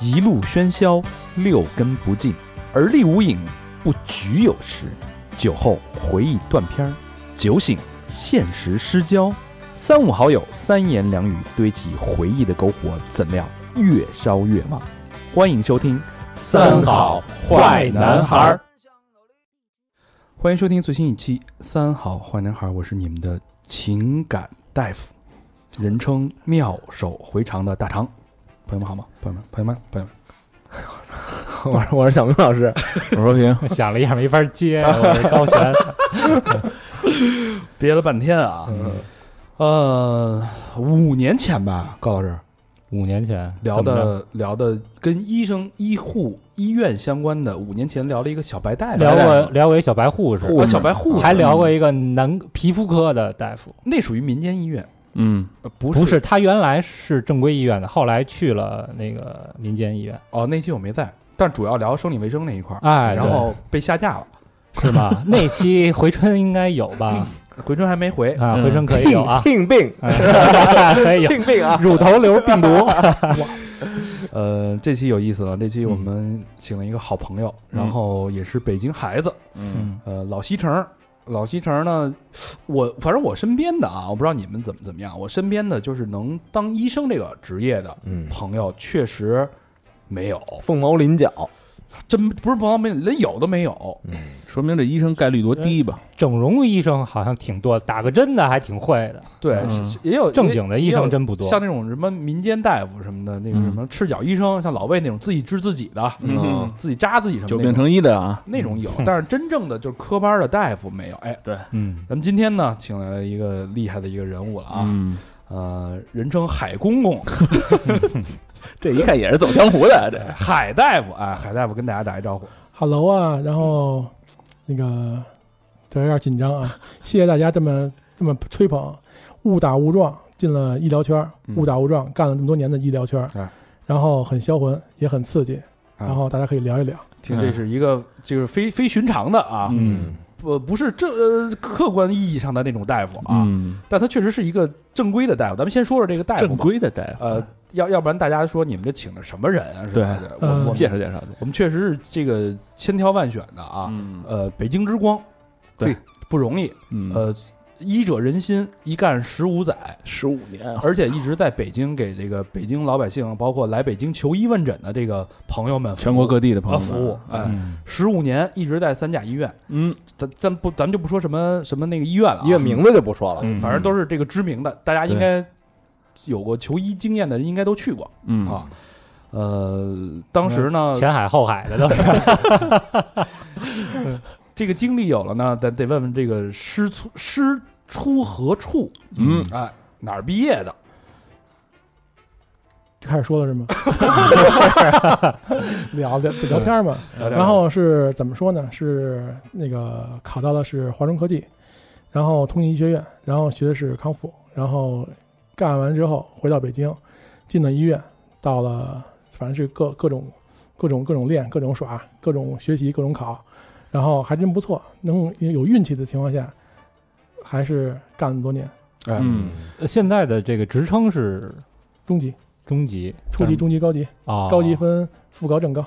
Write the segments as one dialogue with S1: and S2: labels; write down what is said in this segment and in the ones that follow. S1: 一路喧嚣，六根不净，而立无影，不局有时。酒后回忆断片儿，酒醒现实失焦。三五好友，三言两语堆起回忆的篝火，怎料越烧越旺。欢迎收听《
S2: 三好坏男孩儿》，
S1: 欢迎收听最新一期《三好坏男孩儿》，我是你们的情感大夫，人称妙手回肠的大肠。朋友们好吗？朋友们，朋友们，朋友们，
S3: 我是我是小明老 师，
S4: 我说平，
S2: 想了一下没法 接，我是高璇。
S1: 憋了半天啊，
S2: 嗯
S1: 呃，五年前吧，高老师
S2: 五年前
S1: 聊
S2: 怎么着
S1: 的聊的跟医生、医护、医院相关的，五年前聊了一个小白大夫，
S2: 聊
S1: 啊
S2: 过聊过一小白护士，
S1: 小哦小白护士，
S2: 还聊过一个男皮肤科的大夫，
S1: 那属于民间医院，
S4: 嗯，
S1: 呃不是
S2: 不是他原来是正规医院的，后来去了那个民间医院。
S1: 哦，那期我没在，但主要聊生理卫生那一块儿，
S2: 哎，
S1: 然后被下架了，
S2: 对是 吗？那期回春应该有 吧？
S1: 回春还没回，
S2: 啊，
S4: 嗯
S2: 回春可以有 啊
S3: 病，病 病
S2: 哎 可以有
S3: 病病啊！
S2: 乳头瘤病毒。
S1: 呃，这期有意思了，这期我
S2: 嗯
S1: 们请了一个好朋友，
S4: 嗯
S1: 然后也是北京孩子，
S4: 嗯，
S1: 呃，老西城，老西城呢，我反正我身边的啊，我不知道你们怎么怎么样，我身边的就是能当医生这个职业的
S3: 嗯，
S1: 朋友，确实没有，
S3: 凤毛麟角，
S1: 真不是不方便，连有都没有。
S4: 嗯说明这医生概率多低吧？
S2: 整容医生好像挺多，打个针的还挺会的，
S1: 对，
S4: 嗯
S1: 是也有
S2: 正经的医生
S1: 也有
S2: 真不多。
S1: 像那种什么民间大夫什么的，那个
S4: 嗯
S1: 什么赤脚医生，像老魏那种自己治自己的，
S4: 嗯
S1: 自己扎自己什么
S4: 久
S1: 那
S4: 病
S1: 种
S4: 成医的啊，
S1: 那种有，但是真正的就是科班的大夫没有。哎，
S2: 嗯，
S1: 咱们今天呢，请来了一个厉害的一个人物了啊，
S4: 嗯，
S1: 呃，人称海公公，
S4: 这一看也是走江湖
S3: 啊
S4: 的，这
S1: 海大夫，哎，海大夫跟大家打一招呼。
S5: 哈喽啊，然后那个对有点紧张 啊，谢谢大家这么这么吹捧，误打误撞进了医疗圈儿
S1: 嗯，
S5: 误打误撞干了这么多年的医疗圈儿
S1: 哎，
S5: 然后很销魂，也很刺激，
S4: 啊
S5: 然后大家可以聊一聊。
S1: 听，这是一个就是非非寻常的啊，
S4: 嗯
S1: 不、不是这呃客观意义上的那种大夫啊，
S4: 嗯，
S1: 但他确实是一个正规的大夫。咱们先说说这个大夫吧
S4: 正，规的大夫，
S1: 呃，要要不然大家说你们这请的什么人啊？是吧我
S5: 嗯
S3: 呃
S1: 我
S4: 介
S1: 们
S4: 绍介绍这
S1: 我们确实是这个千挑万选的啊，
S4: 嗯
S1: 呃，北京之光，
S4: 对
S1: 嘿，不容易，
S4: 嗯
S1: 呃，医者仁心，一干十五载。
S4: 十五年啊，
S1: 而且一直在北京给这个北京老百姓，包括来北京求医问诊的这个朋友们服务，
S4: 全国各地的朋
S1: 啊
S4: 友
S1: 服务
S4: 们，
S1: 哎，
S2: 嗯
S1: 十五年一直在三甲医院，
S4: 嗯，
S1: 咱咱不咱们就不说什么什么那个医院了、啊，
S3: 医院名字就不说了，
S4: 嗯
S1: 反正都是这个知名的，大家应该有过求医经验的人应该都去过
S4: 嗯
S1: 啊，。呃，当时呢，
S2: 前海后海的都是。
S1: 这个经历有了呢，咱得问问这个师出师出何处？
S4: 嗯，
S1: 哎，哪儿毕业的？
S5: 就开始说了 是吗？ 聊聊聊天嘛，
S4: 嗯
S1: 聊聊
S5: 然后是怎么说呢？是那个考到的是华中科技，然后通信医学院，然后学的是康复，然后干完之后回到北京，进了医院，到了反正是各各种各种各种练，各种耍，各种学习，各种考，然后还真不错，能有运气的情况下，还是干了那么多年，
S1: 哎，
S4: 嗯，
S2: 现在的这个职称是
S5: 中级、
S2: 中级、
S5: 初级、中级、高级，
S2: 啊，
S5: 高级分嗯副高、正高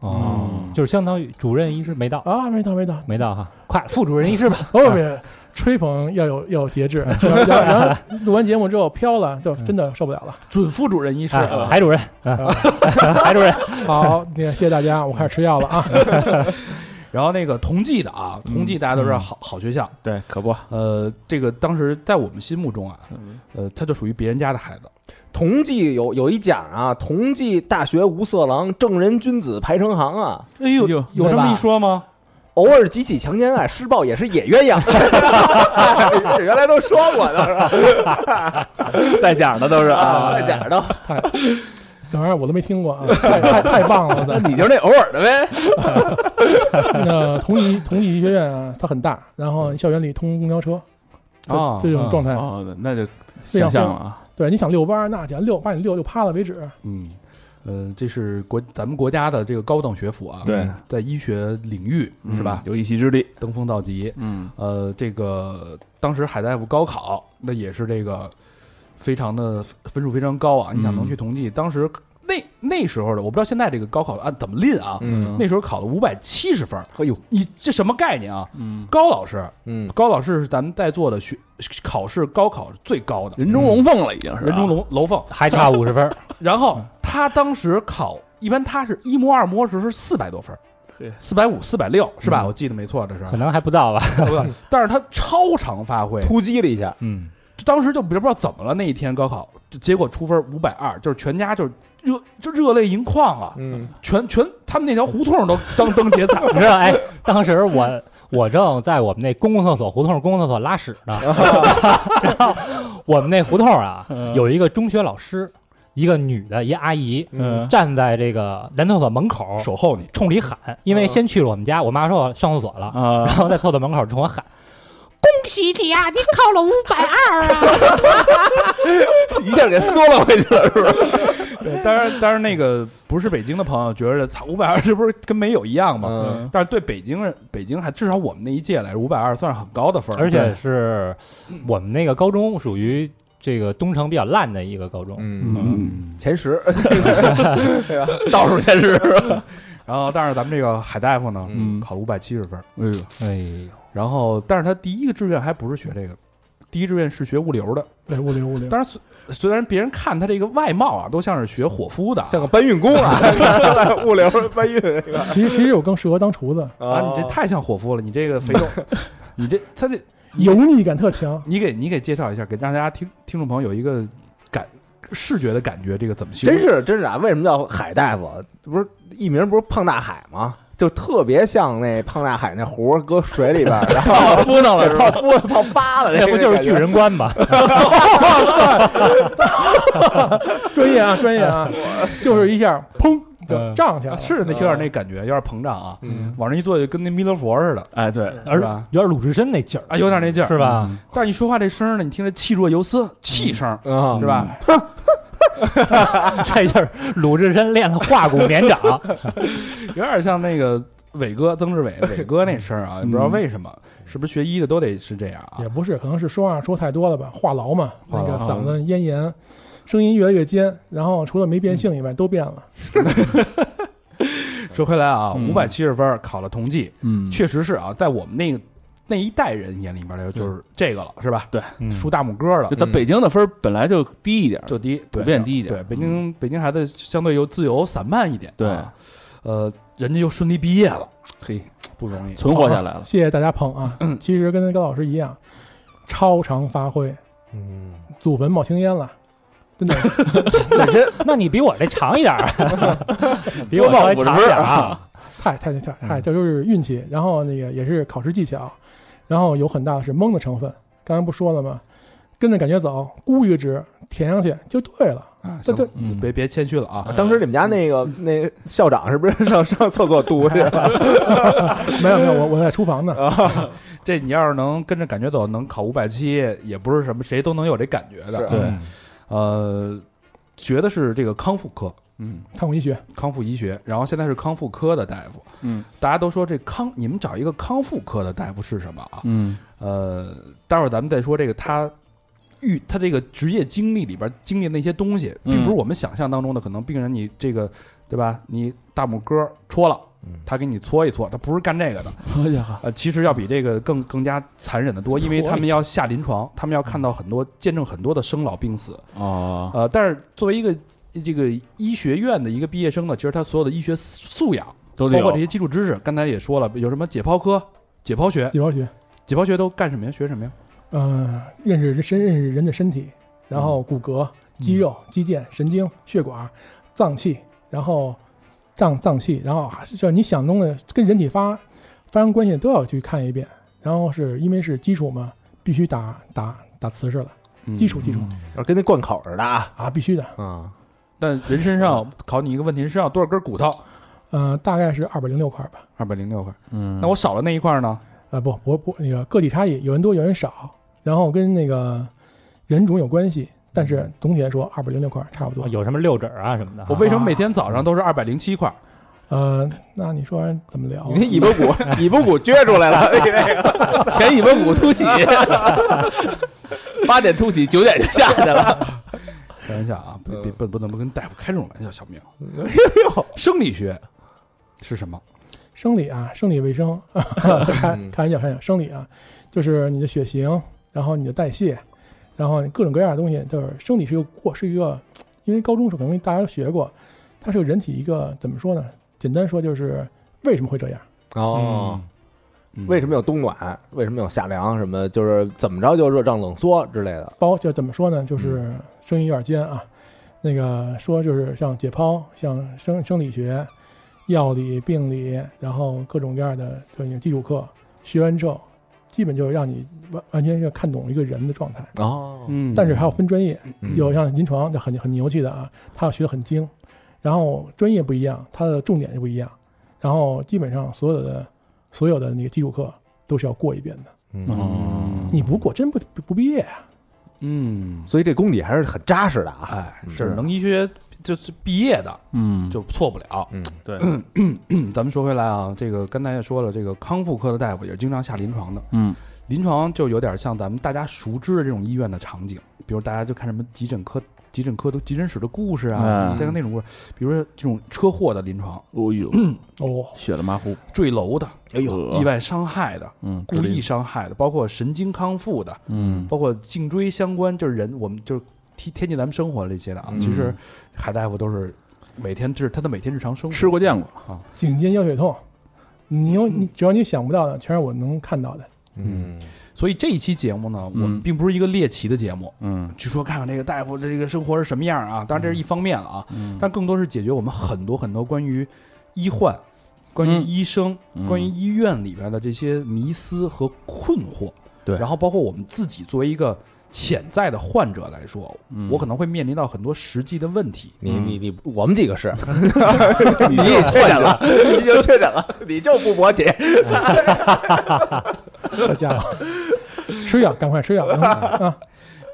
S2: 哦，就是相当于主任医师没到，
S5: 啊，没到没到，
S2: 没到哈，快副主任医师吧，
S5: 哦，别吹捧要有要有 节制，然后然后录完节目之后飘了，就真的受不了了。
S1: 准副主任医师，
S2: 哎海主任，啊 海主任，
S5: 好，那个谢谢大家，我开 始吃药了啊。
S1: 然后那个同济的啊，同济大家都知道好好学校，
S4: 对，可不，
S1: 呃，这个当时在我们心目中啊，呃，他就属于别人家的孩子，
S3: 同济有有一讲啊，同济大学无色狼，正人君子排成行啊。
S1: 哎
S4: 呦
S1: 有这么一说吗？
S3: 偶尔几起强奸案，施暴也是野鸳鸯。 原来都说过的是吧？
S4: 在讲的都是
S3: 啊，
S4: 啊，
S3: 在讲的，
S5: 等会儿我都没听过啊，太 太太棒 了！
S4: 那你就是那偶尔的呗，
S5: 那同济同济医学院啊，它很大，然后校园里通公交车，这
S1: 啊
S5: 这种状态，
S4: 哦，那就想象了啊，
S5: 对，你想遛弯儿，那家遛把你遛遛趴了为止。
S1: 嗯，呃，这是国咱们国家的这个高等学府啊，
S4: 对，
S1: 在医学领域
S4: 嗯
S1: 是吧，
S4: 有一席之地，
S1: 登峰造极。
S4: 嗯
S1: 呃，这个当时海大夫高考，那
S4: 嗯
S1: 也是这个非常的分数非常高啊，你想能去同济，当时那那时候的我不知道现在这个高考的按怎么拎啊，
S3: 嗯，
S1: 那时候考了五百七十分儿，
S3: 哎呦，
S1: 你这什么概念啊？
S4: 嗯，
S1: 高老师，
S3: 嗯，
S1: 高老师是咱们在座的学考试高考最高的，
S4: 人中龙凤了，已经是啊
S1: 人中。龙楼凤。
S2: 还差五十分儿，
S1: 然后他当时考，一般他是一模二模时是四百多分儿
S4: 对，
S1: 四百五、四百六是吧？
S2: 嗯
S1: 我记得没错，这是
S2: 可。能还不到吧。
S1: 但是他超常发挥，
S3: 突击了一下，
S2: 嗯，
S1: 当时就不知道怎么了，那一天高考就结果出分五百二，就是全家就是热就热泪盈眶啊，
S3: 嗯，
S1: 全全他们那条胡同都张灯结彩，
S2: 你知道，哎，当时我我正在我们那公共厕所胡同公共厕所拉屎 呢，然后我们那胡同啊有一个中学老师，一个女的，一阿姨
S4: 嗯
S2: 站在这个男厕所门口，
S1: 守候你。
S2: 冲里喊，因为先去了我们家，我妈说我上厕所了，
S4: 啊
S2: 然后在厕所门口冲我喊。恭喜你啊！你考了五百二啊！
S4: 一下给缩了回去了，是不是？
S1: 对，当然当然那个不是北京的朋友觉得操五百二这不是跟没有一样吗？
S3: 嗯
S1: 但是对北京人，北京还至少我们那一届来说，五百二算是很高的分儿，
S2: 而且是我们那个高中属于这个东城比较烂的一个高中，
S3: 嗯，
S1: 嗯，
S3: 前十，
S4: 倒数前十。
S1: 然后但是咱们这个海大夫呢，
S4: 嗯
S1: 考了五百七十分儿，
S4: 哎呦，
S2: 哎
S5: 嗯
S2: 呦，
S1: 然后但是他第一个志愿还不是学这个，第一志愿是学物流的。
S5: 对，物流物流，
S1: 当然虽虽然别人看他这个外貌啊，都像是学伙夫的啊，
S3: 像个搬运工啊， 物流搬运哦这个
S5: 其实其实我更适合当厨子，
S1: 啊，你这太像伙夫了，你这个肥 肉，你这他这，
S5: 油腻感特强。
S1: 你给你给介绍一下，给让大家听听众朋友有一个感视觉的感觉，这个怎么形
S3: 真
S1: 容？
S3: 是真是啊！为什么叫海大夫？啊不是艺名不是胖大海吗？就特别像那胖大海那壶儿搁水里边儿，然后
S4: 啊，扑腾了是
S3: 泡
S4: 吧？
S3: 敷泡发了，
S2: 哎 那不就是巨人观 吗？
S5: 专业啊，专业啊，
S4: 哎
S5: 就是一下砰就
S2: 嗯
S5: 胀起来
S1: 啊
S5: 了。
S1: 是那有点那感觉，有点膨胀啊，
S3: 嗯
S1: 往那一坐就跟那弥勒佛似的
S4: 哎，对，
S2: 而
S1: 是吧
S2: 有点鲁智深那劲儿
S1: 啊，有点那劲儿，
S2: 是吧？
S5: 嗯
S1: 但是你说话这声儿呢，你听着气若游丝，气声儿
S3: 啊
S1: 是吧？
S2: 这就是鲁智深练了化骨绵掌，
S4: 嗯
S1: 有点像那个伟哥曾志伟，伟哥那声儿啊，也不
S4: 嗯
S1: 知道为什么，是不是学医的都得是这样啊
S5: 也？不是，可能是说话说太多了吧，话痨啊嘛，
S1: 话
S5: 那
S1: 痨
S5: 个嗓子咽炎，声音越来越尖，然后除了没变性以外都变了。
S1: 说回来啊，
S4: 嗯
S1: 五百七十分儿考了同济，
S4: 嗯
S1: 确实是啊，在我们那个那一代人眼里面来说，就是这个了，是吧？
S2: 嗯
S1: 出大拇哥了
S4: 就，咱北京的分儿本来就低一点儿，
S1: 就低，
S4: 普
S1: 对
S4: 遍低一点嗯
S1: 对，北京北京孩子相对又自由散漫一点，
S4: 对
S1: 啊，呃，人家又顺利毕业了，
S4: 嘿，
S1: 不容易。
S4: 存活下来了。
S5: 谢谢大家捧啊！
S1: 嗯
S5: 其实跟高老师一样，超常发挥，
S3: 嗯，
S5: 祖坟冒青烟了，真的。
S2: 那真，那你比我这长一点儿 啊，比
S4: 多
S2: 我
S4: 报
S2: 稍微
S4: 五十
S2: 长
S4: 分
S2: 一点
S4: 儿
S2: 儿啊。
S5: 太太太太，这就是运气，然后那个也是考试技巧，然后有很大的是蒙的成分。刚才不说了吗？跟着感觉走，估一个值填上去就对了。
S1: 啊，
S5: 这
S1: 行
S5: 这
S4: 嗯
S1: 别别谦虚了啊，
S3: 当时你们家那个那校长是不是上上厕所读去了？
S5: 没有没有，我我在厨房呢。
S1: 这你要是能跟着感觉走，能考五百七，也不是什么谁都能有这感觉的。
S3: 是
S4: 对
S2: 嗯
S1: 呃，学的是这个康复科，
S4: 嗯
S5: 看我医学，
S1: 康复医学，然后现在是康复科的大夫。
S4: 嗯
S1: 大家都说这康，你们找一个康复科的大夫是什么啊？
S4: 嗯
S1: 呃，待会儿咱们再说这个他遇他这个职业经历里边经历的那些东西，
S4: 嗯
S1: 并不是我们想象当中的。可能病人你这个对吧？你大拇哥戳了
S3: 嗯，
S1: 他给你搓一搓，他不是干这个的。
S4: 哎呀，
S1: 呃，其实要比这个更更加残忍的多，因为他们要下临床，他们要看到很多见证很多的生老病死。
S4: 哦，
S1: 呃，但是作为一个这个医学院的一个毕业生呢，其实他所有的医学素养，
S4: 都得
S1: 包括
S4: 有
S1: 这些基础知识，刚才也说了，有什么解剖科、解剖学，
S5: 解剖学，
S1: 解剖学都干什么呀？学什么呀？
S5: 呃，认识身认识人的身体，然后骨骼、肌肉、肌腱、神经、血管、脏器，然后脏脏器，然后还是就是你想中的跟人体发发生关系的都要去看一遍。然后是因为是基础嘛，必须打打打瓷实了，
S1: 嗯
S5: 基础基础
S4: 嗯
S3: 跟那灌口似的啊！
S5: 啊，必须的。
S3: 啊，
S1: 但人身上考你一个问题，身上有多少根骨头？
S5: 呃，大概是二百零六块吧。
S1: 二百零六块。
S4: 嗯，
S1: 那我少了那一块呢？
S5: 呃，不不不，那个个体差异，有人多有人少，然后跟那个人种有关系，但是总体来说二百零六块差不
S3: 哎
S5: 多。
S2: 有什么六指儿啊什么的啊，
S1: 我为什么每天早上都是二百零七块？
S5: 呃，那你说怎么聊啊？
S3: 哦你那尾巴骨尾巴骨撅出来了，你那 个
S4: 前尾 巴骨凸起，八点凸起，九点就下去了。
S1: 开玩笑啊，别别不不能不跟大夫开这种玩笑， 小明。
S3: 哎呦，
S1: 生理学 是什么？
S5: 生理啊，生理卫生，开
S3: 嗯
S5: 开玩笑，开玩笑，生理啊，就是你的血型，然后你的代谢，然后各种各样的东西，就是生理是一个过，是一个，因为高中时候可能大家都学过，它是个人体一个怎么说呢？简单说就是为什么会这样？
S3: 哦，
S1: 嗯
S3: 为什么有冬暖？为什么有夏凉？什么就是怎么着就热胀冷缩之类的？
S5: 包就怎么说呢？就是声音有点尖啊。那个说就是像解剖、像生生理学、药理、病理，然后各种各样的就你基础课学完之后，基本就让你完完全要看懂一个人的状态。
S3: 哦，
S1: 嗯
S5: 但是还有分专业，
S3: 嗯
S5: 有像临床就很很牛气的啊，他学的很精，然后专业不一样，它的重点是不一样，然后基本上所有的所有的那个基础课都是要过一遍的，
S3: 嗯，
S1: 哦，
S5: 你不过真不不不毕业啊。
S1: 嗯，
S3: 所以这功底还是很扎实的啊。
S1: 哎，
S3: 嗯
S1: 是能医学就是毕业的
S4: 嗯，
S1: 就错不了。
S3: 嗯，
S4: 对，
S1: 嗯咱们说回来啊，这个刚才也说了，这个康复科的大夫也是经常下临床的，
S4: 嗯，
S1: 临床就有点像咱们大家熟知的这种医院的场景，比如大家就看什么急诊科、急诊科的急诊室的故事啊，
S4: 嗯
S1: 再看那种故事，比如说这种车祸的临床，
S4: 哦呦，
S5: 哦，
S4: 血了马虎，
S1: 坠楼的、
S4: 哎呦
S1: 意，外伤害的、
S4: 嗯，
S1: 故意，伤害的，包括神经康复的，
S4: 嗯，
S1: 包括颈椎相关，就是人我们就是贴贴近咱们生活这些的啊。
S3: 嗯
S1: 其实海大夫都是每天这是他的每天日常生活，
S4: 嗯吃过见过，
S5: 颈肩腰血痛，你有你只要你想不到的，全是我能看到的。
S3: 嗯，
S1: 所以这一期节目呢，我
S4: 嗯
S1: 们并不是一个猎奇的节目，
S4: 嗯
S1: 据说看看这个大夫这个生活是什么样啊。当然这是一方面了啊，
S4: 嗯，
S1: 但更多是解决我们很多很多关于医患、关于
S4: 嗯
S1: 医生、
S4: 嗯
S1: 关于医院里边的这些迷思和困惑。
S4: 对
S1: 然后包括我们自己作为一个潜在的患者来说，我可能会面临到很多实际的问题。
S3: 你
S4: 嗯
S3: 你你，我们几 个是，
S4: 你也
S3: 确诊了， 你已经确诊了，你就不勃起。
S5: 好家伙，吃 药，赶快吃药！嗯啊，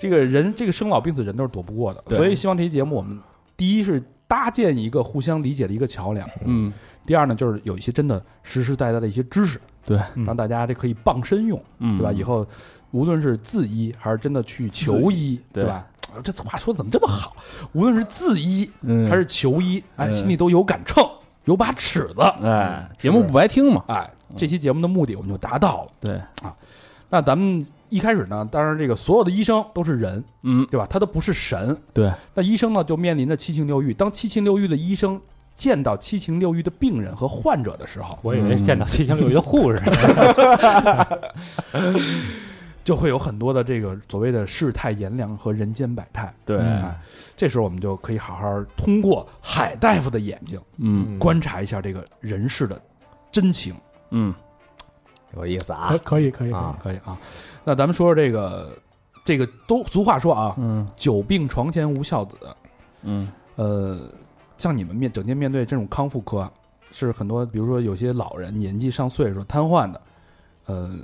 S1: 这个人，这个生老病死，人都是躲不过的。
S4: 对
S1: 所以希望这期节目，我们第一是搭建一个互相理解的一个桥梁，
S4: 嗯，
S1: 第二呢，就是有一些真的实实在在的一些知识，
S4: 对，
S1: 让大家这可以傍身用，
S4: 嗯，
S1: 对吧？以
S4: 后
S1: 后无论是自医还是真的去求医，
S4: 对
S1: 对吧？啊这话说得怎么这么好？无论是自医还是求医，哎，
S4: 嗯
S1: 心里都有杆秤，有把尺子。
S4: 哎，节目不白听嘛，
S1: 哎，这期节目的目的我们就达到了。
S4: 嗯
S1: 啊
S4: 对，
S1: 那咱们一开始呢，当然这个所有的医生都是人，
S4: 嗯，
S1: 对吧？他都不是神，
S4: 对，
S1: 那医生呢，就面临着七情六欲。当七情六欲的医生见到七情六欲的病人和患者的时候，
S2: 我以
S5: 嗯
S2: 为见到七情六欲的护士，
S1: 就会有很多的这个所谓的世态炎凉和人间百态。
S4: 对，
S1: 哎这时候我们就可以好好通过海大夫的眼睛
S4: 嗯
S1: 观察一下这个人世的真情，
S4: 嗯，
S3: 有意思 啊
S5: 可可以可以可以
S3: 啊，
S1: 可以啊。那咱们说说这个，这个都俗话说啊，
S4: 嗯
S1: 久病床前无孝子。
S4: 嗯
S1: 呃，像你们面整天面对这种康复科啊，是很多，比如说有些老人年纪上岁数瘫痪的，呃，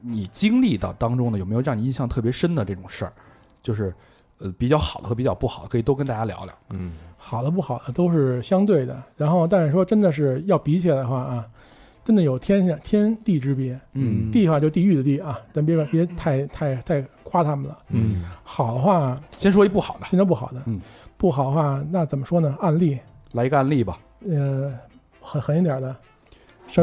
S1: 你经历到当中的有没有让你印象特别深的这种事儿？就是呃比较好的和比较不好的，可以都跟大家聊聊。
S3: 嗯，
S5: 好的不好的都是相对的。然后，但是说真的是要比起来的话啊，真的有天上天地之别，
S3: 嗯
S5: 地的话就地狱的地啊，咱别别太太太夸他们了。
S3: 嗯，
S5: 好的话，
S1: 先说一不好的，
S5: 先说不好的
S1: 嗯，
S5: 不好的话，那怎么说呢？案例，
S1: 来一个案例吧。
S5: 呃，狠狠一点的，稍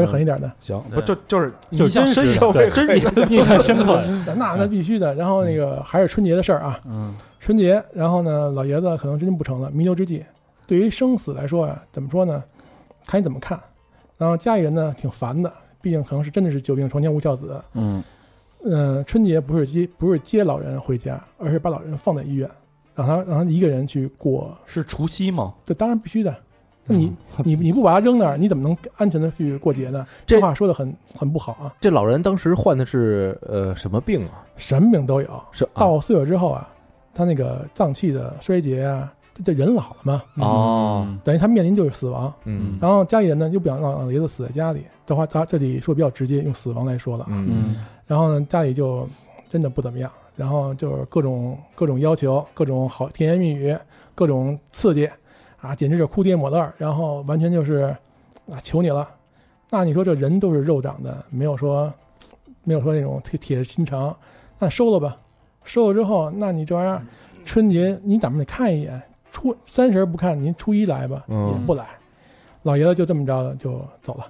S3: 嗯
S5: 微狠一点的，
S1: 行，
S4: 对
S1: 不就就是
S2: 就是
S1: 像
S2: 真
S1: 深
S2: 实的
S1: 刻
S2: 对
S1: 真实的
S2: 印象深刻的。
S5: 那那必须的。然后那个还是春节的事儿啊，
S4: 嗯
S5: 春节，然后呢，老爷子可能真不成了，弥留之际。对于生死来说啊，怎么说呢？看你怎么看。然后家里人呢，挺烦的，毕竟可能是真的是久病床前无孝子。
S4: 嗯
S5: 嗯、春节不是接不是接老人回家，而是把老人放在医院，让他让他一个人去过。
S1: 是除夕吗？
S5: 这当然必须的。那你你你不把他扔那儿，你怎么能安全的去过节呢？
S3: 这
S5: 这话说的很很不好啊，
S3: 这老人当时患的是呃什么病啊？
S5: 什么病都有。
S3: 是啊
S5: 到岁数之后啊，他那个脏器的衰竭啊，这这人老了嘛，
S3: 哦，
S5: 等于他面临就是死亡。
S3: 嗯
S5: 然后家里人呢又不想让老爷子死在家里的话，他这里说比较直接，用死亡来说了。
S3: 嗯
S4: 嗯
S5: 然后呢，家里就真的不怎么样，然后就是各种各种要求，各种好甜言蜜语，各种刺激，啊，简直是哭爹抹泪儿，然后完全就是啊，求你了。那你说这人都是肉长的，没有说没有说那种铁铁的心肠，那收了吧。收了之后，那你这玩意儿春节你怎么得看一眼，初三十儿不看，您初一来吧，
S3: 嗯
S5: 也不来。老爷子就这么着就走了，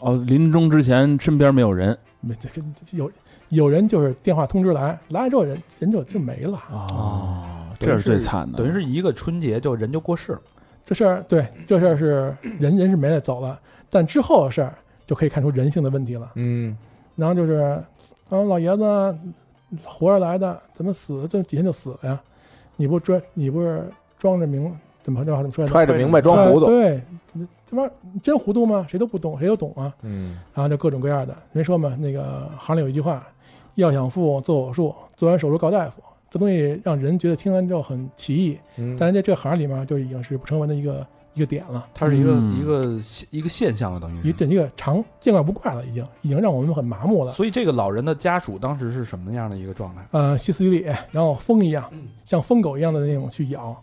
S4: 哦，临终之前身边没有人
S5: 没这个有有人就是电话通知来，来了之后人人就就没了。
S4: 哦，这是最惨的，
S1: 等于是一个春节就人就过世了。
S5: 这事儿对
S3: 嗯
S5: 这事儿是人人是没了走了，但之后的事儿就可以看出人性的问题了。
S3: 嗯
S5: 然后就是，啊，老爷子活着来的，怎么死这几天就死了呀？你不装，你不是装着明怎么叫什么揣
S3: 揣着明白装糊涂，
S5: 对，你他妈你真糊涂吗？谁都不懂，谁都懂啊！
S3: 嗯
S5: 然后就各种各样的。人说嘛，那个行里有一句话，要想富做手术，做完手术告大夫。这东西让人觉得听完之后很奇异，
S3: 嗯
S5: 但是在这行里面就已经是不成文的一个一个点了，
S1: 它是一个、
S4: 嗯
S1: 一个现一个现象了，等于是
S5: 一这一个常见怪不怪了，已经已经让我们很麻木了。
S1: 所以这个老人的家属当时是什么样的一个状态？
S5: 呃歇斯底里，然后疯一样，像疯狗一样的那种去咬，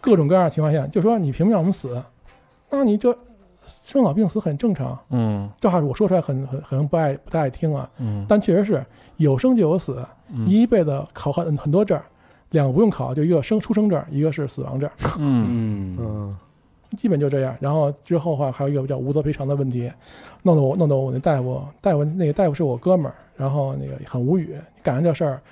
S5: 各种各样的情况下，就说你凭什么让我们死？那你就生老病死很正常。
S4: 嗯
S5: 这话我说出来很很很不爱不太爱听啊，
S4: 嗯
S5: 但确实是有生就有死，
S4: 嗯
S5: 一辈子考很很多证儿，两个不用考，就一个生出生证儿，一个是死亡证儿，
S4: 嗯
S1: 嗯，
S3: 嗯
S5: 基本就这样。然后之后的话还有一个叫无责赔偿的问题，弄得我弄得我那大夫大夫那个大夫是我哥们儿，然后那个很无语，赶上这事儿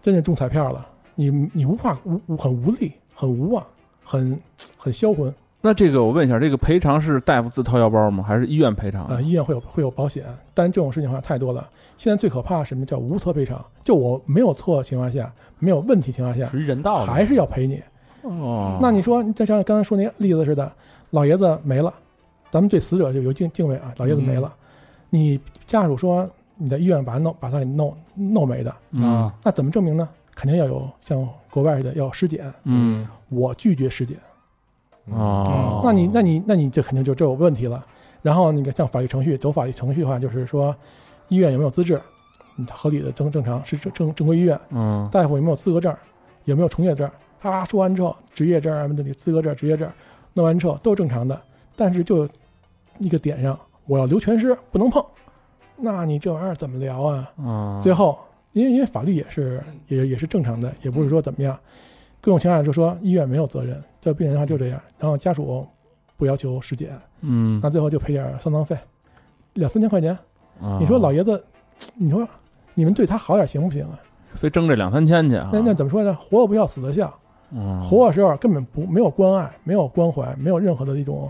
S5: 真是中彩票了，你你无话无无很无力，很无望，很很销魂
S4: 那这个我问一下，这个赔偿是大夫自掏腰包吗？还是医院赔偿？
S5: 啊、呃医院会有会有保险，但这种事情的话太多了。现在最可怕是什么叫无责赔偿？就我没有错的情况下，没有问题情况下，
S1: 属于人道的，
S5: 嗯还是要赔你。
S4: 哦，
S5: 那你说，你再想想刚才说那例子似的，老爷子没了，咱们对死者就有敬敬畏啊，老爷子没了，你家属说你在医院把他弄把他给弄弄没的，
S4: 嗯
S5: 那怎么证明呢？肯定要有像国外似的要尸检，
S4: 嗯
S5: 我拒绝尸检，
S3: 嗯
S4: 哦，
S5: 那你那你那你这肯定就这有问题了。然后那个像法律程序走法律程序的话，就是说医院有没有资质，嗯合理的正正常是正正正规医院，
S4: 嗯
S5: 大夫有没有资格证儿，有没有从业证儿，啊，说完之后，职业证儿啊，那里资格证儿、职业证儿，弄完之后都是正常的，但是就一个点上，我要留全尸，不能碰，那你这玩意儿怎么聊啊？
S4: 嗯，
S5: 最后，因为因为法律也是也也是正常的，也不是说怎么样，各种情况下就说医院没有责任，这病人的话就这样，然后家属不要求尸检，
S4: 嗯，
S5: 那最后就赔点儿丧葬费，两三千块钱，你
S4: 你
S5: 说老爷子，你说你们对他好点儿行不行啊？
S4: 非争这两三千去啊？
S5: 那那怎么说呢？活的不要，死的笑。
S4: 嗯
S5: 活的时候根本不没有关爱，没有关怀，没有任何的一种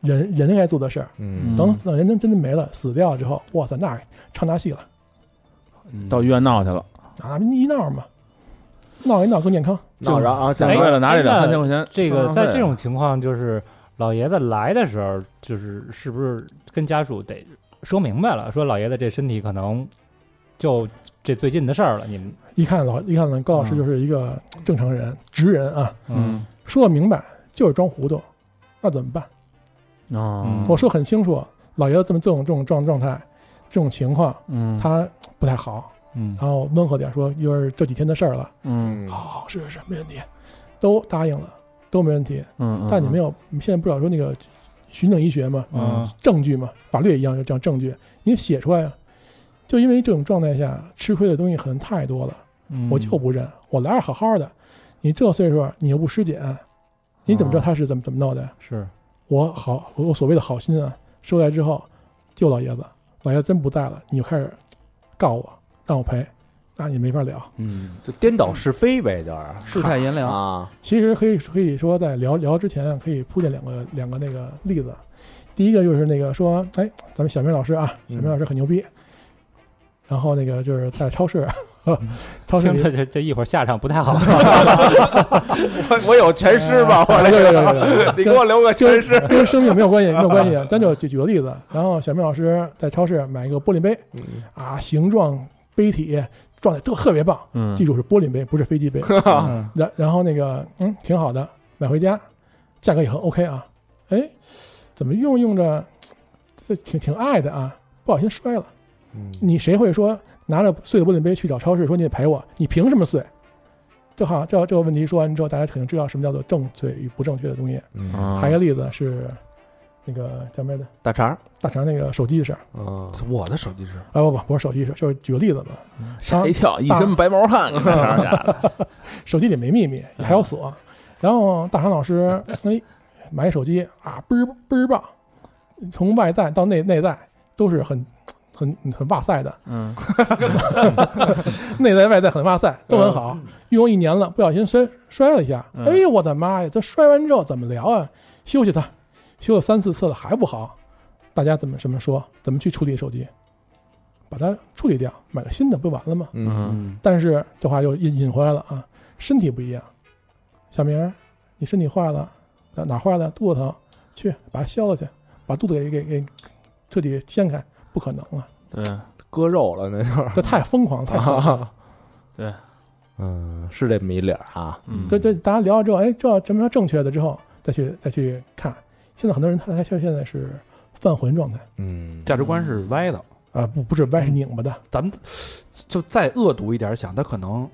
S5: 人人该做的事儿。
S3: 嗯
S5: 等等人真真的没了，死掉了之后，哇塞，那唱大戏了
S1: 嗯
S4: 到医院闹去了，
S5: 啊！医闹嘛，闹一闹更健康。
S3: 闹着啊，
S4: 就
S3: 长
S2: 哎
S4: 为了拿
S2: 那
S4: 这两三千块钱，
S2: 这
S4: 上
S2: 个
S4: 上
S5: 啊
S2: 在
S4: 费
S2: 这种情况，就是老爷子来的时候，就是是不是跟家属得说明白了，说老爷子这身体可能就这最近的事儿了，你们
S5: 一看老一看呢，高老师
S4: 嗯
S5: 就是一个正常人、直人啊，
S4: 嗯
S5: 说明白就是装糊涂，那怎么办？嗯
S4: 哦，
S5: 我说很清楚，老爷子这么这种这种状状态，这种情况
S4: 嗯
S5: 他不太好，
S4: 嗯
S5: 然后温和点说，又是这几天的事儿了。
S4: 嗯
S5: 好好是是是，没问题，都答应了，都没问题。
S4: 嗯，
S5: 但你没有，你现在不老说那个循证医学嘛，
S4: 嗯
S5: 证据嘛，法律也一样，就这样证据，你写出来啊。就因为这种状态下吃亏的东西可能太多了，
S4: 嗯
S5: 我就不认，我来是好好的，你这岁数你又不尸检，你怎么知
S4: 啊
S5: 道他是怎么怎么弄的？
S2: 是
S5: 我好，我我所谓的好心啊，收来之后救老爷子，老爷子真不在了，你就开始告我，让我赔，那也没法聊。
S1: 嗯，
S3: 就颠倒是非呗，就是
S1: 世态炎凉，
S3: 啊，
S5: 其实可以可以说，在聊聊之前，可以铺垫两个两个那个例子。第一个就是那个说，哎，咱们小明老师啊，小
S3: 嗯
S5: 明老师很牛逼。然后那个就是在超市， 超市
S2: 听
S5: 里
S2: 着这这一会儿下场不 太好，
S3: 我我有全尸吧，我这
S5: 有有有有
S3: 个，你给我留个全尸，
S5: 跟生命没有关系，没有关系。咱就举举个例子，然后小明老师在超市买一个玻璃杯啊，形状杯体状态特特别棒，
S4: 嗯
S5: 记住是玻璃杯，不是飞机杯。
S1: 嗯
S5: 然然后那个嗯，挺好的，买回家，价格也很 OK 啊。哎，怎么用用着，这挺挺爱的啊，不小心摔了。你谁会说拿着碎的玻璃杯去找超市说你得赔我？你凭什么碎？这好，这这个问题说完之后，大家肯定知道什么叫做正确与不正确的东西。
S3: 嗯
S4: 嗯
S5: 还有一个例子是那个叫什么来着？
S3: 大肠，
S5: 大肠那个手机的事儿。
S3: 嗯，
S1: 我的手机是
S5: 哎，不不，不是手机的事儿，就是举个例子吧。
S4: 吓一哎跳，一身白毛汗，你看哪儿 家的？
S5: 手机里没秘密，还有锁。然后大肠老师，哎，买手机啊，倍儿倍儿棒，从外在到内内在都是很很很哇塞的，
S4: 嗯，
S5: 内在外在很哇塞，都很好。
S1: 嗯
S5: 用一年了，不小心摔摔了一下，
S4: 嗯
S5: 哎呦我的妈呀！这摔完之后怎么疗啊？休息它，修了三四次了还不好，大家怎么怎么说？怎么去处理手机？把它处理掉，买个新的不就完了吗？
S3: 嗯，
S5: 但是这话又引引回来了啊，身体不一样。小明儿，你身体坏了，哪哪坏了？肚子疼，去把它消了去，把肚子给给给彻底掀开，不可能啊！
S4: 对，
S3: 割肉了那就是，
S5: 这太疯狂，
S3: 啊
S5: 太狠了。
S4: 对，
S3: 嗯，是这么一理儿啊，
S4: 嗯
S5: 对对，大家聊了之后，哎，这什么叫正确的之后，再去再去看。现在很多人他他现现在是犯浑状态
S3: 嗯，
S1: 价值观是歪的。
S5: 啊，不不是歪是拧巴的，
S1: 咱们就再恶毒一点想，他可能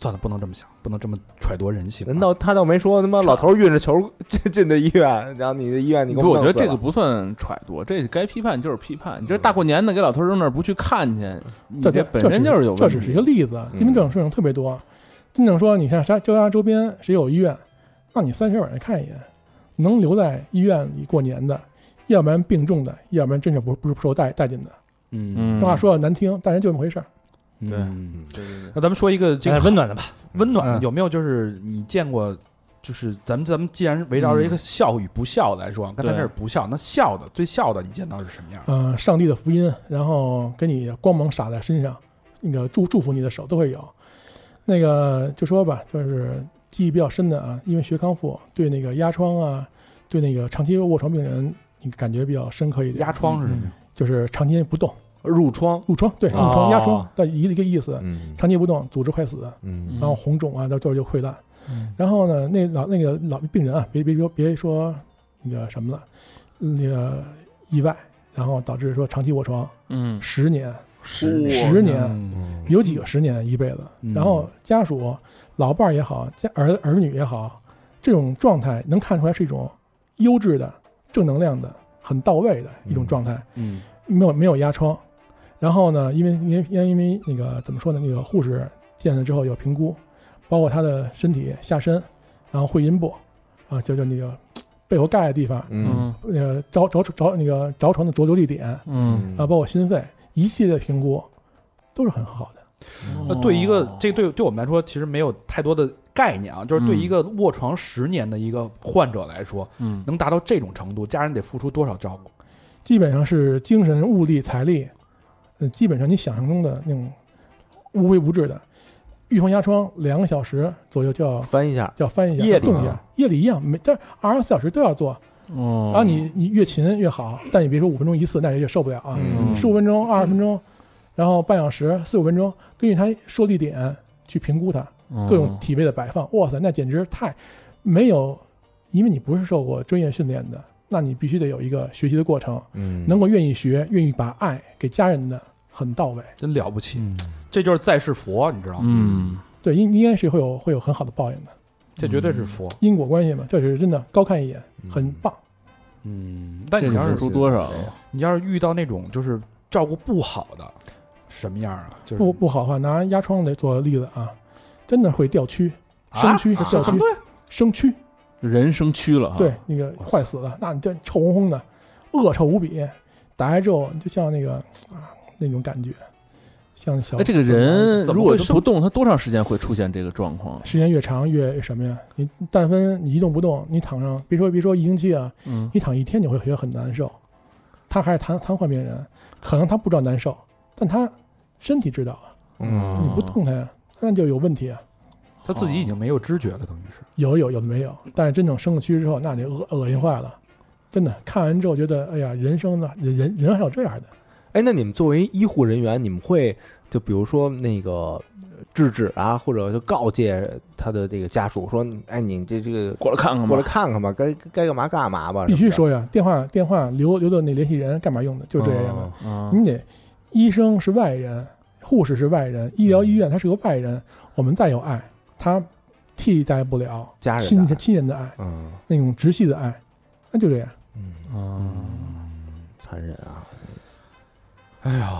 S1: 算了，不能这么想，不能这么揣度人性啊。
S3: 人倒他倒没说他妈老头儿 运着球进进的医院，然后你的医院你给
S4: 不，我
S3: 弄
S4: 觉得
S3: 死
S4: 这个
S3: 了嗯
S4: 不算揣度，这该批判就是批判。你这大过年的给老头扔那儿不去看去，你
S5: 这
S4: 这
S5: 这
S4: 本
S5: 这
S4: 身
S5: 只
S4: 就是有问题。嗯
S5: 这只是一个例子，因为这种事情特别多。真正说，你像啥，就像周边谁有医院，那你三十晚上看一眼，能留在医院里过年的，要不然病重的，要不然真是不不是不受待待见的。
S1: 嗯
S4: 嗯，
S5: 这话说的难听，但是就这么回事儿。
S1: 嗯
S4: 对
S1: 嗯
S4: 对对
S1: 那咱们说一个这
S2: 哎
S1: 个
S2: 温暖的吧，
S1: 温暖
S2: 嗯
S1: 有没有？就是你见过，就是咱们咱们既然围绕着一个笑与不笑来说，刚才这是不笑，那笑的最笑的，你见到是什么样？
S5: 呃，上帝的福音，然后给你光芒洒在身上，那个祝祝福你的手都会有。那个就说吧，就是记忆比较深的啊，因为学康复对那个压疮啊，对那个长期卧床病人，你感觉比较深刻一点。
S1: 压疮是什么样？
S5: 就是长期不动，
S3: 褥疮，
S5: 褥疮对，褥
S3: 哦
S5: 疮、压疮，但一个一个意思，
S3: 嗯
S5: 长期不动，组织快死，
S3: 嗯
S5: 然后红肿啊，到最后就溃烂。然后呢，那老那个老病人啊，别别说别说那个什么了，那个意外，然后导致说长期卧床
S4: 嗯，
S5: 十年，
S4: 十
S5: 十年，啊
S1: 嗯
S3: 嗯
S5: 有几个十年一辈子
S1: 嗯？
S5: 然后家属、老伴儿也好，家儿儿女也好，这种状态能看出来是一种优质的、正能量的、很到位的一种状态。
S1: 嗯
S5: 没有没有压疮。然后呢，因为因为因为因为那个怎么说呢，那个护士见了之后有评估，包括他的身体下身，然后会阴部，啊，就就那个背后盖的地方，
S3: 嗯
S5: 那个着着着那个着床的着流地点啊，
S4: 嗯，
S5: 包括心肺一系列评估都是很好的。
S3: 嗯
S1: 那呃对一个
S5: 哦
S1: 这对对我们来说，其实没有太多的概念啊，就是对一个卧床十年的一个患者来说，
S4: 嗯
S1: 能达到这种程度，家人得付出多少照顾？
S5: 基本上是精神、物力、财力，呃，基本上你想象中的那种无微不至的。预防压疮两个小时左右就要
S3: 翻一下，
S5: 就要翻一下，
S1: 夜里
S5: 动一
S3: 啊
S5: 下，夜里一样，每但二十四小时都要做。
S4: 哦
S5: 然后啊你你越勤越好，但你别说五分钟一次，那也就受不了啊。
S3: 嗯
S5: 十五分钟、二十分钟，然后半小时、四五分钟，根据他说地点去评估它
S4: 哦
S5: 各种体位的摆放。哇塞，那简直太没有，因为你不是受过专业训练的，那你必须得有一个学习的过程，
S3: 嗯
S5: 能够愿意学，愿意把爱给家人的很到位。
S1: 真了不起，
S4: 嗯
S1: 这就是在世佛，你知道吗？
S4: 嗯
S5: 对，应应该是会有会有很好的报应的
S1: 这绝对是佛。
S5: 因果关系嘛，这是真的，高看一眼，很
S3: 嗯
S5: 棒。
S1: 嗯，但
S4: 这
S1: 你
S4: 你
S1: 要
S4: 付
S1: 是
S4: 出多
S3: 哎
S4: 少？
S1: 你要是遇到那种就是照顾不好的，什么样啊？就是
S5: 不不好的话，拿压疮来做例子啊，真的会掉蛆、生蛆、
S1: 啊
S5: 掉
S1: 什么
S5: 蛆、生蛆，
S4: 人生蛆了哈。
S5: 对，那个坏死了，那你这臭烘烘的，恶臭无比，打开之后你就像那个啊那种感觉，像小
S4: 哎，这个人
S1: 怎么
S4: 如果
S1: 会
S4: 是
S1: 生
S4: 不动，他多长时间会出现这个状况？
S5: 时间越长越什么呀？你但凡你一动不动，你躺上，别说别说一星期啊，
S4: 嗯
S5: 你躺一天你会觉得很难受。他还是瘫瘫痪病人，可能他不知道难受，但他身体知道啊，
S3: 嗯
S5: 你不
S4: 哦
S5: 动他呀，那就有问题啊。
S1: 他自己已经没有知觉了，等于是。
S5: 有有有的没有，但是真正生了蛆之后，那得恶恶心坏了，真的看完之后觉得，哎呀，人生呢，人人人还有这样的，
S3: 哎，那你们作为医护人员，你们会就比如说那个呃制止啊，或者就告诫他的这个家属说，哎，你这这个
S4: 过来看看吧
S3: 过来。看看吧，该该干嘛干嘛吧，
S5: 必须
S3: 什么
S5: 说呀，电话电话留留的那联系人干嘛用的？就这样
S3: 哦
S5: 的，
S4: 嗯
S5: 你得，医生是外人，护士是外人，医疗医院他是个外人，我们再有爱，他替代不了
S3: 的家人
S5: 亲
S3: 的
S5: 亲人的爱，
S3: 嗯
S5: 那种直系的爱，那就这样，
S3: 嗯，
S4: 嗯，
S3: 残忍啊，
S1: 哎呀，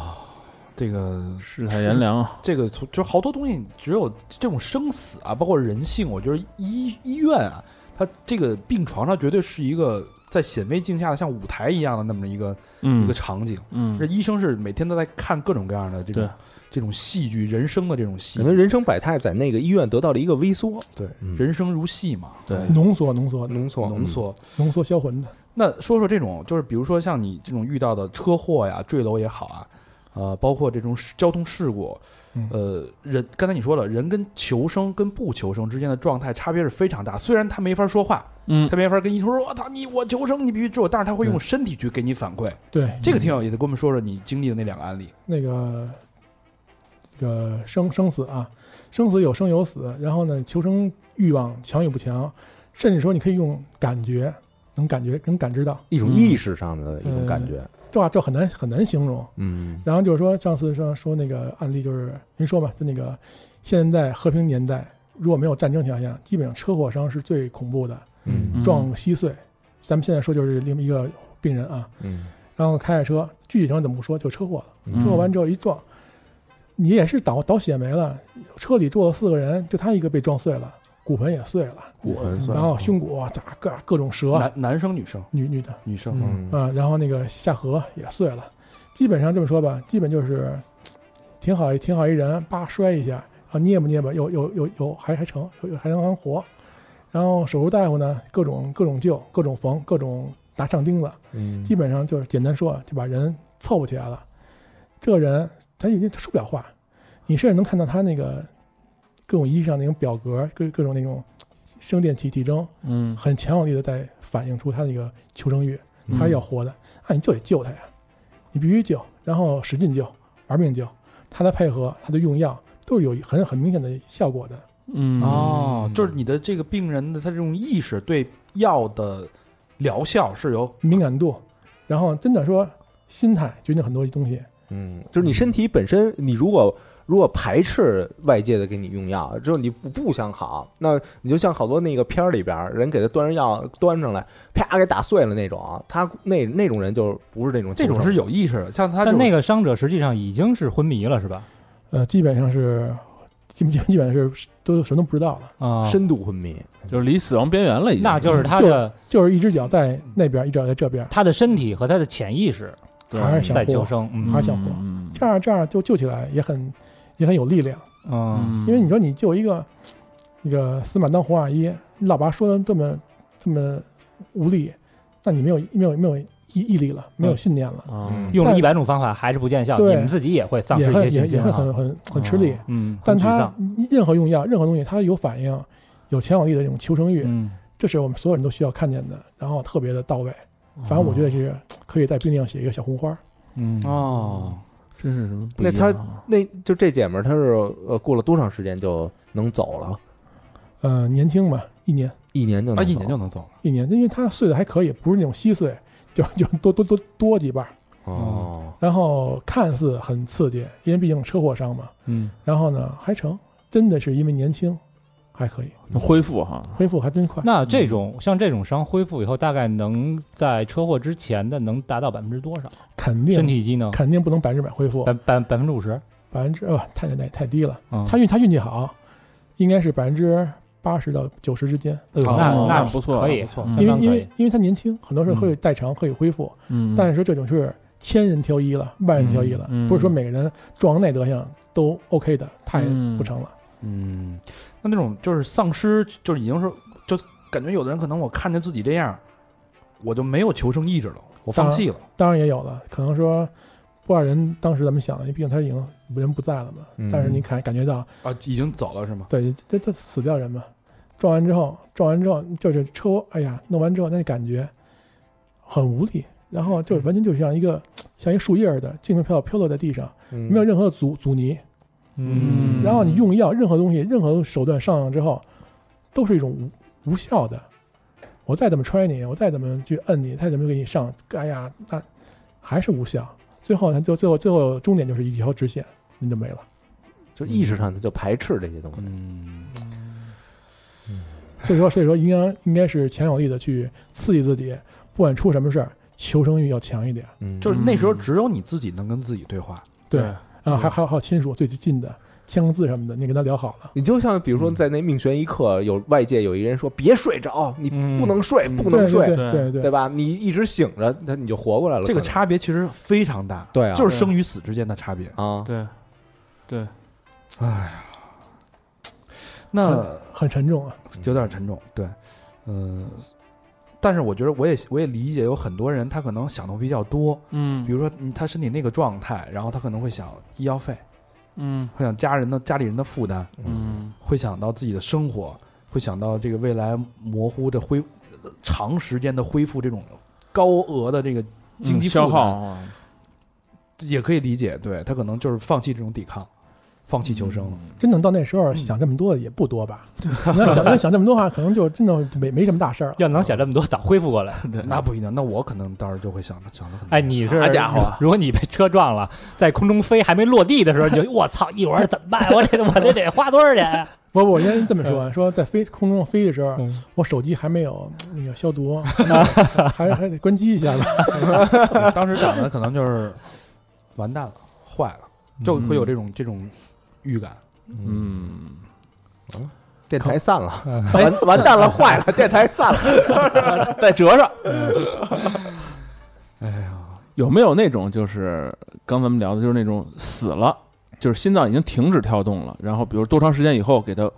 S1: 这个
S4: 世态炎凉，
S1: 这个从就好多东西，只有这种生死啊，包括人性，我觉得医医院啊，它这个病床上绝对是一个在显微镜下的像舞台一样的那么一个、一
S4: 嗯
S1: 个场景。
S4: 嗯
S1: 这，医生是每天都在看各种各样的这种
S4: 对
S1: 这种戏剧，人生的这种戏
S3: 感，觉人生百态在那个医院得到了一个微缩，
S1: 对，
S3: 嗯
S1: 人生如戏嘛，哎
S4: 对
S5: 浓缩浓
S2: 嗯
S5: 缩
S3: 浓缩
S1: 浓，缩。
S5: 浓缩销魂的，
S1: 那说说这种，就是比如说像你这种遇到的车祸呀、坠楼也好啊，呃，包括这种交通事故，
S5: 嗯
S1: 呃，人刚才你说了，人跟求生跟不求生之间的状态差别是非常大。虽然他没法说话，
S4: 嗯
S1: 他没法跟医生说“我操你，我求生，你必须治我”，但是他会用身体去给你反馈，
S5: 对，
S1: 这个挺有意思。给我们说说你经历的那两个案例。
S5: 那个这个生生死啊，生死有生有死，然后呢，求生欲望强与不强，甚至说你可以用感觉能感觉能感知到，
S3: 一种
S4: 嗯
S3: 意识上的一种
S5: 嗯
S3: 感觉，
S5: 这话这很难很难形容。
S3: 嗯
S5: 然后就是说上次上说那个案例就是您说吧，就那个现在和平年代如果没有战争情况下，基本上车祸伤是最恐怖的，
S3: 嗯
S4: 嗯
S5: 撞稀碎。咱们现在说就是另一个病人啊，
S3: 嗯
S5: 然后开着车，具体情况怎么不说，就车祸了。
S4: 嗯
S5: 车祸完之后一撞，你也是倒倒血霉了，车里坐了四个人，就他一个被撞碎了，骨盆也碎了，
S3: 骨盆碎了
S5: 然后胸骨啊，各各种折，
S1: 男男生、女生，
S5: 女女的
S1: 女生，
S3: 嗯
S5: 啊，然后那个下颌也碎了，基本上这么说吧，基本就是挺好一挺好一人，叭摔一下啊，捏吧捏吧，又又又又还还成，又又还能还活，然后手术大夫呢，各种各种救，各种缝，各种打上钉子，
S3: 嗯
S5: 基本上就是简单说，就把人凑合起来了。这个人他已经他说不了话，你甚至能看到他那个各种医上那种表格，各各种那种生电体体征，
S4: 嗯
S5: 很强有力的在反映出他那个求生欲，他是要活的，那、你就得救他呀，你必须救，然后使劲救，玩命救，他的配合，他的用药都是有很很明显的效果的。
S4: 嗯
S1: 哦，就是你的这个病人的他这种意识对药的疗效是有
S5: 敏感度，然后真的说心态决定很多东西，
S3: 嗯，就是你身体本身，你如果如果排斥外界的给你用药，之后你不不想好，那你就像好多那个片儿里边儿人给他端上药端上来，啪给打碎了那种，他那那种人就不是那种
S1: 这种
S3: 求生
S1: 是有意识的，像他这
S2: 但
S1: 种
S2: 那个伤者实际上已经是昏迷了，是吧？
S5: 呃，基本上是基本基本上是都什么都不知道了，
S2: 啊、
S3: 深度昏迷，
S4: 就是离死亡边缘了，已经。
S2: 那就是他的
S5: 就是一只脚在那边，一只脚在这边，
S2: 他的身体和他的潜意识
S4: 对
S5: 还是想
S2: 在
S5: 活
S2: 求生，嗯
S5: 还是想活
S4: 嗯
S5: 这样这样就救起来也很也很有力量，
S2: 嗯，
S4: 嗯
S5: 因为你说你救一个那个死马当活马医，你老爸说的这么这么无力，那你没有没有没有毅毅力了，没有信念了，
S4: 啊
S3: 嗯
S2: 用了
S5: 但
S2: 一百种方法还是不见效，你
S5: 对
S2: 们自己也会丧失
S5: 也
S2: 一
S5: 会
S2: 些
S5: 也
S2: 信心
S5: 也会
S2: 啊
S5: 很，很很吃力。
S2: 嗯，
S5: 但
S2: 很沮
S5: 他
S2: 丧，
S5: 任何用药，任何东西，他有反应，有强有力的这种求生欲，
S2: 嗯，
S5: 这是我们所有人都需要看见的，然后特别的到位。反正我觉得是
S2: 哦
S5: 可以在病历上写一个小红花。
S4: 嗯，
S1: 哦，
S4: 真是什么不一
S3: 那
S4: 样
S3: 他
S4: 啊？
S3: 那就这姐们儿她是呃过了多长时间就能走了？
S5: 呃，年轻嘛，一年
S3: 一年就
S1: 啊，
S3: 能
S1: 一年
S3: 走
S1: 就能走了。
S5: 一年，因为他碎的还可以，不是那种稀碎，就 就多多多多几瓣儿。
S3: 哦，
S5: 然后看似很刺激，因为毕竟车祸伤嘛。
S4: 嗯，
S5: 然后呢，还成，真的是因为年轻，还可以
S4: 那恢复哈，
S5: 恢复还真快。
S2: 那这种像这种伤恢复以后，大概能在车祸之前的能达到百分之多少？
S5: 肯定
S2: 身体呃机能
S5: 肯定不能百分之百恢复，
S2: 百百百分之五十，
S5: 百分之呃太太太低了。
S2: 嗯，
S5: 他运他运气好，应该是百分之八十到九十之间，
S2: 哎呦
S1: 哦
S2: 那
S1: 那
S2: 那
S4: 不错
S2: 可以，嗯
S1: 不错
S2: 相
S5: 因为
S2: 当
S5: 因
S2: 可
S5: 为
S2: 以，
S5: 因为他年轻，很多事会代偿，可以恢复。
S4: 嗯，
S5: 但是说这种是千人挑一了，万人挑一了，
S4: 嗯嗯
S5: 不是说每个人撞那德行都 OK 的，太
S4: 嗯
S5: 不成了。
S1: 嗯，那那种就是丧尸，就是已经是就感觉有的人可能我看见自己这样，我就没有求生意志了，我放弃了。
S5: 当然也有了，可能说不知道人当时怎么想的，毕竟他已经人不在了嘛。
S3: 嗯
S5: 但是你感感觉到，
S1: 啊，已经走了是吗？
S5: 对，这这死掉人嘛，撞完之后，撞完之后就是车，哎呀，弄完之后那感觉很无力，然后就完全就像一个像一树叶儿的，轻飘飘飘落在地上，没
S3: 没
S5: 有任何阻阻尼。
S4: 嗯
S5: 然后你用药，任何东西、任何手段上了之后，都是一种无无效的。我再怎么踹你，我再怎么去摁你，再怎么给你上，哎呀，那还是无效。最后，它就最后最后终点就是一条直线，你就没了。
S3: 就意识上他就排斥这些东西，
S1: 嗯，
S5: 所以说，所以说应该应该是强有力的去刺激自己，不管出什么事儿，求生欲要强一点。啊
S3: 嗯
S1: 就是那时候只有你自己能跟自己对话，
S5: 对
S2: 对
S5: 啊，还还有还有亲属最近的签个字什么的，你跟他聊好了。
S3: 你就像比如说在那命悬一刻，有外界有一人说别睡着，你
S2: 嗯
S3: 不能睡，
S4: 嗯
S3: 不
S5: 对
S3: 能睡，
S5: 对对对
S3: 对吧？你一直醒着，那你就活过来了。
S1: 这个
S3: 可能
S1: 差别其实非常大，
S3: 对啊
S1: 就是生与死之间的差别。
S3: 啊，
S4: 对，对，
S1: 哎呀，那
S5: 很沉重啊。
S1: 有点沉重，对，嗯、但是我觉得我也我也理解，有很多人他可能想的比较多，
S4: 嗯
S1: 比如说嗯他身体那个状态，然后他可能会想医药费，
S4: 嗯
S1: 会想家人的家里人的负担，
S4: 嗯
S1: 会想到自己的生活，会想到这个未来模糊的恢呃长时间的恢复这种高额的这个经济负担
S4: 嗯消耗，啊
S1: 也可以理解，对他可能就是放弃这种抵抗，放弃求
S4: 嗯
S1: 生了。
S5: 真等到那时候想这么多的也不多吧？你要想要想这么多的话，可能就真的没没什么大事儿了。
S2: 要能想这么多，早恢复过来。
S1: 那不一定，那我可能当时就会想想的很多
S2: 哎，你是
S4: 好家伙
S2: 如果你被车撞了，在空中飞还没落地的时候，你就我操，一会儿怎么办？我这我这得花多少钱？
S5: 不不，我应该这么说
S4: 嗯
S5: 啊，说在飞空中飞的时候
S2: 嗯，
S5: 我手机还没有呃那个消 毒，还还得关机一下吧。
S1: 当时想的可能就是完蛋了，坏了，就会有这种这种预感。
S4: 嗯，
S3: 电台散了，
S2: 哎
S3: 完完蛋了，坏了，电台散了，
S4: 再折上。
S1: 哎呀，
S4: 有没有那种就是刚咱们聊的，就是那种死了，就是心脏已经停止跳动了，然后比如多长时间以后给它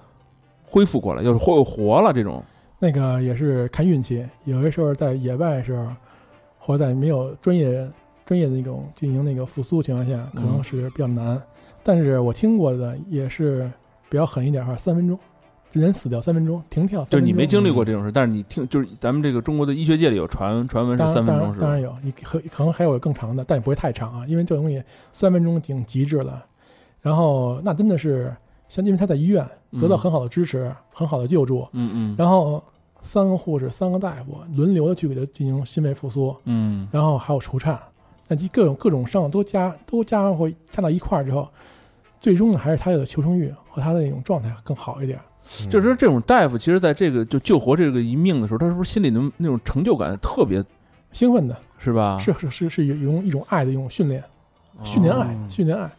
S4: 恢复过来，就是或又活了这种？
S5: 那个也是看运气，有些时候在野外的时候，或者在没有专业专业的那种进行那个复苏情况
S4: 嗯
S5: 下，可能是比较难。但是我听过的也是比较狠一点哈，三分钟，人死掉三分钟，停跳三
S4: 就
S5: 分
S4: 是
S5: 钟。
S4: 你没经历过这种事，但是你听，就是咱们这个中国的医学界里有传传闻是
S5: 当然
S4: 三分
S5: 当
S4: 钟
S5: 然
S4: 是
S5: 当
S4: 吧
S5: 然？有，你可可能还有更长的，但也不会太长啊，因为这种东西三分钟已经极致了。然后那真的是像，因为他在医院得到很好的支持，很好的救助，
S4: 嗯嗯
S5: 然后三个护士、三个大夫轮流的去给他进行心肺复苏，
S4: 嗯
S5: 然后还有除颤，那这各种各种伤都加都加回加到一块儿之后，最终呢还是他的求生欲和他的那种状态更好一点。
S4: 就是说这种大夫，其实在这个就救活这个一命的时候，他是不是心里那那种成就感特别
S5: 兴奋的
S4: 是吧？
S5: 是是是是有一种一种爱的一种训练，训
S4: 哦
S5: 练爱，训练爱，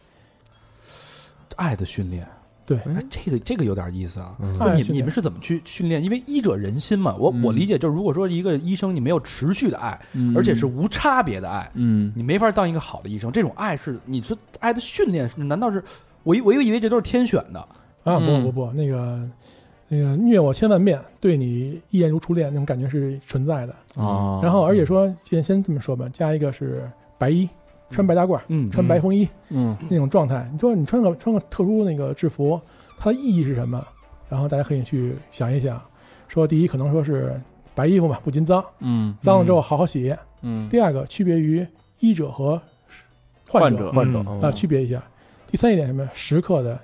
S1: 爱的训练，
S5: 对
S1: 哎，这个这个有点意
S3: 嗯
S1: 思啊。
S3: 哎
S5: 爱
S1: 你
S5: 训练
S1: 你们是怎么去训练？因为医者仁心嘛，我、
S4: 嗯
S1: 我理解就是，如果说一个医生你没有持续的爱，
S4: 嗯
S1: 而且是无差别的爱，
S4: 嗯
S1: 你没法当一个好的医生。这种爱是你是爱的训练，难道是我以我以为这都是天选的？
S5: 啊不
S4: 嗯
S5: 不不那个。那个虐我千万遍，对你一眼如初恋那种感觉是存在的。
S4: 啊，
S5: 然后，而且说，先先这么说吧，加一个是白衣，穿白大褂，
S1: 嗯
S5: 穿白
S4: 嗯
S5: 风衣，
S4: 嗯
S5: 那种状态。你说你穿个穿个特殊那个制服，它的意义是什么？然后大家可以去想一想。说第一，可能说是白衣服嘛，不禁脏，
S4: 嗯
S5: 脏了之后好好洗。
S4: 嗯，
S5: 第二个，区别于医者和患
S4: 患
S5: 者
S1: 患者
S4: 嗯
S5: 啊，区别一下。第三一点什么？时刻的，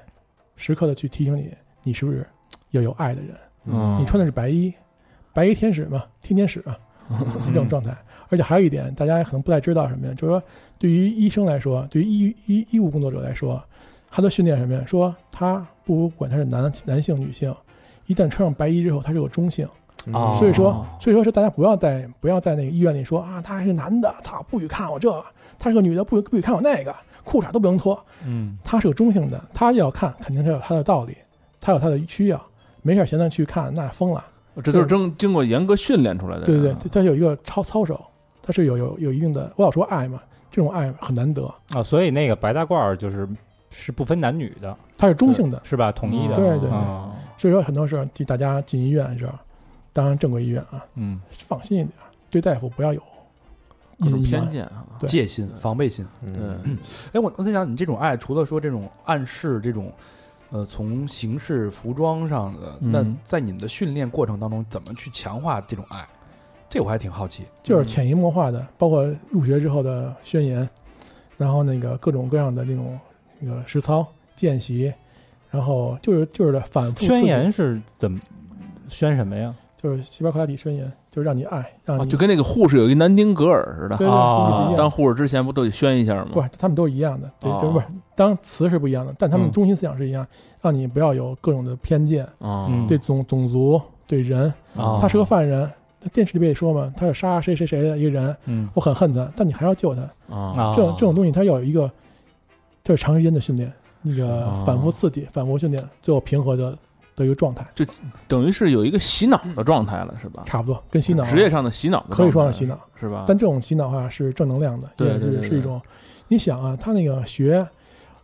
S5: 时刻的去提醒你，你是不是要有爱的人？
S4: 嗯
S5: 你穿的是白衣，白衣天使嘛，天天使 啊，这种状态。而且还有一点，大家可能不太知道什么呀，就是说，对于医生来说，对于医医医务工作者来说，他的训练什么呀？说他不管他是男男性、女性，一旦穿上白衣之后，他是有中性。
S2: 哦
S5: 所以说，所以说是大家不要在不要在那个医院里说啊，他是男的，操，不许看我这；他是个女的，不许不许看我那个，裤衩都不能脱。
S2: 嗯
S5: 他是有中性的，他要看肯定是有他的道理，他有他的需要，没事儿闲的去看那疯了。
S4: 这都是经经过严格训练出来的
S5: 对
S4: 人
S5: 对
S4: 啊，
S5: 对，它有一个操操守，它是有有有一定的，我老说爱嘛，这种爱很难得，
S2: 啊，所以那个白大褂儿就是是不分男女的，
S5: 它是中性的，
S2: 是吧？统一的。
S5: 嗯对对对
S2: 啊
S5: 所以说很多时候替大家进医院的时候，当然正规医院啊，
S4: 嗯，
S5: 放心一点，啊对大夫不要有
S4: 各种
S5: 隐
S4: 偏
S5: 瞒。
S4: 见啊，
S5: 对
S1: 戒心、防备心。
S4: 嗯
S1: 哎，我我在想，你这种爱，除了说这种暗示，这种呃，从形式、服装上的，
S4: 嗯
S1: 那在你们的训练过程当中，怎么去强化这种爱？这我还挺好奇。
S5: 就是潜移默化的，包括入学之后的宣言，然后那个各种各样的那种那个实操见习，然后就是就是的反复
S2: 宣
S5: 刺激，
S2: 言是怎么宣什么呀？
S5: 就是希波克拉底宣言，就是让你爱，让你、
S4: 啊，就跟那个护士有一南丁格尔似的
S5: 嗯对对，，
S2: 啊
S5: 就是一样
S4: 哦当护士之前不都得宣一下
S5: 不
S4: 吗？
S5: 是，他们都一样的，对，就是不
S4: 哦
S5: 是，当然词是不一样的，但他们
S4: 嗯
S5: 中心思想是一样，让你不要有各种的偏见，
S4: 啊，
S2: 嗯
S5: 对种种族、对人，
S2: 啊
S4: 哦
S5: 他是个犯人，电视里边也说嘛，他是杀谁谁谁的一个人，
S4: 嗯
S5: 我很恨他，但你还要救他。
S4: 啊
S2: 啊，
S5: 这种这种东西，它有一个就是长时间的训练，那
S4: 哦
S5: 个反复刺激、反复训练，最后平和的的一个状
S4: 哦
S5: 态，
S4: 等于是有一个洗脑的状态了，是吧？
S5: 差不多跟洗脑
S4: 职业上的洗脑的状态，
S5: 可以说是洗脑，
S4: 是吧？
S5: 但这种洗脑啊是正能量的，
S4: 对
S5: 也
S4: 对对对
S5: 是是一种。你想啊，他那个学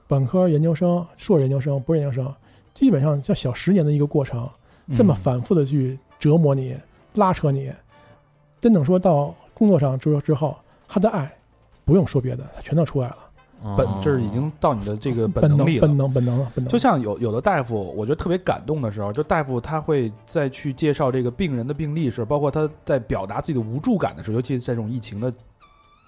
S5: 本科、研究生、硕士研究生、博士研究生，基本上像小十年的一个过程，这么反复的去折磨你、拉扯你，真等说到工作上之之后，他的爱不用说别的，他全都出来了，
S4: 哦
S1: 本就是已经到你的这个
S5: 本
S1: 能力了
S5: 本。能、本能了，本能。
S1: 就像有有的大夫，我觉得特别感动的时候，就大夫他会在去介绍这个病人的病历时，包括他在表达自己的无助感的时候，尤其是在这种疫情的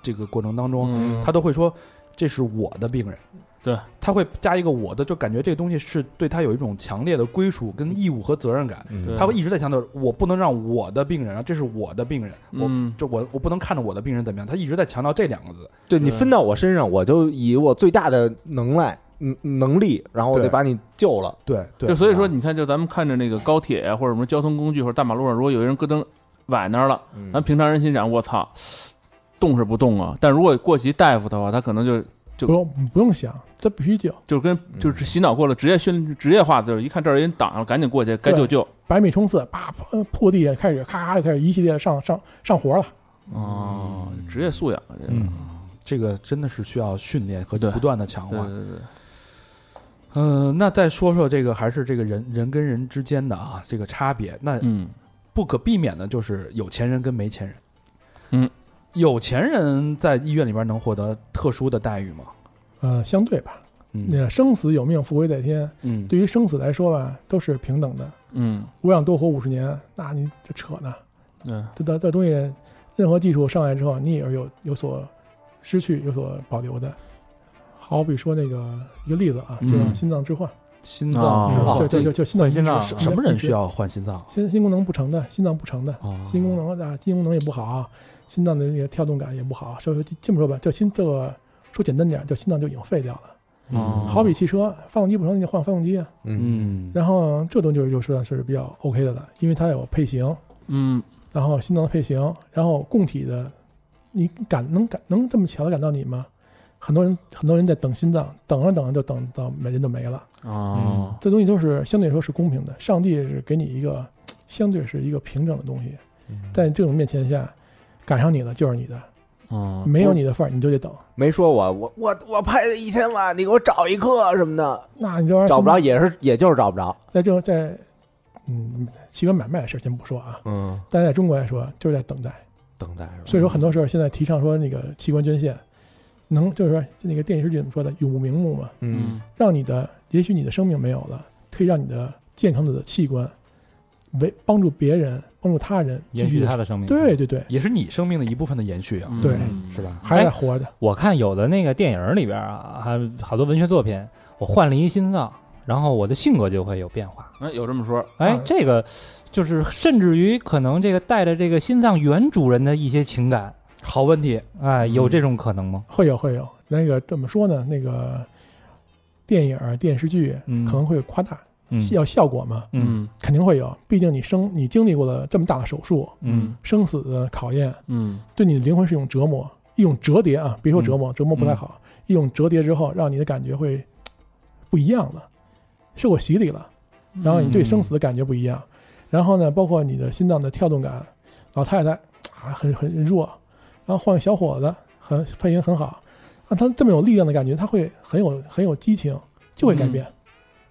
S1: 这个过程当中，
S4: 嗯
S1: 他都会说这是我的病人。
S4: 对，
S1: 他会加一个我的，就感觉这个东西是对他有一种强烈的归属、跟义务和责任感。
S3: 嗯
S4: 对
S1: 他会一直在强调，我不能让我的病人，啊，这是我的病人，我
S4: 嗯
S1: 就我我不能看着我的病人怎么样。他一直在强调这两个字。
S3: 对你
S4: 对
S3: 分到我身上，我就以我最大的能耐、嗯能力，然后我
S1: 对
S3: 得把你救了。
S1: 对对，
S4: 就所以说，你看，就咱们看着那个高铁啊呀，或者什么交通工具，或者大马路上，如果有一人咯噔崴那儿了，
S1: 嗯
S4: 咱
S3: 啊
S4: 平常人心想，我操，动是不动啊？但如果过去大夫的话，他可能就
S5: 不用不用想，这必须救，
S4: 就跟就是洗脑过了，职业训职业化的，就是一看这儿有人挡了，赶紧过去，该救救。
S5: 百米冲刺，啪呃破地开始咔咔就开始一系列上上上活了。
S4: 哦，职业素养，这个，
S1: 嗯，这个真的是需要训练和
S4: 对
S1: 不断的强
S4: 对
S1: 化。
S4: 对对，
S1: 嗯、那再说说这个，还是这个人人跟人之间的啊这个差别。那
S4: 嗯
S1: 不可避免的就是有钱人跟没钱人。
S4: 嗯，
S1: 有钱人在医院里边能获得特殊的待遇吗？
S5: 呃，相对吧，
S1: 嗯
S5: 那生死有命，富贵在天。
S1: 嗯，
S5: 对于生死来说吧，都是平等的。
S4: 嗯，
S5: 我想多活五十年，那你这扯呢？
S4: 对，
S5: 这这这东西，任何技术上来之后，你也是有有所失去，有所保留的。好比说那个一个例子啊，就
S4: 嗯
S5: 是心脏置换，
S1: 心脏
S4: 哦
S1: 之后
S5: 对对对，就心脏
S2: 心脏
S5: 移植
S1: 什么人需？要换心脏？
S5: 心心功能不成的，心脏不成的，
S1: 哦
S5: 心功能啊，心功能也不好，心脏的那个跳动感也不好。所以说这么说吧，就心这个说简单点，就心脏就已经废掉了。
S4: 哦
S5: 好比汽车发动机不成，你就换发动机啊。
S3: 嗯
S1: 嗯，
S5: 然后这东西就就算是比较 OK 的了，因为它有配型，
S4: 嗯
S5: 然后心脏的配型，然后供体的，你感能感能这么巧的感到你吗？很多人很多人在等心脏，等着等着就等到没人就没了。
S4: 哦，
S5: 这东西都是相对来说是公平的，上帝是给你一个相对是一个平整的东西，
S3: 嗯
S5: 在这种面前下，赶上你的就是你的，
S3: 啊
S4: 哦，
S5: 没有你的份儿你就得等。
S3: 没说我我我我拍了一千万，你给我找一个什么的，
S5: 那你这玩意儿
S3: 找不着，也是也就是找不着。
S5: 在这种在嗯器官买卖的事儿先不说啊，
S3: 嗯，
S5: 但在中国来说就是在等待。
S3: 等待是吧？
S5: 所以说很多时候现在提倡说那个器官捐献，能就是说那个电视剧怎么说的“永无瞑目”嘛，
S3: 嗯，
S4: 嗯
S5: 让你的也许你的生命没有了，可以让你的健康的器官为帮助别人、帮助他人继
S2: 延
S5: 续
S2: 续
S5: 地
S2: 他的生命。
S5: 对，对对，
S1: 也是你生命的一部分的延续
S4: 嗯
S1: 啊，
S5: 对
S1: 是？吧？
S5: 还
S2: 哎
S5: 是在活着。
S2: 我看有的那个电影里边啊，还好多文学作品，我换了一心脏，然后我的性格就会有变化。
S4: 哎，有这么说，
S2: 哎
S5: 啊，
S2: 这个就是甚至于可能这个带着这个心脏原主人的一些情感，
S1: 好问题，
S5: 嗯
S2: 哎，有这种可能吗？
S5: 会有会有那个怎么说呢？那个电影儿、电视剧
S2: 嗯
S5: 可能会夸大，
S2: 嗯
S5: 要效果嘛，
S2: 嗯
S5: 肯定会有。毕竟你生你经历过了这么大的手术，
S4: 嗯
S2: 嗯
S5: 生死的考验，
S4: 嗯
S5: 对你的灵魂是一种折磨，一种折叠啊，别说折
S1: 嗯
S5: 磨，折磨不太好，一种折叠之后，让你的感觉会嘖不一样了，受过洗礼了，
S1: 嗯
S5: 然后你对生死的感觉不一样，然后呢，包括你的心脏的跳动感，老太太嘖啊很很弱，然后换个小伙子，很肺炎很好，啊，他这么有力量的感觉，他会很有很有激情，就会改变，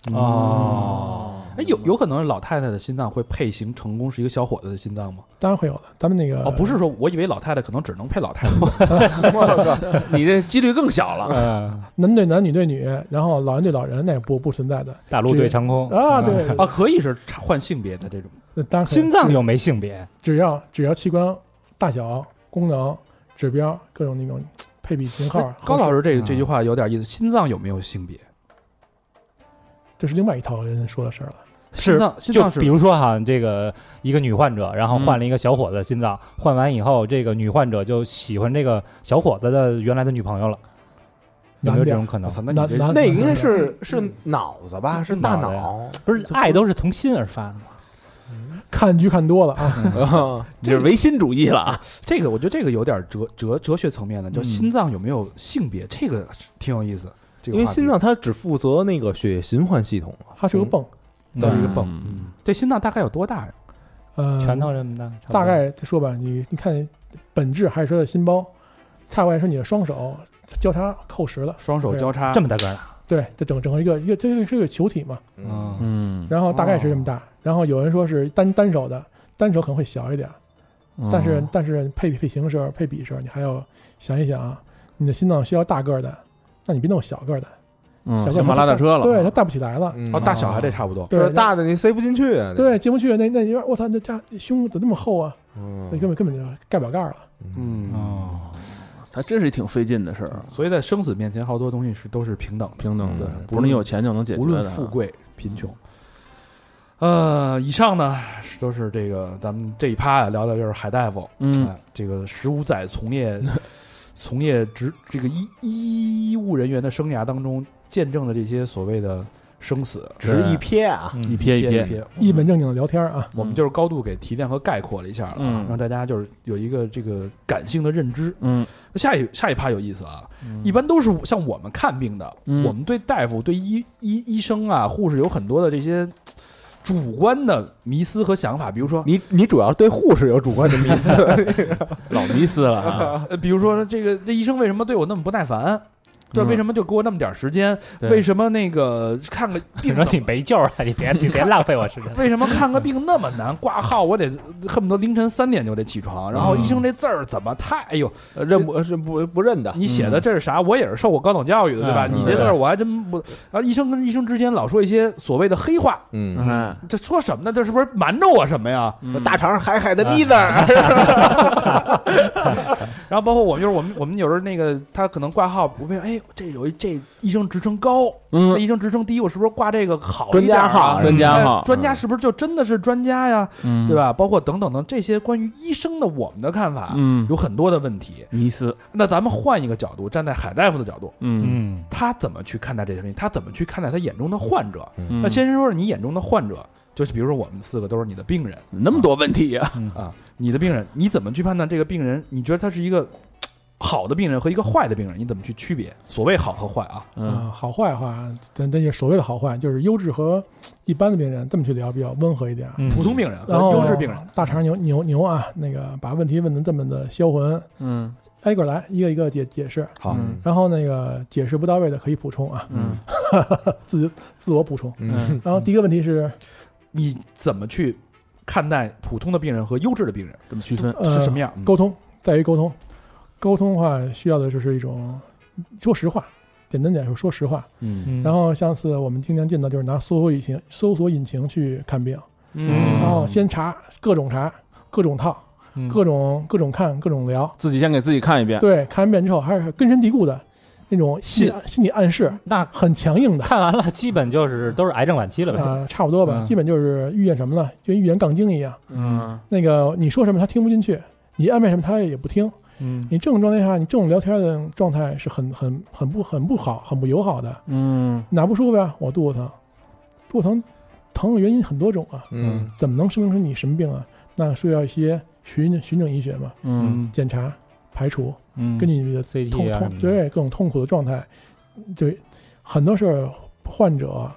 S1: 嗯哦，哎，有有可能老太太的心脏会配型成功是一个小伙子的心脏吗？
S5: 当然会有的。咱们那个
S1: 哦，不是说我以为老太太可能只能配老太太，
S4: 你这几率更小
S5: 啊
S4: 了。
S2: 嗯，
S5: 男对男，女对女，然后老人对老人，那也不不存在的
S2: 大陆对长空
S5: 啊，对
S1: 啊，可以是差换性别的这种。
S5: 那当然可 以
S2: 心脏又没性别，
S5: 只要只要器官大小、功能、指标各种那种嘖配比型 号，
S1: 哎高老
S5: 师
S1: 师这
S2: 啊
S1: 这句话有点意思，心脏有没有性别？
S5: 这是另外一套人说的事儿了。
S1: 心脏心
S2: 就
S1: 脏
S2: 比
S1: 是
S2: 如说哈，这个一个女患者，然后
S4: 嗯
S2: 换了一个小伙子的心脏，换完以后，这个女患者就喜欢这个小伙子的原来的女朋友了，有没有这
S5: 难点
S2: 种可能
S1: 我？操，那
S5: 男
S1: 你这
S5: 男
S3: 那应该是是脑子吧，
S2: 嗯
S3: 是大
S2: 脑袋
S3: 脑。
S2: 不是，爱都是从心而发的吗？
S5: 看剧看多了啊，
S3: 你这是唯心主义了啊！
S1: 这个我觉得这个有点哲哲哲学层面的，就心脏有没有性别，这个是挺有意思。这个
S3: 因为
S1: 话题
S3: 心脏它只负责那个血液循环系统嘛
S5: 它是个泵，
S1: 到一个
S4: 嗯
S1: 泵，这心脏大概有多大呀？
S5: 呃，
S1: 嗯
S2: 拳头这么大，差不多
S5: 大概说吧，你你看本质还是说的心包，差外是你的双手交叉扣实了，
S1: 双手交叉，
S2: 这么大个儿大，
S5: 对，这整整个一个一个这个是个球体嘛，
S1: 嗯
S4: 嗯，
S5: 然后大概是这么
S3: 哦
S5: 大，然后有人说是单单手的，单手可能会小一点，
S3: 哦
S4: 嗯
S5: 但是但是配比配型的时候配比的时候，你还要想一想啊，你的心脏需要大个儿的，那你别弄小个儿的，
S4: 嗯
S5: 小个儿
S4: 像马拉大车了，
S5: 对，它带不起来了，
S3: 嗯
S1: 哦，大小还得差不多。
S5: 对
S3: 就是，大的你塞不进去啊！
S5: 对，进不去，那那你说我操，那家胸怎么那么厚啊？
S3: 嗯，
S5: 那根本根本就盖不了盖儿了。
S1: 嗯，
S2: 哦，
S4: 还真是挺费劲的事儿。
S1: 所以在生死面前，好多东西是都是平等的，
S4: 平等的
S1: 嗯，
S4: 不是你有钱就能解决
S1: 无
S4: 的。啊
S1: 论富，贵贫穷。呃，以上呢是都是这个咱们这一趴啊聊的就是海大夫，
S4: 嗯
S1: 哎，这个十五载从 业从业职这个医医务人员的生涯当中，见证了这些所谓的生死，
S3: 只是一瞥啊，
S4: 嗯一瞥
S1: 一
S4: 瞥，
S1: 瞥
S3: 嗯
S5: 一本正经的聊天儿啊，
S1: 我们就是高度给提炼和概括了一下了啊，
S4: 嗯
S1: 让大家就是有一个这个感性的认知。
S4: 嗯，
S1: 那下一下一趴有意思啊，
S4: 嗯
S1: 一般都是像我们看病的，
S4: 嗯
S1: 我们对大夫、对医医医生啊、护士有很多的这些主观的迷思和想法，比如说，
S3: 你你主要对护士有主观的迷思，
S4: 老迷思了 啊。
S1: 呃，比如说这个这医生为什么对我那么不耐烦？对，
S4: 嗯
S1: 为什么就给我那么点儿时间？
S4: 对
S1: 为什么那个看 个
S2: 你
S1: 病
S2: 说
S1: 那
S2: 你
S1: 么？。
S2: 没救了，你别你别浪费我时间
S1: 为什么看个病那么难？挂号我得恨不得凌晨三点就得起床，然
S4: 嗯
S1: 后医生这字儿怎么太哎呦，
S3: 认不呃是不不认的，
S1: 你写
S4: 嗯
S1: 的这是啥？我也是受过高等教育的，对吧？
S2: 嗯
S1: 你这字儿我还真不。然后医生跟医生之间老说一些所谓的黑话，
S3: 嗯，
S4: 哎，
S1: 这说什么呢？这是不是瞒着我什么呀？
S4: 嗯
S3: 大肠海海的逼子儿，
S1: 然后包括我们就是我们我们有时候那个他可能挂号，不为哎这有一这医生职称高，这
S4: 嗯，
S1: 医生职称低，我是不是挂这个好一
S3: 专
S1: 点
S3: 家
S1: 儿啊？
S3: 号，
S4: 专家号
S1: 哎专家是不是就真的是专家呀？
S4: 嗯
S1: 对？吧？包括等等等这些关于医生的我们的看法，
S4: 嗯，
S1: 有很多的问题。
S4: 迷思，
S1: 那咱们换一个角度，站在海大夫的角度，
S4: 嗯
S2: 嗯，
S1: 他怎么去看待这些问题？他怎么去看待他眼中的患者？
S4: 嗯，
S1: 那先说说你眼中的患者，就是比如说我们四个都是你的病人
S4: 那么多问题呀，
S1: 啊，你的病人，你怎么去判断这个病人？你觉得他是一个嘖好的病人和一个坏的病人，你怎么去区别？所谓好和坏啊，
S3: 嗯
S5: 啊，好坏的话，咱咱也所谓的好坏，就是优质和一般的病人这么去聊比较温和一点。
S2: 嗯
S1: 普通病人和
S5: 然后
S1: 优质病人，
S5: 大肠牛牛牛啊，那个把问题问的这么的销魂，
S4: 嗯
S5: 挨个来，一个一个解解释。
S1: 好，
S4: 嗯
S5: 然后那个解释不到位的可以补充啊，
S4: 嗯
S5: 自自我补充。
S3: 嗯，
S5: 然后第一个问题是，
S1: 你怎么去看待普通的病人和优质的病人
S4: 怎么区分？
S5: 呃，
S1: 是什么样？嗯
S2: 嗯
S5: 沟通在于沟通，沟通的话需要的就是一种说实话，简单点说说实话。
S1: 嗯
S2: 嗯
S5: 然后像次我们经常见到就是拿搜索引擎搜索引擎去看病，
S4: 嗯
S5: 然后哦先查各种查各种套
S2: 嗯
S5: 各种各种看各种聊，
S4: 自己先给自己看一遍，
S5: 对，看完遍之后还是根深蒂固的那种心
S1: 信
S5: 心理暗示，
S2: 那
S5: 很强硬的。
S2: 看完了，基本就是都是癌症晚期了呗。
S5: 呃，差不多吧，
S2: 嗯
S5: 基本就是遇见什么了，就遇见杠精一样。
S4: 嗯
S5: 那个你说什么他听不进去，你安排什么他也不听，
S2: 嗯
S5: 你这种状态下，你这种聊天的状态是很很很不很不好、很不友好的。
S4: 嗯
S5: 哪不舒服呀？我肚子疼，肚子疼，疼的原因很多种啊，
S3: 嗯
S5: 怎么能说明出你什么病啊？那需要一些循循证医学嘛，
S4: 嗯
S5: 检查、排除，
S4: 嗯，
S5: 根据你的痛
S2: CT 啊什
S5: 痛
S2: 么的，
S5: 对各种痛苦的状态，对，很多事儿患者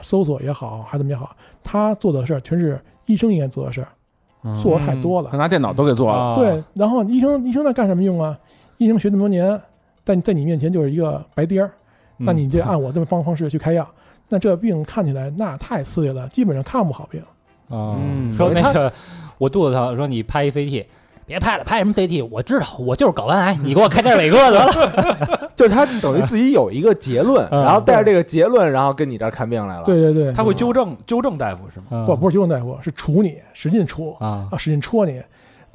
S5: 搜索也好，还怎么也好，他做的事儿全是医生应该做的事儿，
S4: 嗯
S5: 做的太多了
S4: 他。拿电脑都给做了，
S2: 啊
S5: 对，然后医生医生那干什么用啊？医生学那么多年，在在你面前就是一个白丁儿，
S1: 嗯
S2: 嗯
S5: 那你就按我这么方方式去开药，那这病看起来那太刺激了，基本上看不好病。
S1: 嗯
S2: 嗯，说那个我肚子疼，说你拍一 CT，别拍了，拍什么 CT？我知道，我就是睾丸癌，你给我开点伟哥得了。
S3: 就是他等于自己有一个结论，
S2: 嗯
S3: 然后带着这个结论，然后跟你这儿看病来了，
S5: 对对对，
S1: 他会纠正纠正大夫是吗？
S5: 不
S2: 不
S5: 不是纠正大夫，是杵你，使劲杵
S2: 啊
S5: 啊，使劲戳你。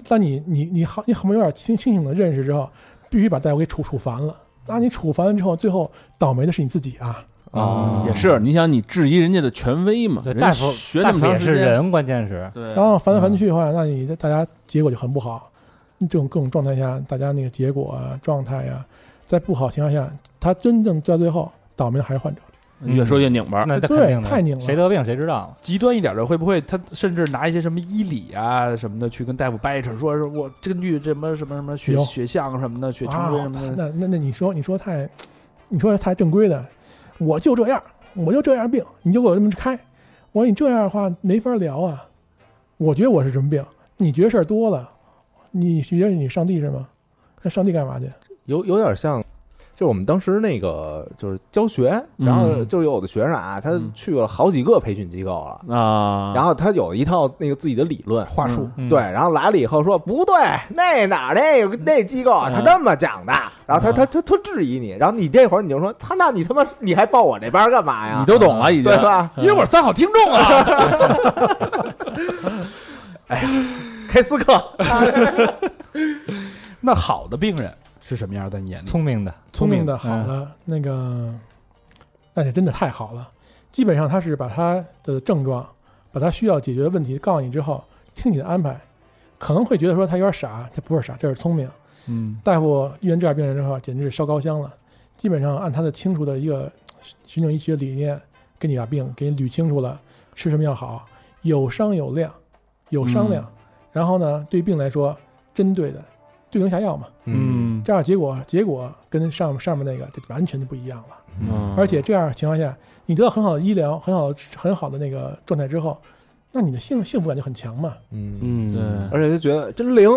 S5: 当你你你好，你很有点清清醒的认识之后，必须把大夫给杵杵烦了。那你杵烦了之后，最后倒霉的是你自己啊！
S1: 嗯
S2: 啊
S4: 也是，你想你质疑人家的权威
S2: 嗯
S4: 嘛？
S2: 对
S4: 人家
S2: 大夫
S4: 学
S2: 大
S4: 那么
S2: 夫也
S4: 长时
S2: 是
S4: 间，
S2: 人，关键是
S4: 对，
S5: 然后烦来烦去的话，那你的大家结果就很不好。这种各种状态下，大家那个结啊果啊、状态呀、在不好情况下，他真正在最后倒霉的还是患者。
S2: 嗯
S4: 越说越拧巴。
S2: 那那
S5: 对
S2: 肯定的
S5: 太拧了
S2: 谁得病谁知道？
S1: 极端一点的，会不会他甚至拿一些什么医理啊什么的去跟大夫掰扯，说是我根据什么什么什么血
S5: 有
S1: 血象什么的，血常规
S5: 啊
S1: 什么，的，
S5: 那那那你说你说太，你说太正规的，我就这样，我就这样病，你就给我这么开，我说你这样的话没法聊啊。我觉得我是什么病，你觉得事儿多了，你觉得你上帝是吗？那上帝干嘛去？
S3: 有有点像，就是我们当时那个就是教学，然后
S4: 嗯
S3: 就是有的学生啊，他
S4: 嗯
S3: 去了好几个培训机构了，
S4: 啊，
S3: 然后他有一套那个自己的理论。
S1: 话术。
S2: 嗯
S3: 对，，然后来了以后说不对，那哪儿那个那机构啊
S4: 嗯
S3: 他这么讲的，然后他
S4: 嗯
S3: 他他他质疑你，然后你这会儿你就说他那你他妈你还报我这班干嘛呀？
S4: 你都懂嗯了，已经
S3: 对吧？
S1: 因为我是三好听众 啊，
S3: 哎开私课，
S1: 那好的病人是什么样？在你眼里，
S2: 聪明的，
S5: 聪明的、
S2: 嗯
S5: 好的、那个，那也真的太好了。基本上他是把他的症状，把他需要解决的问题告诉你之后，听你的安排，可能会觉得说他有点傻，这不是傻，这是聪明。
S4: 嗯
S5: 大夫遇见这样病人的话，简直是烧高香了。基本上按他的清楚的一个循证医学理念，给你把病给你捋清楚了，吃什么药好，有商有量，有商量。然后呢，对病来说，针对的对症下药嘛。
S4: 嗯
S5: 这样结果结果跟上上面那个这完全就不一样了。
S4: 嗯，
S5: 而且这样情况下，你得到很好的医疗、很好的很好的那个状态之后，那你的幸幸福感就很强嘛。
S3: 嗯，
S1: 嗯
S4: 对
S3: 而且就觉得真灵，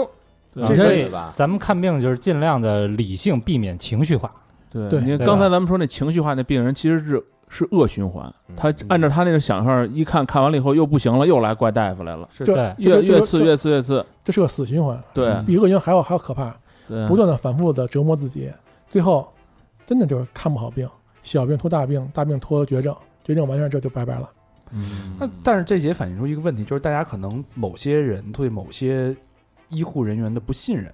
S4: 嗯对
S3: 这
S2: 所
S3: 是
S2: 以
S3: 吧？
S2: 咱们看病就是尽量的理性，避免情绪化。
S4: 对
S5: 对
S4: 你看
S2: 对
S4: 刚才
S2: 吧
S4: 咱们说那情绪化那病人其实是是恶循环，他
S3: 嗯
S4: 按照他那个想法一看，看完了以后又不行了，又来怪大夫来了，
S1: 是
S5: 这
S1: 的，
S2: 对
S4: 越
S5: 这就
S4: 越刺越刺越刺，
S5: 这是个死循环，
S4: 对
S2: 嗯
S5: 比恶性还要还要可怕。
S4: 对，
S5: 不断的反复的折磨自己，最后真的就是看不好病，小病拖大病，大病拖绝症，绝症完事儿这就拜拜了。
S4: 嗯
S1: 那但是这也反映出一个问题，就是大家可能某些人对某些医护人员的不信任，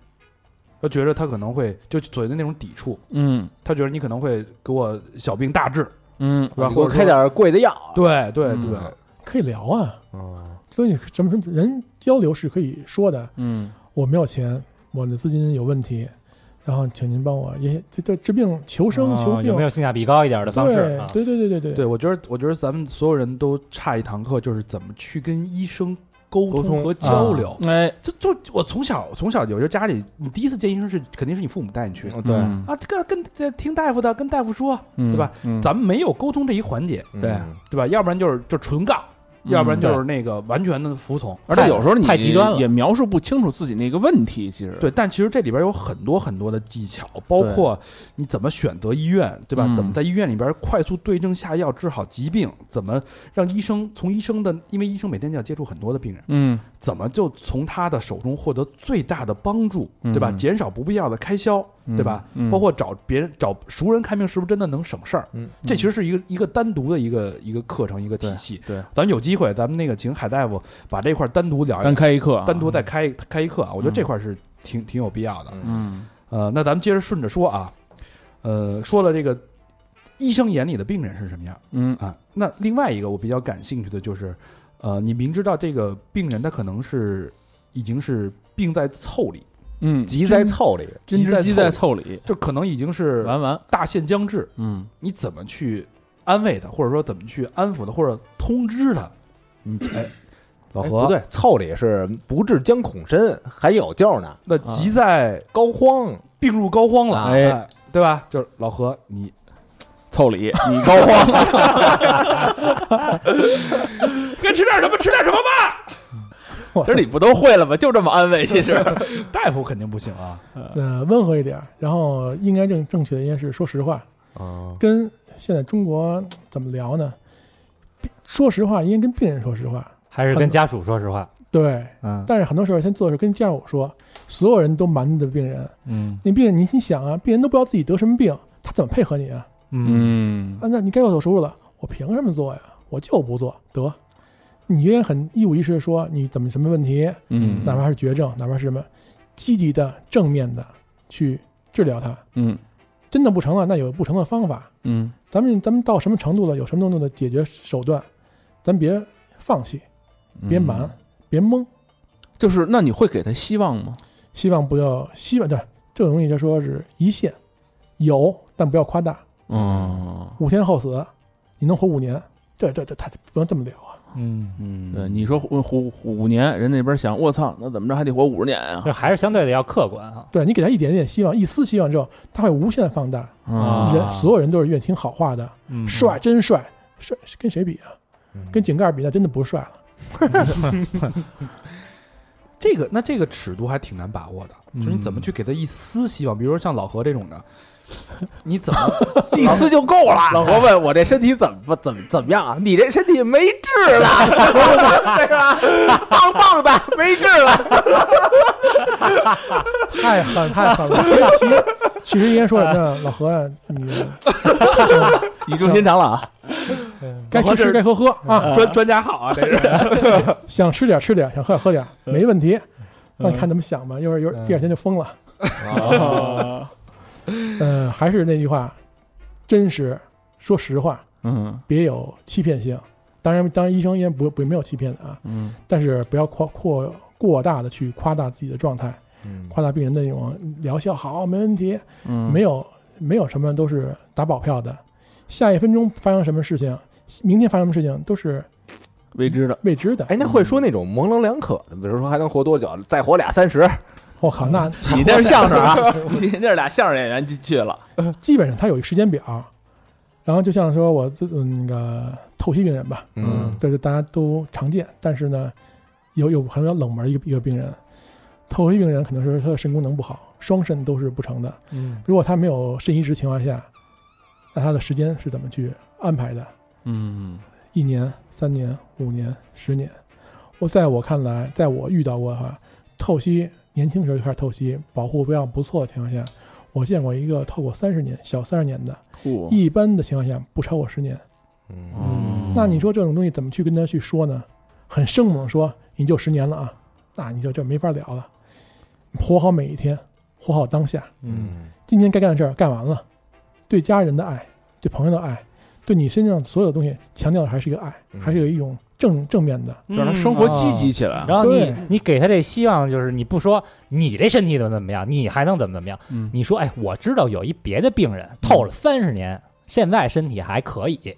S1: 他觉得他可能会就所谓的那种抵触，
S4: 嗯
S1: 他觉得你可能会给我小病大治，
S4: 嗯
S1: 对吧？
S3: 你给
S1: 或
S3: 我
S1: 者说
S3: 开点贵的药，啊
S1: 对对
S4: 嗯
S1: 对，
S5: 可以聊啊，
S2: 哦
S3: 嗯，
S5: 所以什么什么人交流是可以说的。
S4: 嗯
S5: 我没有钱，我的资金有问题，然后请您帮我也这这治病求生
S2: 嗯
S5: 求病，
S2: 有没有性价比高一点的方式啊？
S5: 对对对对对
S1: 对，我觉得，我觉得咱们所有人都差一堂课，就是怎么去跟医生沟
S3: 沟通
S1: 和交流。
S4: 哎
S1: 就就我从小从小，有时候家里，你第一次见医生是肯定是你父母带你去的、
S3: 对，
S4: 嗯
S1: 啊，这个跟这听大夫的，跟大夫说，
S4: 对
S1: 吧？
S4: 嗯
S1: 咱们没有沟通这一环节，
S3: 嗯
S4: 对
S1: 对吧？要不然就是就纯杠，
S4: 嗯
S1: 要不然就是那个完全的服从。
S4: 而且有时候你
S2: 太极端了
S4: 也描述不清楚自己那个问题，其实
S1: 对，但其实这里边有很多很多的技巧，包括你怎么选择医院，对吧？
S4: 嗯
S1: 怎么在医院里边快速对症下药治好疾病，怎么让医生从医生的，因为医生每天要接触很多的病人。
S4: 嗯
S1: 怎么就从他的手中获得最大的帮助，
S4: 嗯
S1: 对吧？减少不必要的开销，
S4: 嗯
S1: 对吧？
S4: 嗯
S1: 包括找别人找熟人看病，是不是真的能省事儿？
S3: 嗯
S1: 这其实是一个一个单独的一个一个课程一个体系。
S4: 对，
S1: 咱们有机会，咱们那个请海大夫把这块儿单独聊一聊
S4: 单开一课啊
S1: 单独再开开一课啊，我觉得这块儿是挺挺有必要的。
S3: 嗯
S4: 嗯
S1: 呃，那咱们接着顺着说啊，呃，说了这个医生眼里的病人是什么样，
S4: 嗯
S1: 啊，那另外一个我比较感兴趣的就是，呃，你明知道这个病人他可能是已经是病在凑里，
S4: 嗯，
S3: 急在凑里，
S4: 金枝鸡
S1: 在
S4: 在
S1: 凑
S4: 凑里，
S1: 就可能已经是
S4: 完完
S1: 大限将至，
S4: 嗯
S1: 你怎么去安慰他，或者说怎么去安抚他，或者通知他？你哎， 老
S3: 哎
S1: 何，
S3: 不，对，凑里是不治将恐深，还有救呢，
S1: 那急在
S3: 膏肓，
S1: 病入膏肓了，
S4: 啊哎
S1: 哎，对吧？就是老何，你
S4: 凑里， 你高肓，
S1: 该吃点什么吃点什么吧。
S4: 这你不都会了吗？就这么安慰，其实
S1: 大夫肯定不行啊，
S5: 呃，温和一点儿，然后应该正正确的应该是说实话，
S3: 啊，
S5: 跟现在中国怎么聊呢？病说实话，应该跟病人说实话，
S2: 还是跟家属说实话。
S5: 对，
S2: 嗯
S5: 但是很多时候先做的是跟家属说，所有人都瞒着病人，
S2: 嗯
S5: 那病人你你想啊，病人都不知道自己得什么病，他怎么配合你啊？
S2: 嗯，
S4: 嗯
S5: 啊，那你该做手术了，我凭什么做呀？我就不做，得，你应该很一五一十的说你怎么什么问题，
S4: 嗯
S5: 哪怕是绝症，哪怕是什么，积极的、正面的去治疗它。
S4: 嗯
S5: 真的不成了，那有不成的方法，
S4: 嗯
S5: 咱们咱们到什么程度了，有什么程度的解决手段，咱别放弃，别
S4: 嗯
S5: 瞒，别蒙。
S4: 就是那你会给他希望吗？
S5: 希望不要希望对这种东西就说是一线有，但不要夸大。
S4: 嗯
S1: 哦
S5: 五天后死，你能活五年。对对对，他不能这么聊啊。
S2: 嗯，
S1: 嗯
S4: 对，你说活活五年，人那边想，我操，那怎么着还得活五十年啊？
S2: 这还是相对的要客观啊哈。
S5: 对你给他一点点希望，一丝希望之后，他会无限放大。
S2: 啊
S5: 人所有人都是愿意听好话的，
S2: 嗯，
S5: 帅真帅，帅跟谁比啊？跟井盖比，那真的不帅了。
S1: 这个那这个尺度还挺难把握的，就是你怎么
S2: 嗯
S1: 去给他一丝希望？比如说像老何这种的， 你 怎么一丝就够了？
S3: 老何问我这身体怎么怎么怎么样啊？你这身体没治了， 对吧？棒棒的，没治了。
S5: 太狠 太狠了。所以其实其实应该说什么呀？老何啊，你
S3: 语重心长了啊，
S5: 该吃吃，该喝喝啊，
S3: 专专家好啊，这是。
S5: 想吃点吃点，想喝点喝点，没问题。那你看怎么想吧，一会儿有
S2: 嗯
S5: 第二天就疯了。哦 嗯，还是那句话，真实，说实话，
S4: 嗯
S5: 别有欺骗性。当然，当然，医生应该不不没有欺骗的啊，
S4: 嗯
S5: 但是不要夸过过大的去夸大自己的状态，
S3: 嗯
S5: 夸大病人的那种疗效好，没问题，
S4: 嗯，
S5: 没有没有什么都是打保票的，下一分钟发生什么事情，明天发生什么事情都是
S4: 未知的，
S5: 未知的。
S3: 哎，那会说那种模棱两可的，比如说还能活多久？再活俩三十，
S5: 我靠，
S4: 嗯
S5: 那
S3: 你那是相声啊？
S4: 你那是俩相声演员去去了，
S5: 基本上它有一个时间表，然后就像说我这嗯那个透析病人吧，
S3: 嗯
S5: 这是大家都常见，但是呢，有有很冷门一个一个病人，透析病人可能是他的肾功能不好，双肾都是不成的。
S2: 嗯
S5: 如果他没有肾移植情况下，那他的时间是怎么去安排的？
S4: 嗯
S5: 一年、三年、五年、十年。我在我看来，在我遇到过的话，透析年轻时候就开始透析，保护非常不错的情况下，我见过一个透过三十年、小三十年的，
S4: 酷，
S5: 一般的情况下不超过十年。
S4: 嗯
S5: 那你说这种东西怎么去跟他去说呢？很生猛地说你就十年了啊，那你就这没法聊了。活好每一天，活好当下。
S2: 嗯，
S5: 今天该干的事儿干完了，对家人的爱，对朋友的爱，对你身上所有的东西，强调的还是一个爱，
S2: 嗯
S5: 还是有一种正正面的。
S4: 就让他生活积极起来。
S2: 然后你
S5: 对
S2: 你给他这希望就是你不说你这身体怎么怎么样，你还能怎么怎么样？
S4: 嗯
S2: 你说哎，我知道有一别的病人透了三十年，现在身体还可以。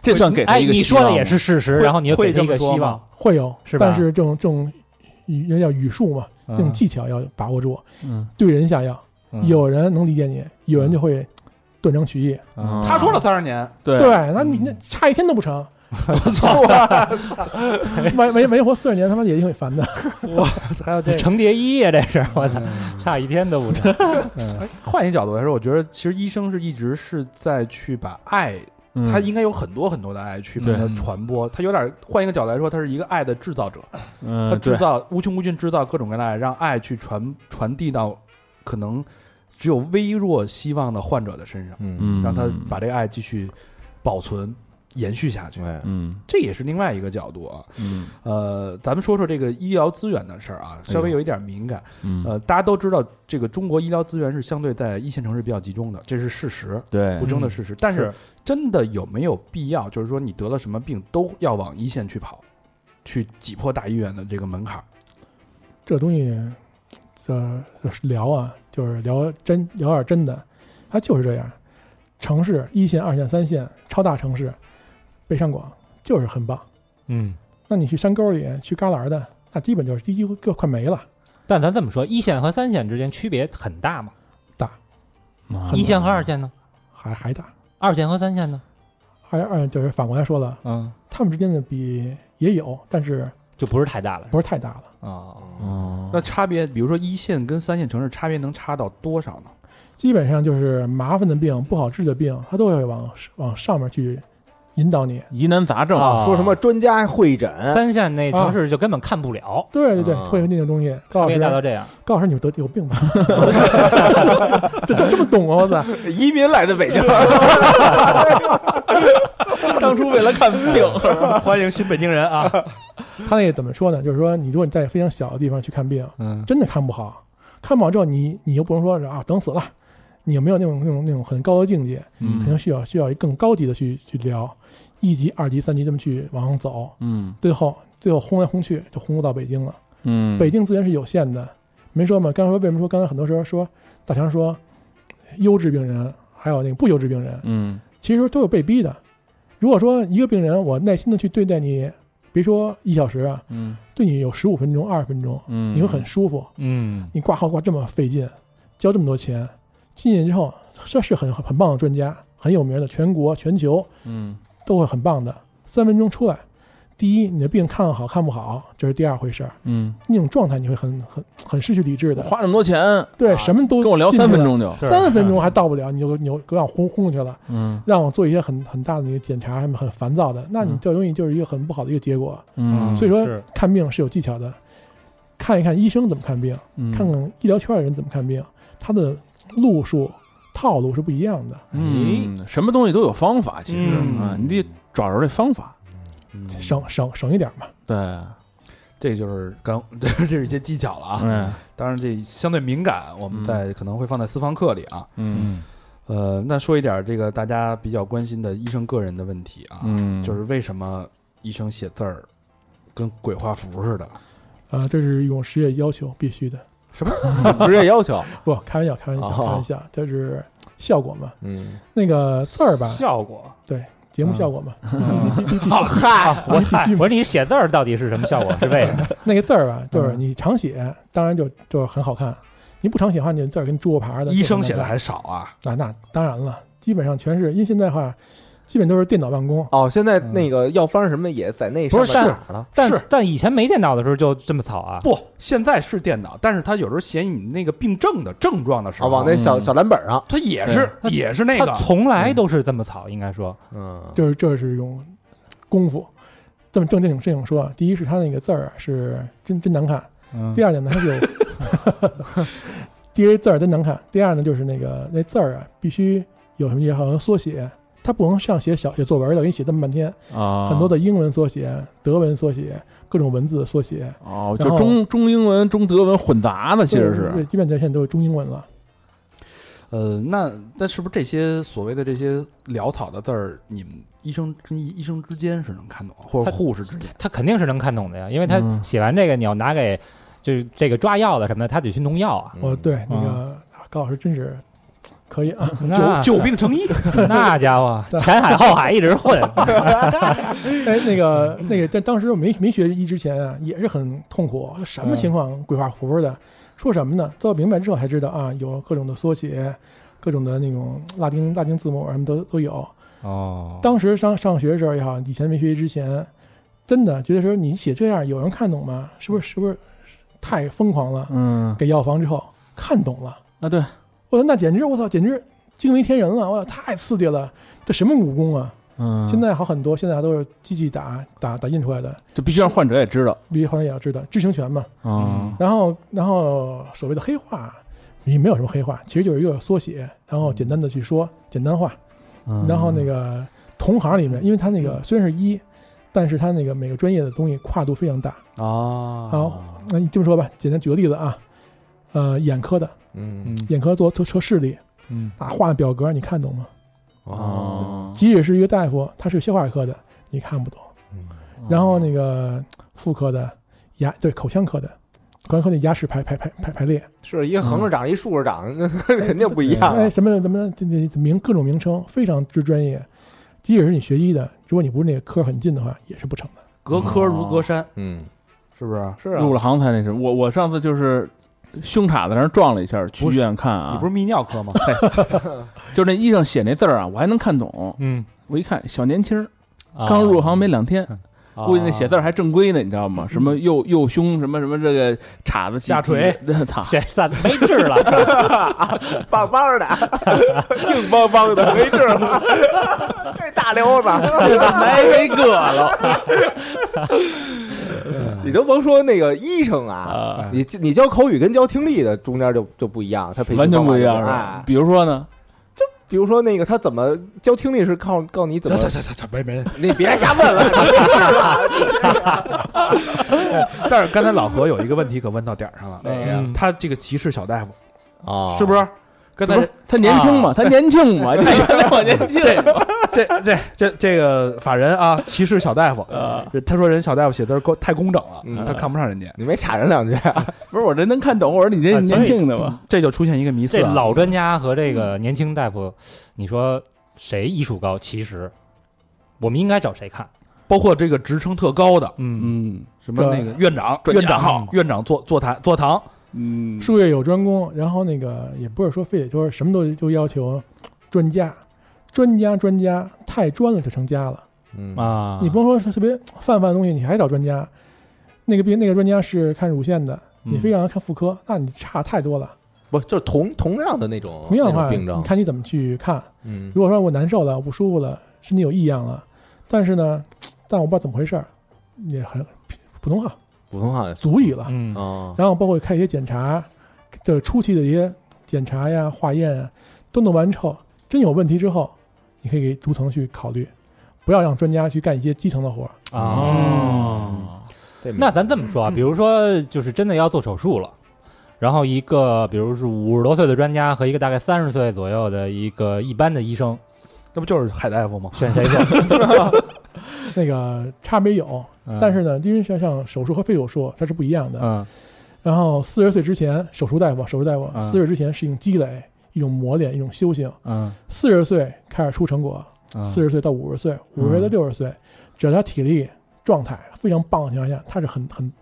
S4: 这算给他
S2: 哎，
S4: 一个
S2: 你
S4: 希
S2: 说
S4: 望
S2: 的
S4: 吗
S2: 也是事实，
S1: 会
S2: 然后你又
S1: 会
S2: 给他
S1: 这
S2: 一
S1: 么
S2: 个
S1: 说
S2: 希
S1: 吗
S2: 望，
S5: 会有，
S2: 是吧
S5: 但是这种这种语人叫语术嘛，这种技巧要把握住，
S4: 嗯，
S5: 对人下药。
S2: 嗯
S5: 有人能理解你，有人就会断章取义。
S2: 嗯
S1: 他说了三十年，
S4: 对
S5: 对，那你那差一天都不成。我操！ 没没没活四十年，他妈也挺会烦的。
S1: 还有这
S2: 程蝶衣啊呀，这是我操，差一天都不差。
S1: 哎，换一个角度来说，我觉得其实医生是一直是在去把爱，
S4: 嗯
S1: 他应该有很多很多的爱去把它
S4: 对
S1: 传播。他有点换一个角度来说，他是一个爱的制造者，他
S4: 嗯
S1: 制
S4: 对，
S1: 造无穷无尽制造各种各样的爱，让爱去传传递到可能只有微弱希望的患者的身上，
S3: 嗯
S4: 嗯，
S1: 让他把这个爱继续保存、延续下去。
S3: 哎，
S4: 嗯
S1: 这也是另外一个角度啊。
S4: 嗯
S1: 呃，咱们说说这个医疗资源的事儿啊，稍微有一点敏感。
S4: 哎嗯
S1: 呃，大家都知道，这个中国医疗资源是相对在一线城市比较集中的，这是事实，
S4: 对
S1: 不，争的事实。但是
S2: 是
S1: 真的有没有必要，就是说你得了什么病都要往一线去跑，去挤破大医院的这个门槛儿？
S4: 哦
S5: 这东西，这这是聊啊，就是聊真聊点真的，它就是这样。城市一线、二线、三线，超大城市，北上广就是很棒。
S2: 嗯，
S5: 那你去山沟里、去旮旯的，那基本就是几乎就快没了。
S2: 但咱这么说，一线和三线之间区别很大嘛？
S4: 嗯
S2: 一线和二线呢？
S5: 还还大。
S2: 二线和三线呢？
S5: 二二就是反过来说了，
S2: 嗯，
S5: 他们之间的比也有，但是
S2: 就不是太大了
S5: 不是太大了。
S2: 啊。
S4: 哦，
S1: 那差别，比如说一线跟三线城市差别能差到多少呢？
S5: 基本上就是麻烦的病、不好治的病，它都会往往上面去引导你。
S4: 疑难杂症
S2: 啊
S3: 说什么专家会诊？
S2: 三线那城市就根本看不了，
S5: 对对对，
S3: 啊
S5: 会有那种东西。
S2: 差
S5: 高老
S2: 别大到
S5: 师，
S2: 这样。
S5: 高老师，你们得有病吧？这这这么懂啊！我操，
S3: 移民来的北 京，
S4: 当初为了看病，
S2: 欢迎新北京人啊！
S5: 他那个怎么说呢？就是说，你如果你在非常小的地方去看病，
S2: 嗯
S5: 真的看不好，看不好之后你，你又不能说是啊等死了，你有没有那种那种那种很高的境界？肯定
S4: 嗯
S5: 需要需要一更高级的去去聊，一级、二级、三级这么去往上走，
S4: 嗯
S5: 最后最后轰来轰去就轰到北京了。
S4: 嗯，
S5: 北京资源是有限的，没说嘛。刚才说为什么说刚才很多时候说大强说优质病人还有那个不优质病人，
S4: 嗯
S5: 其实都有被逼的。如果说一个病人，我耐心的去对待你，别说一小时啊，
S4: 嗯
S5: 对你有十五分钟、二十分钟，
S4: 嗯，
S5: 你会很舒服。
S2: 嗯
S5: 你挂号挂这么费劲，交这么多钱，进去之后，这是很很棒的专家，很有名的，全国、全球
S4: 嗯
S5: 都会很棒的。三分钟出来，第一，你的病看好看不好，这是第二回事儿，
S4: 嗯，
S5: 那种状态你会很很很失去理智的。
S4: 花那么多钱
S5: 对，
S2: 啊
S5: 什么都
S4: 跟我聊
S5: 进去
S4: 三
S5: 了
S4: 分，钟就是
S5: 三分钟还到不了，你就你就给我轰轰过去了，
S4: 嗯
S5: 让我做一些很很大的那个检查，什么很烦躁的，那你
S4: 嗯
S5: 这容易就是一个很不好的一个结果。
S4: 嗯，
S5: 所以说
S2: 是
S5: 看病是有技巧的，看一看医生怎么看病，
S4: 嗯
S5: 看看医疗圈的人怎么看病，他的路数套路是不一样的。
S4: 嗯，什么东西都有方法，其实
S2: 嗯
S4: 啊，你得找着这方法。嗯
S5: 省省省一点嘛，
S4: 对，
S1: 嗯这就是刚， 这是一些技巧了啊。
S4: 嗯
S1: 当然，这相对敏感，我们在可能会放在私房课里啊。
S4: 嗯
S2: 嗯
S1: 呃，那说一点这个大家比较关心的医生个人的问题啊，
S4: 嗯，
S1: 就是为什么医生写字儿跟鬼画符似的？
S5: 啊、这是一种职业要求，必须的。
S3: 职业要求，
S5: 不，开玩笑，开玩笑，
S3: 哦
S5: 开玩笑，就是效果嘛。
S3: 嗯，
S5: 那个字儿吧，
S2: 效果。
S5: 节
S4: 嗯
S5: 目效果嘛，
S2: 好嗨，啊我
S5: 你必
S2: 嗨
S5: 须
S2: 我说你写字儿到底是什么效果？是为什么？
S5: 那个字儿啊，就是
S2: 嗯
S5: 你常写，当然就就很好看。你不常写的话，你的字儿跟猪
S2: 嗯
S5: 肉牌儿的。
S1: 医生写的
S5: 的
S1: 还少啊？
S5: 啊，那当然了，基本上全是，因为现在的话，基本都是电脑办公。
S3: 哦，现在那个药方什么的也在那
S2: 不是
S3: 上面
S2: 但
S3: 打了，
S2: 但
S1: 是
S2: 但以前没电脑的时候就这么草啊？
S1: 不，现在是电脑，但是他有时候写你那个病症的症状的时
S3: 啊，
S1: 候，
S3: 往那小
S4: 嗯
S3: 小蓝本上，
S1: 他也是
S2: 对
S1: 也是那
S2: 他
S1: 个，
S2: 从来都是这么草，应该说
S3: 嗯，
S5: 就是这是一种功夫。这么正经正经说啊，第一是他那个字儿啊是真真难看，第二点呢，它有第一字儿真难看，第二呢就是那个那字儿啊必须有什么也好像缩写，它不能像写小写作文的，给你写这么半天，
S4: 啊，
S5: 很多的英文缩写、德文缩写、各种文字缩写，
S4: 哦，
S5: 然
S4: 就
S5: 后
S4: 中中英文、中德文混杂的，其实
S5: 对
S4: 是
S5: 基本上现在都是中英文了。
S1: 呃，那那是不是这些所谓的这些潦草的字儿，你们医生跟医生之间是能看懂，啊或者
S2: 他
S1: 护士之间？
S2: 他肯定是能看懂的呀，因为他
S4: 嗯
S2: 写完这个，你要拿给就是这个抓药的什么的，他得去弄药啊。
S5: 我哦对那
S2: 嗯
S5: 个啊高老师真是可以啊，
S2: 那
S1: 久久病成医，
S2: 那家伙前海后海一直混，
S5: 哎，那个那个，但当时我没没学医之前啊，也是很痛苦，什
S4: 嗯
S5: 么情况鬼画符的，说什么呢？到明白之后才知道啊，有各种的缩写，各种的那种拉丁拉丁字母什么都都有。
S2: 哦，
S5: 当时上上学的时候也好，以前没学医之前，真的觉得说你写这样有人看懂吗？是不是是不是太疯狂了？
S4: 嗯
S5: 给药房之后看懂了，
S4: 啊，对，
S5: 我操，那简直我操，简直惊为天人了！我操，太刺激了，这什么武功啊？
S4: 嗯，
S5: 现在好很多，现在都是机器打打打印出来的。
S4: 就必须让患者也知道
S5: 必须好像也要知道知情权嘛。
S4: 啊，
S5: 然后，然后所谓的黑话，也没有什么黑话，其实就是一个缩写，然后简单的去说简单化。嗯
S4: 嗯
S5: 然后那个同行里面，因为他那个虽然是医，但是他那个每个专业的东西跨度非常大。
S1: 啊
S5: 好，
S2: 哦
S5: 那你这么说吧，简单举个例子啊，呃，眼科的，
S3: 嗯
S2: 嗯
S5: 眼科做测测视力
S2: 嗯
S5: 啊，画的表格你看懂吗？
S3: 哦，
S4: 啊，
S5: 即使是一个大夫，他是个消化科的，你看不懂。嗯然后那个妇科的牙对口腔科的，口腔科的牙齿排排排排排列。
S3: 是一个横着长，一竖着长，那 肯定不一样
S5: 哎，
S3: 啊。
S5: 什么什么这这名各种名称非常之专业，即使是你学医的，如果你不是那个科很近的话，也是不成的。
S1: 隔科如隔山，
S3: 嗯，
S1: 哦是不是？
S3: 是啊，
S4: 入了行才那什么，我我上次就是胸岔子那儿撞了一下，去
S1: 不
S4: 医
S1: 是
S4: 院看啊，
S1: 你不是泌尿 科吗？
S4: 就那医生写那字儿啊，我还能看懂。
S2: 嗯，
S4: 我一看，小年轻儿
S2: 啊
S4: 刚入行没两天，
S1: 啊
S4: 估计那写字儿还正规呢，你知道吗？什么右右胸，什么什么这个叉子
S1: 下垂，
S4: 操，
S2: 写散没治了，
S3: 棒棒的，硬邦邦的，没治了，这大瘤子。
S4: 没个了。
S3: 你都甭说那个医生啊，你你教口语跟教听力的中间就就不一样，他培训
S4: 完全不一样
S3: 方
S4: 是
S3: 法
S4: 吧
S3: 哎？
S4: 比如说呢，
S3: 比如说那个他怎么教听力是靠告你怎
S1: 行
S3: 么，
S1: 行行行行，没没人。
S3: 你别瞎问了。
S1: 但是刚才老何有一个问题可问到点儿上了，
S3: 哪个呀
S1: 嗯他这个歧视小大夫
S3: 啊
S1: 是不是？刚
S4: 哦
S1: 才
S4: 不是他年轻嘛，他年轻 嘛，你看啊我年轻，
S1: 这这这这个法人啊，歧视小 大夫，
S4: 啊
S1: 他说人小大夫写字儿够太工整了，
S3: 嗯
S1: 他看不上人家，
S3: 你没插人两句啊？
S4: 不是我这能看懂，我说你这
S1: 啊所以
S4: 年轻的吧？
S1: 这就出现一个迷思
S2: 这
S1: 啊。
S2: 老专家和这个年轻大夫，你说谁医术高？其实我们应该找谁看？
S1: 包括这个职称特高的，
S2: 嗯，
S4: 嗯
S1: 什么那个院长、
S4: 专家
S1: 院长、院长坐坐台坐堂，
S4: 嗯，
S5: 术业有专攻，然后那个也不是说非得说什么都都要求专家，专家专家太专了就成家了。
S3: 嗯，
S2: 啊，
S5: 你甭说是特别泛泛的东西，你还找专家，那个毕竟那个专家是看乳腺的，
S3: 嗯
S5: 你非让他看妇科，那你差太多了。
S3: 不就是同同样的那种
S5: 同样的
S3: 那
S5: 话，
S3: 种病
S5: 你
S3: 症，
S5: 看你怎么去看。
S3: 嗯
S5: 如果说我难受了，我不舒服了，身体有异样了，但是呢，但我不知道怎么回事儿，也很普通话
S3: 普通话
S5: 足以了。
S2: 嗯
S3: 啊，
S5: 然后包括看一些检查，就是初期的一些检查呀、化验啊，都弄完之后，真有问题之后，你可以给逐层去考虑，不要让专家去干一些基层的活儿。
S2: 哦。
S1: 嗯
S3: 这
S2: 那咱这么说啊，比如说，就是真的要做手术了，然后一个比如是五十多岁的专家和一个大概三十岁左右的一个一般的医生，
S1: 那不就是海大夫吗？
S2: 选谁 做？
S5: 那个差别有，
S2: 嗯
S5: 但是，呢，因为像像手术和非手术它是不一样的。
S2: 嗯
S5: 然后四十岁之前，手术大夫，手术大夫
S2: 嗯
S5: 四十之前是一种积累、一种磨练、一种修行。
S2: 嗯，
S5: 四十岁开始出成果，四
S2: 十
S5: 十岁到五十岁，五十岁到
S2: 嗯
S5: 六十岁，只要他体力状态非常棒的情况下，他是很很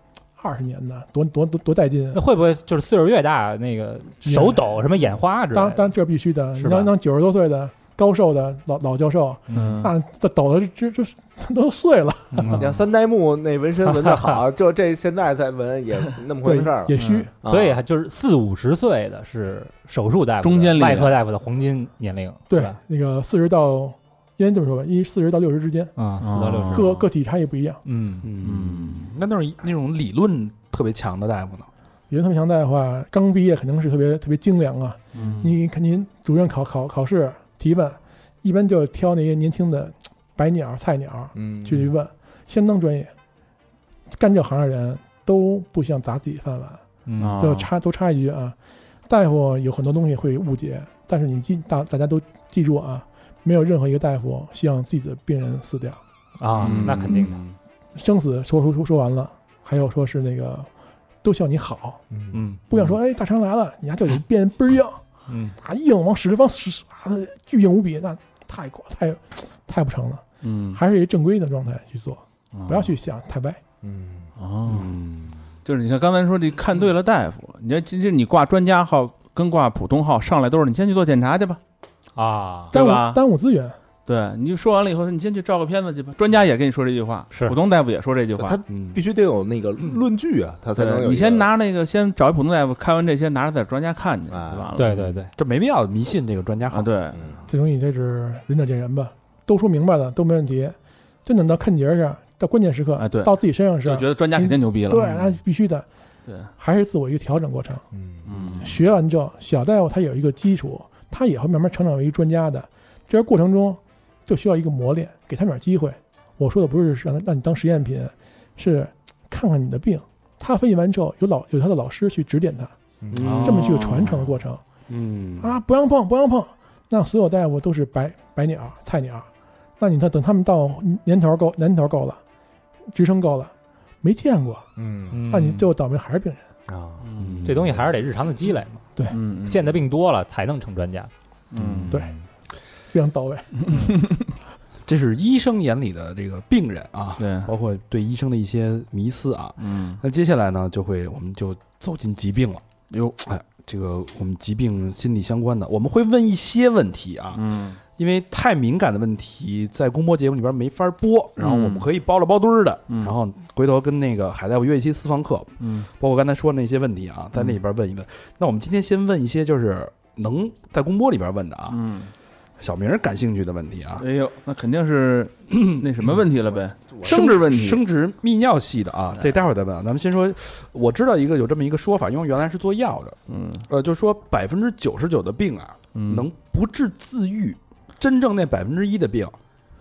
S5: 二十年的，多多多多带劲
S2: 那
S5: 啊！
S2: 呃会不会就是岁数越大，那个手抖什么眼花之类
S5: 当
S2: 的？
S5: 当然这必须的，你
S2: 是吧
S5: 要让九十多岁的高寿的老老教授，
S2: 嗯
S5: 那这抖的这这这都碎了，
S3: 你看三代目那纹身纹的好，这这现在再纹也那么回
S5: 对
S3: 事儿，了。
S5: 也虚。
S3: 啊
S2: 所以还就是四五十岁的是手术大夫的、
S4: 中间力量
S2: 外科大夫的黄金年龄，
S5: 对
S2: 是吧？，
S5: 那个四十到，应该这么说吧，一四十到六十之间，
S2: 啊，四到六
S4: 哦
S2: 十，
S5: 个个体差异不一样。
S2: 嗯
S4: 嗯，
S1: 那那种那种理论特别强的大夫呢？
S5: 袁他们强代的话，刚毕业肯定是特别特别精良啊，你看您主任考考考试提问，一般就挑那些年轻的白鸟菜鸟
S3: 嗯，
S5: 去问，相当专业。干这行的人都不想砸自己饭碗，
S2: 嗯
S4: 啊
S5: 就插都插一句啊，大夫有很多东西会误解，但是你记大大家都记住啊，没有任何一个大夫希望自己的病人死掉，
S2: 啊，
S5: 嗯
S4: 嗯
S2: 那肯定的，
S4: 的，
S5: 生死说说说说完了，还有说是那个都希望你好，
S3: 嗯，
S2: 嗯，
S5: 不想说哎大肠来了，你家就得变倍儿硬。
S2: 嗯，
S5: 啊，硬往史方使啊，巨硬无比，那太过太太不成了，
S4: 嗯，啊
S5: 还是一正规的状态去做，
S4: 不
S5: 不要去想太歪。
S3: 嗯，
S4: 哦，就是你看刚才说你看对了大夫，你看其实你挂专家号跟挂普通号上来都是你先去做检查去吧，
S2: 嗯啊，
S5: 耽误
S4: 对吧
S5: 耽误资源，
S4: 对，你就说完了以后，你先去照个片子去吧。专家也跟你说这句话，
S2: 是
S4: 普通大夫也说这句话，
S3: 他
S1: 嗯
S3: 必须得有那个论据啊，他才能
S4: 对
S3: 有。
S4: 你先，拿那个先找一普通大夫看完这些，拿着点专家看去，就
S3: 哎
S4: 完了。
S2: 对对对，
S1: 这没必要迷信这个专家
S4: 啊，
S1: 好。
S4: 对，
S3: 嗯
S5: 这东西这是仁者见仁吧，都说明白了都没问题，真等到看节上，到关键时刻，
S4: 哎对
S5: 到自己身上，
S4: 就是觉得专家肯定牛逼了。
S5: 对，那必须的，
S4: 对，
S5: 还是自我一个调整过程。
S3: 嗯
S4: 嗯，
S5: 学完之后，小大夫他有一个基础，他也会慢慢成长为一专家的。这个过程中就需要一个磨练，给他们点机会。我说的不是让他让你当实验品，是看看你的病。他分析完之后，有老有他的老师去指点他，
S3: 嗯
S1: 哦
S5: 这么去传承的过程、
S1: 嗯
S5: 啊，不让碰，不让碰。那所有大夫都是白白鸟、菜鸟。那你看，等他们到年头够，年头够了，职称够了，没见过，
S3: 嗯
S2: 嗯
S5: 那你最后倒霉还是病人。
S3: 啊，
S4: 嗯
S2: 这东西还是得日常的积累嘛，
S4: 嗯，
S2: 见的病多了才能成专家。
S4: 嗯，
S5: 对非常到位。
S1: 这是医生眼里的这个病人啊，
S4: 对，
S1: 包括对医生的一些迷思啊。
S4: 嗯，
S1: 那接下来呢，就会我们就走进疾病了。
S4: 哟，
S1: 这个我们疾病心理相关的，我们会问一些问题啊，
S4: 嗯，
S1: 因为太敏感的问题在公播节目里边没法播，然后
S4: 嗯
S1: 我们可以包了包堆儿的，
S4: 嗯
S1: 然后回头跟那个海大夫约一期私房课，
S4: 嗯，
S1: 包括刚才说的那些问题啊，在那里边问一问。那我们今天先问一些就是能在公播里边问的啊，
S4: 嗯，
S1: 小明儿感兴趣的问题啊，
S4: 哎呦，那肯 定是那什么问题了呗？
S1: 生
S4: 殖问题，
S1: 生殖泌尿系的啊，这待会儿再问啊。咱们先说，我知道一个有这么一个说法，因为我原来是做药的，
S4: 嗯
S1: 呃，就说百分之九十九的病啊，
S4: 嗯，
S1: 能不治自愈，真正那百分之一的病，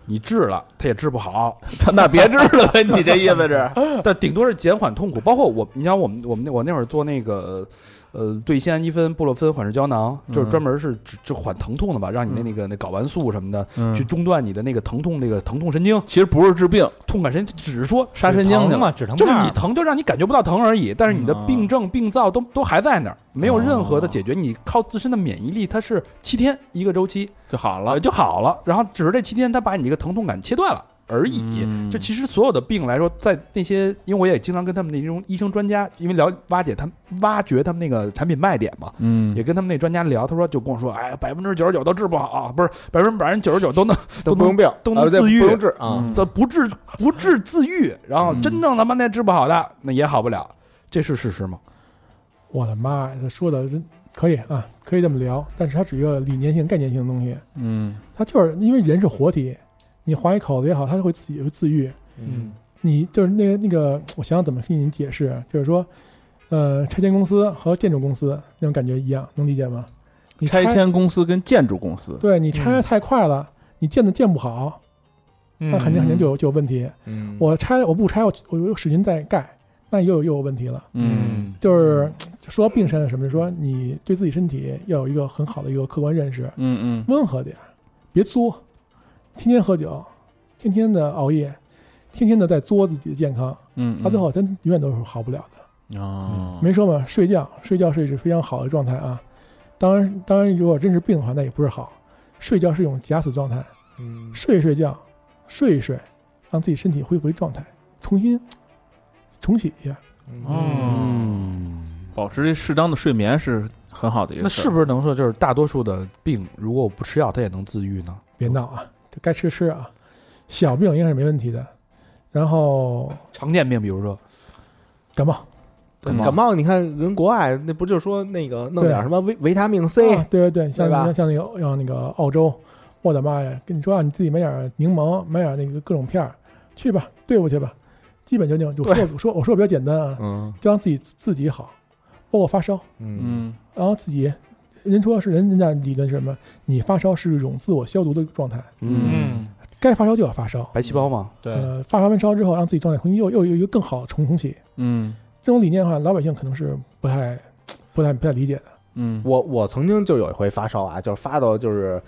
S1: 你治了他也治不好，
S4: 那别治了呗，你这意思是？
S1: 但顶多是减缓痛苦。包括我，你像我们我们那我那会儿做那个呃，对酰氨基酚、布洛芬缓释胶囊，就是
S4: 嗯
S1: 专门是只就缓疼痛的吧，让你的
S4: 嗯
S1: 那个那睾丸素什么的
S4: 嗯
S1: 去中断你的那个疼痛那个疼痛神经、
S4: 其实不是治病，
S1: 痛感神经，只是说
S4: 杀神经去
S2: 疼
S4: 了。
S2: 嘛，止疼
S1: 就是
S2: 片儿
S1: 你疼，就让你感觉不到疼而已，但是你的
S4: 嗯
S1: 病症、病灶都都还在那儿，没有任何的
S4: 哦
S1: 解决。你靠自身的免疫力，它是七天一个周期
S4: 就好了
S1: 呃。就好了，然后只是这七天它把你这个疼痛感切断了而已。
S4: 嗯
S1: 就其实所有的病来说，在那些，因为我也经常跟他们那种医生专家，因为了挖解他们挖掘他们那个产品卖点嘛，
S4: 嗯
S1: 也跟他们那专家聊，他说就跟我说，哎呀，百分之九十九都治不好啊，不是百分之百分之九十九都 能
S3: 都
S1: 不
S3: 不用病，
S1: 都能
S3: 啊对
S1: 自愈
S3: 不用治啊。
S4: 嗯
S1: 都不治不治自愈，然后
S4: 嗯
S1: 真正他妈那治不好的那也好不了，这是事实吗？
S5: 我的妈呀，这说的真可以啊，可以这么聊，但是它是一个理念性、概念性的东西，
S4: 嗯
S5: 它就是因为人是活体，你划一口子也好，它会自己会自愈。
S3: 嗯
S5: 你就是那个那个， 我想想怎么跟你解释，就是说，呃，拆迁公司和建筑公司那种感觉一样，能理解吗？你
S4: 拆迁公司跟建筑公司，
S5: 对你拆的
S2: 嗯
S5: 太快了，你建的建不好，那肯定肯定就有就有问题。
S3: 嗯
S5: 我拆我不拆，我我又使劲再盖，那又有又有问题了。
S4: 嗯
S5: 就是说到病身什么，就说你对自己身体要有一个很好的一个客观认识，
S4: 嗯嗯，
S5: 温和点，别作，天天喝酒，天天的熬夜，天天的在作自己的健康，
S4: 嗯，
S5: 到最后真永远都是好不了的。
S4: 哦，
S5: 没说嘛，睡觉，睡觉是一种非常好的状态啊。当然，当然，如果真是病的话，那也不是好。睡觉是一种假死状态，
S3: 嗯
S5: 睡一睡觉，睡一睡，让自己身体恢复一状态，重新重启一下。
S1: 嗯
S4: 哦，
S3: 嗯
S4: 保持适当的睡眠是很好的一个
S1: 那
S4: 事
S1: 是
S4: 儿。
S1: 不是能说就是大多数的病，如果我不吃药，它也能自愈呢？
S5: 别闹啊，这该吃吃啊。小病应该是没问题的，然后
S1: 常见病，比如说
S5: 感冒，
S4: 感
S3: 嗯感冒，你看人国外那不就说那个弄点什么维维他命 C，
S5: 啊对对对，像
S3: 对吧
S5: 像像那个像那个澳洲，我的妈呀！跟你说啊，你自己买点柠檬，买点那个各种片儿，去吧，对付去吧。基本就那种，我说我说我说我比较简单啊，
S3: 嗯
S5: 就让自己自己好，包括发烧，
S3: 嗯
S4: 嗯
S5: 然后自己，人说是人人家理论是什么？你发烧是一种自我消毒的状态，
S4: 嗯
S5: 该发烧就要发烧，
S1: 白细胞嘛，
S2: 对，
S5: 呃，发烧完烧之后，让自己状态重新又又有一个更好的重重启。
S4: 嗯
S5: 这种理念的话，老百姓可能是不太、不太、不太理解的。
S4: 嗯，
S3: 我我曾经就有一回发烧啊，就是发到就是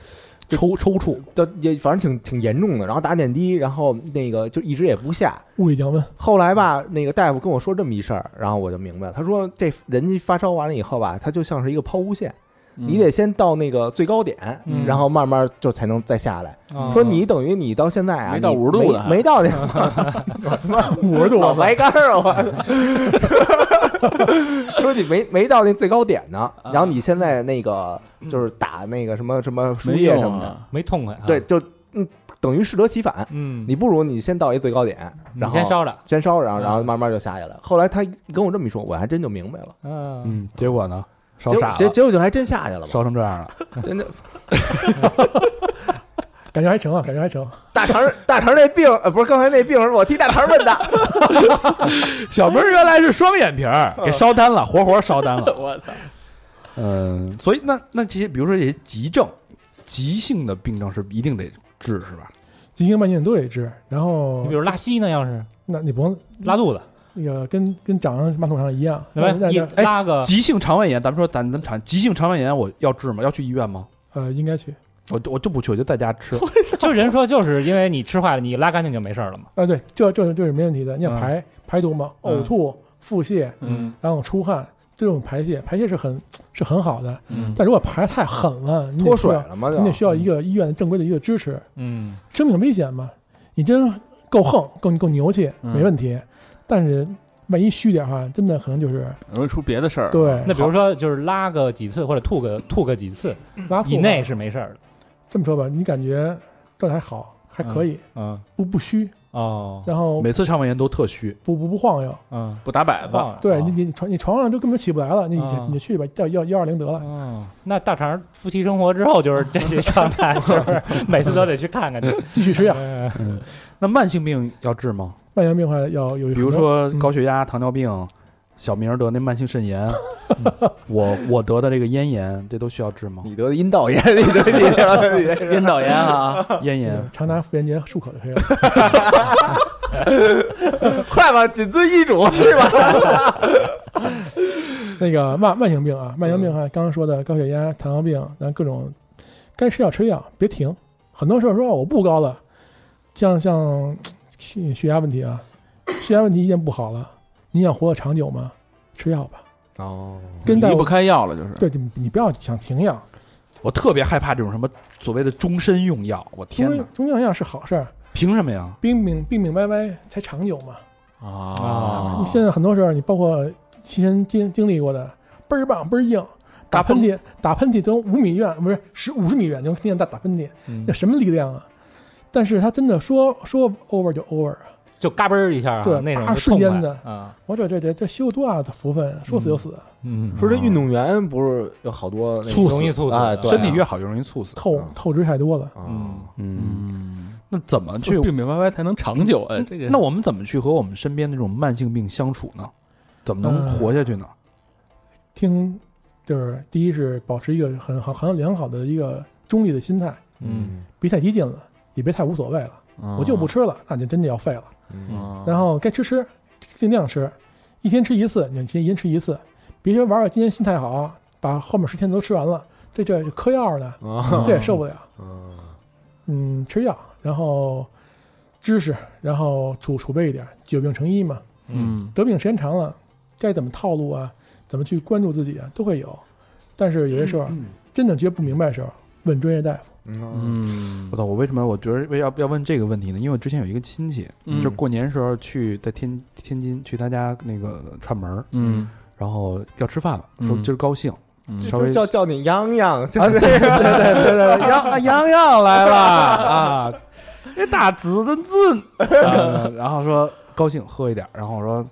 S1: 抽抽搐，
S3: 都也反正挺挺严重的，然后打点滴，然后那个就一直也不下。
S5: 物理降温，
S3: 后来吧，那个大夫跟我说这么一事儿，然后我就明白了。他说这人家发烧完了以后吧，他就像是一个抛物线，
S4: 嗯
S1: 嗯
S3: 你得先到那个最高点，
S2: 嗯
S3: 然后慢慢就才能再下来。
S2: 嗯
S3: 说你等于你到现在啊，
S4: 没到
S3: 你
S4: 50度呢
S3: 没没到那
S5: 五十度
S3: 老白干儿啊，我说你没没到那最高点呢，然后你现在那个就是打那个什么什么输
S4: 没
S3: 液
S4: 有
S3: 什么的，
S2: 没痛快啊。
S3: 对，，就嗯等于适得其反。
S2: 嗯，
S3: 你不如你先到一最高点，然
S2: 你
S3: 后
S2: 先烧着，
S3: 先烧，然后然后
S2: 嗯
S3: 慢慢就下去了。后来他跟我这么一说，我还真就明白了，
S2: 嗯，
S1: 嗯，结果呢，烧
S3: 结果
S1: 傻
S3: 结
S1: 了，
S3: 结果就还真下去了嘛，
S1: 烧成这样了，
S3: 真的
S5: 感觉还成啊，感觉还成。
S3: 大肠大肠那病呃不是刚才那病是我替大肠问的，
S1: 小明原来是双眼皮儿，给烧单了，活活烧单了。
S4: 我操，
S1: 嗯，所以那那这些，比如说这些急症、急性的病症是一定得治，是吧？
S5: 急性慢性都得治，然后
S2: 你比如拉稀呢，要是
S5: 那你不用
S2: 拉肚子，
S5: 那个跟跟长上马桶上一样，
S2: 对
S5: 那
S2: 吧？
S5: 那
S2: 一
S5: 那
S1: 哎
S2: 拉个
S1: 急性肠胃炎，咱们说咱咱们产急性肠胃炎，我要治吗？要去医院吗？
S5: 呃应该去
S1: 我我就不去，我就在家吃。
S2: 就人说就是因为你吃坏了，你拉干净就没事儿了嘛。
S5: 啊，对，这这这是没问题的。你
S2: 嗯
S5: 想排排毒嘛，
S2: 嗯
S5: 呕吐、腹泻，
S4: 嗯
S5: 然后出汗，这种排泄排泄是很是很好的，
S4: 嗯
S5: 但如果排得太狠了， 你得
S3: 脱
S5: 需
S3: 水
S5: 要
S3: 了嘛
S5: 你得
S3: 就
S5: 需要一个医院正规的一个支持，
S2: 嗯，
S5: 生命危险嘛，你真够横够够牛气
S4: 嗯
S5: 没问题，但是万一虚点儿哈，真的可能就是
S4: 容易出别的事儿。
S5: 对
S2: 那比如说就是拉个几次或者吐个吐个几次
S5: 拉吐
S2: 嗯以
S5: 嘛
S2: 内是没事儿的。
S5: 这么说吧，你感觉状态还好，还可以，
S2: 嗯，
S5: 不不虚，
S2: 哦，
S5: 然后
S1: 每次肠胃炎都特虚，
S5: 不不不晃悠，
S2: 嗯，
S4: 不打摆子，
S2: 晃了
S5: 对
S2: 哦
S5: 你你床你床上就根本起不来了，你
S2: 啊
S5: 你你就去吧，叫幺幺二零得了。
S2: 哦，那大肠夫妻生活之后就是这这状态，是不是 每次都得去看看去？
S5: 继续 吃药。
S2: 嗯
S1: 那慢性病要治吗？
S5: 慢性病患要有，
S1: 比如，说
S5: 嗯
S1: 高血压、糖尿病，小明得那慢性肾炎，嗯我我得的这个咽炎，这都需要治吗？
S3: 你得阴道炎，你得你得你得
S4: 烟导烟啊，
S1: 咽炎
S5: 呃嗯，常拿妇炎洁漱口就可以了。
S3: 快吧，谨遵 医嘱，去吧。
S5: 那个慢慢性病啊，慢性病还刚刚说的高血压、糖尿病，咱各种该吃药吃药，别停。很多时候说我不高了，像像血血压问题啊，血压问题一旦不好了，你想活得长久吗？吃药吧，
S3: 哦，
S5: 跟大
S4: 离
S5: 夫
S4: 不开药了，就是。
S5: 对你你不要想停药，
S1: 我特别害怕这种什么所谓的终身用药，我天
S5: 中
S1: 哪，
S5: 中药药是好事儿，
S1: 凭什么呀？
S5: 病病病病歪歪才长久嘛。
S4: 啊
S5: 你现在很多时候，你包括亲身经经历过的，倍儿棒，倍儿硬，打喷嚏，打喷嚏都五米远，不是十五十米远就听见打打喷嚏，
S4: 嗯
S5: 那什么力量啊？但是他真的说说 over 就 over 啊！
S2: 就嘎嘣儿一下啊，
S5: 对
S2: 那种
S5: 啪
S2: 就
S5: 瞬间
S2: 痛快
S5: 的
S2: 啊，
S5: 我这这这这修多大的福分，啊说死就死，
S2: 嗯，
S3: 说这运动员不是有好多那个
S1: 猝
S2: 容易
S1: 死，
S2: 猝死
S3: 啊对
S1: 身体越好越容易猝死。
S5: 透透支太多了。
S2: 嗯
S3: 啊，
S1: 嗯，
S4: 嗯，
S1: 那怎么去？嗯
S4: 病病歪歪才能长久哎，这个
S1: 那我们怎么去和我们身边的这种慢性病相处呢？怎么能
S5: 呃
S1: 活下去呢？
S5: 听，就是第一是保持一个很好、很良好的一个中立的心态，
S4: 嗯，
S5: 别太激进了，也别太无所谓了。嗯我就不吃了，那就真的要废了。
S3: 嗯
S4: 啊。
S5: 然后该吃吃，尽量吃，一天吃一次，你一天吃一次，别说玩儿今天心态好，把后面十天都吃完了，这这这嗑药呢，
S3: 啊，
S5: 这也受不了。
S3: 嗯
S5: 嗯，吃药，然后知识，然后储储备一点，久病成医嘛。
S4: 嗯
S5: 得病时间长了，该怎么套路啊，怎么去关注自己啊，都会有。但是有些时候啊真的觉得不明白的时候，问专业大夫。
S3: 嗯
S4: 嗯
S1: 我操！我为什么我觉得为要要问这个问题呢？因为我之前有一个亲戚，
S4: 嗯
S1: 就过年时候去在天天津去他家那个串门儿，
S4: 嗯
S1: 然后要吃饭了，说
S4: 嗯
S1: 今儿高兴，
S4: 嗯
S1: 稍微
S3: 叫叫你洋洋，就
S1: 啊
S3: 是
S1: 对对对对，洋洋洋来了啊！这大侄子 子，啊然后说高兴喝一点，然后我说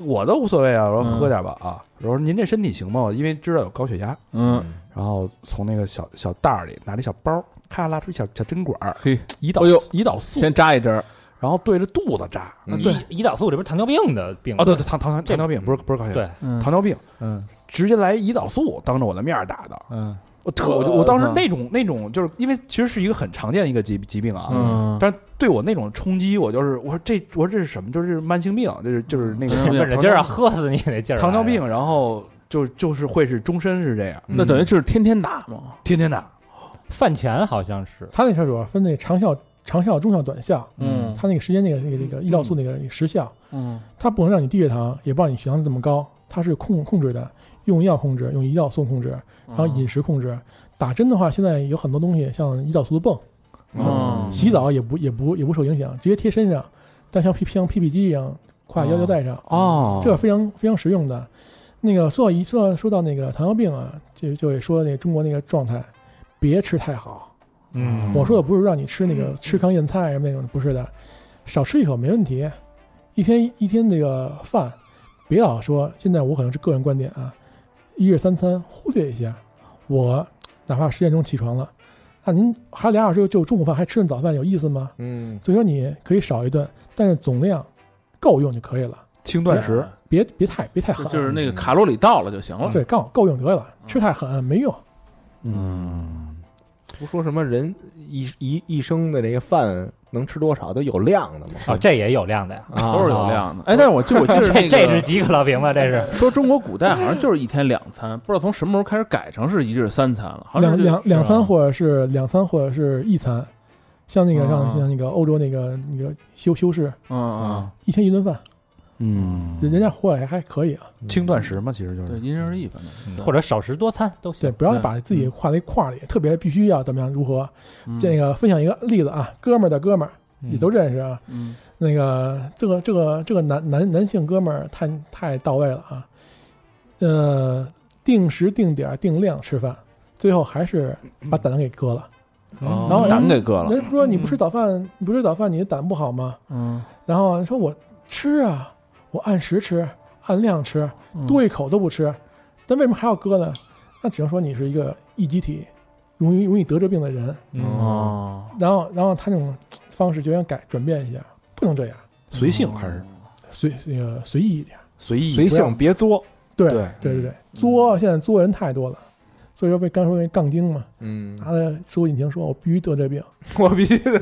S1: 我都无所谓啊，我说
S4: 嗯
S1: 喝点吧啊，我说您这身体行吗？因为知道有高血压，
S4: 嗯，
S1: 然后从那个小小袋儿里拿了一小包，咔拉出一小小针管儿，
S4: 嘿，
S1: 胰岛
S4: 哎呦
S1: 胰岛素，
S4: 先扎一针儿，
S1: 然后对着肚子扎。
S3: 嗯
S2: 对，胰岛素这不是糖尿病的病
S1: 哦，对对，糖糖糖
S2: 这
S1: 尿病不是不是高血压，
S2: 对，
S4: 嗯
S1: 糖尿病
S2: 嗯
S1: 直接来胰岛素当着我的面儿打的，
S2: 嗯
S1: 我特我就
S4: 我
S1: 我当时
S4: 操
S1: 那种那种就是因为其实是一个很常见的一个疾疾病啊，
S4: 嗯
S1: 但是对我那种冲击，我就是我说这我说这是什么？就是慢性病，就是就是那个
S4: 嗯
S2: 不是
S1: 糖
S2: 今儿要
S1: 尿
S2: 啊喝死你那劲儿来着，哎
S1: 糖尿病，然后就就是会是终身是这样，
S4: 那
S5: 嗯
S4: 等于就是天天打嘛，
S1: 天天打。
S2: 饭前好像是，
S5: 他那条主要分那个长效、长效、中效、短效。
S4: 嗯
S5: 他那个时间那个那个那个胰岛素那个时效，
S4: 嗯
S5: 它不能让你低血糖，也不让你血糖这么高，它是控控制的，用药控制，用胰岛素控制，然后饮食控制。打针的话，现在有很多东西，像胰岛素的泵，
S4: 哦
S5: 洗澡也不也不也不受影响，直接贴身上，但像 P 像 PP 机一样挂腰腰带上，
S1: 哦
S5: 这个非常非常实用的。那个说到一说到说到那个糖尿病啊，就就得说那个中国那个状态，别吃太好。
S2: 嗯，
S5: 我说的不是让你吃那个吃糠咽菜什么那种，不是的，少吃一口没问题。一天一天那个饭，别老说。现在我可能是个人观点啊，一日三餐忽略一下。我哪怕十点钟起床了，那您还有俩小时就就中午饭，还吃顿早饭有意思吗？
S3: 嗯
S5: 所以说你可以少一顿，但是总量够用就可以了，
S1: 轻断食，
S5: 别别太 别太狠。
S4: 就是那个卡路里到了就行了，
S5: 对，够够用得了，吃太
S4: 哦
S5: 狠没用。
S1: 嗯，
S3: 不说什么人一一一生的这个饭能吃多少都有量的嘛，
S1: 啊
S2: 哦，这也有量的呀，
S3: 啊
S4: 都是有量的。哎，但是我记我记 得
S2: 这
S4: 那
S2: 这是
S4: 个
S2: 几可乐瓶了，这是
S4: 说中国古代好像就是一天两餐，不知道从什么时候开始改成是一日三餐了，好像
S5: 两
S4: 是啊
S5: 两两餐
S4: 是吧
S5: 或者是两餐或者是一餐，像那个像
S4: 啊
S5: 像那个欧洲那个那个修修士，
S4: 嗯
S5: 一天一顿饭，
S1: 嗯，
S5: 人人家活也还可以啊。
S1: 轻断食嘛，其实就
S4: 嗯，对，
S1: 是
S4: 因人而异，反正
S2: 嗯
S4: 对
S2: 或者少食多餐都
S5: 对，
S2: 行，
S5: 不要把自己画在一块儿里，特别必须要怎么样如何。
S4: 嗯
S5: 这个分享一个例子啊，哥们儿的哥们儿也都认识啊。
S4: 嗯
S5: 那个这个这个这个男男男性哥们儿太太到位了啊，呃，定时定点儿定量吃饭，最后还是把胆囊给割了。
S1: 哦
S2: 嗯
S5: 然后
S4: 胆给割了，
S5: 人家说你不吃早饭，你不吃早饭，你的胆不好吗？
S4: 嗯，
S5: 然后说我吃啊，我按时吃，按量吃，
S4: 嗯
S5: 多一口都不吃，但为什么还要割呢？那只能说你是一个易激体，容易容易得这病的人。
S2: 嗯
S4: 哦，
S5: 然后，然后他那种方式就想改转变一下，不能这样，
S1: 随性还是
S5: 随那个随意一点。
S1: 嗯随意
S3: 嗯随
S5: 不要
S3: 性别作，
S5: 对
S1: 对啊
S5: 对对对，作现在作人太多了，所所以说为刚说那杠精嘛，
S3: 嗯，
S5: 拿着搜索引擎说我必须得这病，
S3: 我必须得，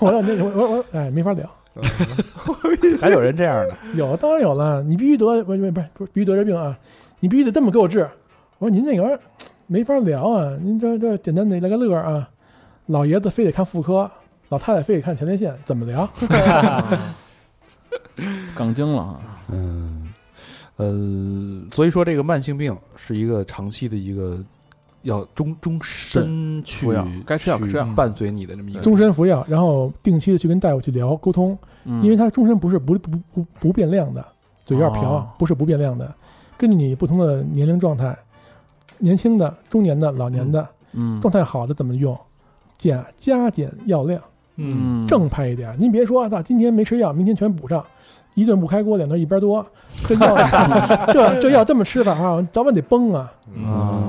S5: 我要那我我我哎没法聊。
S1: 嗯还有人这样的，
S5: 有，当然有了。你必须得不不不不是必须得这病啊，你必须得这么给我治。我说您那个玩意儿没法聊啊，您这这简单的来个乐儿啊，老爷子非得看妇科，老太太非得看前列腺，怎么聊？
S4: 嗯杠精了啊！
S1: 嗯，呃，所以说这个慢性病是一个长期的一个要终终身去
S4: 服药该吃药
S1: 去
S4: 吃药
S1: 伴随你的这么一个
S5: 终身服药，然后定期的去跟大夫去聊沟通，
S4: 嗯
S5: 因为它终身不是不不不不变量的，嘴有点瓢，
S4: 哦
S5: 不是不变量的，根据你不同的年龄状态，年轻的、中年的、老年的，
S4: 嗯
S5: 状态好的怎么用，加加减药量。
S4: 嗯
S5: 正派一点。您别说，操，今天没吃药，明天全补上，一顿不开锅，两顿一边多。这药，这这药这么吃法啊，早晚得崩啊！
S1: 嗯
S3: 嗯
S1: 啊。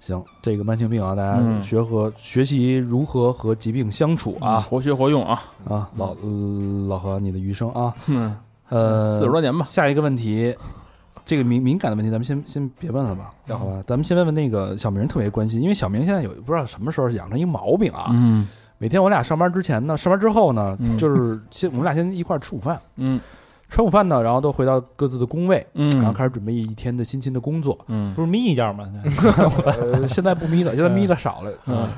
S1: 行，这个慢性病啊，大家
S4: 嗯
S1: 学和、学习如何和疾病相处
S4: 啊，
S1: 啊、
S4: 活学活用啊，
S1: 啊！老、呃老何，你的余生啊，
S4: 嗯，
S1: 呃，
S4: 四十多年吧，
S1: 下一个问题，这个敏敏感的问题，咱们先先别问了吧，
S4: 嗯
S1: 好吧？咱们先问问那个小明，特别关心，因为小明现在有不知道什么时候养成一毛病啊。
S4: 嗯
S1: 每天我俩上班之前呢，上班之后呢，
S4: 嗯
S1: 就是 先我们俩先一块儿吃午饭，
S4: 嗯
S1: 吃午饭呢，然后都回到各自的工位，然后
S4: 嗯
S1: 开始准备一天的辛勤的工作。
S4: 嗯
S2: 不是眯一觉吗？
S1: 呃，现在不眯了，现在眯的少了。
S4: 嗯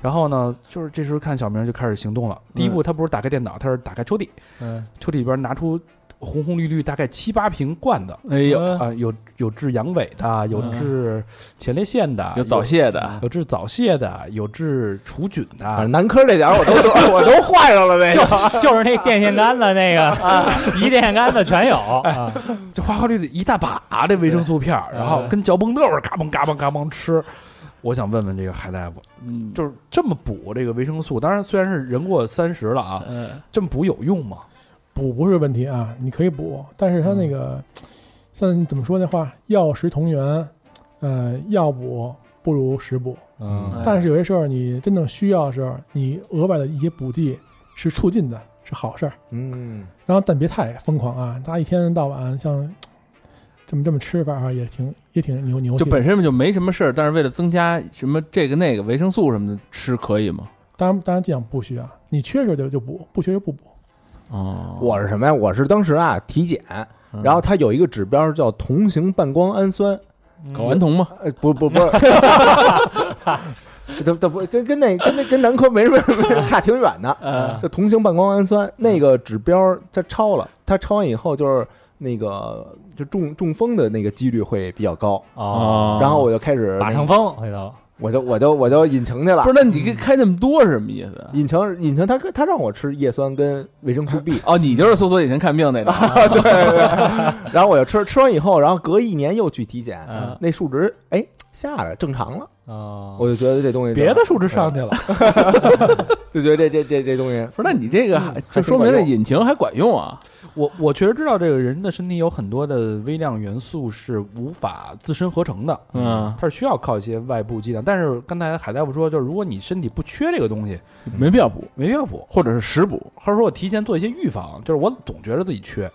S1: 然后呢，就是这时候看小明就开始行动了。第一步，他不是打开电脑，他是打开抽屉，
S2: 嗯，
S1: 抽屉里边拿出红红绿绿大概七八瓶罐的，
S4: 哎呦，
S1: 啊、有有治阳痿的，有
S4: 嗯
S1: 治前列腺的，
S4: 有早泄的，
S1: 有治早泄的，有治除菌
S3: 啊反正
S1: 的。
S3: 男科这点儿我都得我都患上了呗。
S2: 就就是那电线杆子那
S5: 啊
S2: 个，一电线杆子全有啊，
S1: 这花花绿绿一大把这维生素片儿，
S2: 对
S1: 然后
S2: 嗯
S1: 跟嚼蹦豆儿嘎嘣嘎嘣嘎嘣吃。我想问问这个海大夫，
S4: 嗯，
S1: 就是这么补这个维生素，当然虽然是人过三十了啊，
S4: 嗯
S1: 这么补有用吗？
S5: 补不是问题啊，你可以补，但是它
S4: 嗯
S5: 那个，像怎么说那话，药食同源，呃，药补不如食补。
S4: 哎
S1: 嗯
S5: 但是有些时候你真正需要的时候，你额外的一些补剂是促进的，是好事儿。
S3: 嗯，
S5: 然后但别太疯狂啊，大家一天到晚像这么这么吃法啊，也挺也挺牛牛气
S4: 就
S5: 的。
S4: 本身就没什么事儿，但是为了增加什么这个那个维生素什么的，吃可以吗？
S5: 当然，当然这样不需要，你缺着就就补，不缺就不补。
S4: 哦，
S3: 我是什么呀？我是当时啊体检，
S4: 嗯
S3: 然后它有一个指标叫同型半胱氨酸，
S4: 睾丸酮嘛，
S3: 呃，不不不， 这这不跟跟那跟那跟男科没什么差挺远的。
S5: 啊
S4: 呃
S2: 啊
S3: 这同型半胱氨酸那个指标它超了，它超完以后就是那个就中中风的那个几率会比较高。
S2: 哦，
S3: 然后我就开始
S2: 马
S3: 那
S2: 上风回头
S3: 我就我就我就引擎去了
S4: 不是，。那你给开那么多是什么意思？啊
S3: 引擎引擎他他让我吃叶酸跟维生素 B，
S4: 哦，你就是搜索以前看病那种，
S3: 然后我就吃吃完以后，然后隔一年又去体检
S2: 嗯，
S3: 那数值哎下来正常了，
S2: 哦，
S3: 我就觉得这东西
S1: 别的数值上去了，
S3: 就觉得这这这这东西
S4: 不是，那你这个嗯还
S3: 还
S4: 就是说明
S3: 管
S4: 这
S3: 用
S4: 引擎还管用啊？
S1: 我我确实知道这个人的身体有很多的微量元素是无法自身合成的，
S4: 嗯，
S1: 它是需要靠一些外部剂量。但是刚才海大夫说，就是如果你身体不缺这个东西，
S4: 没必要补，
S1: 没必要补，
S4: 或者是食补，
S1: 或者说我提前做一些预防，就是我总觉得自己缺，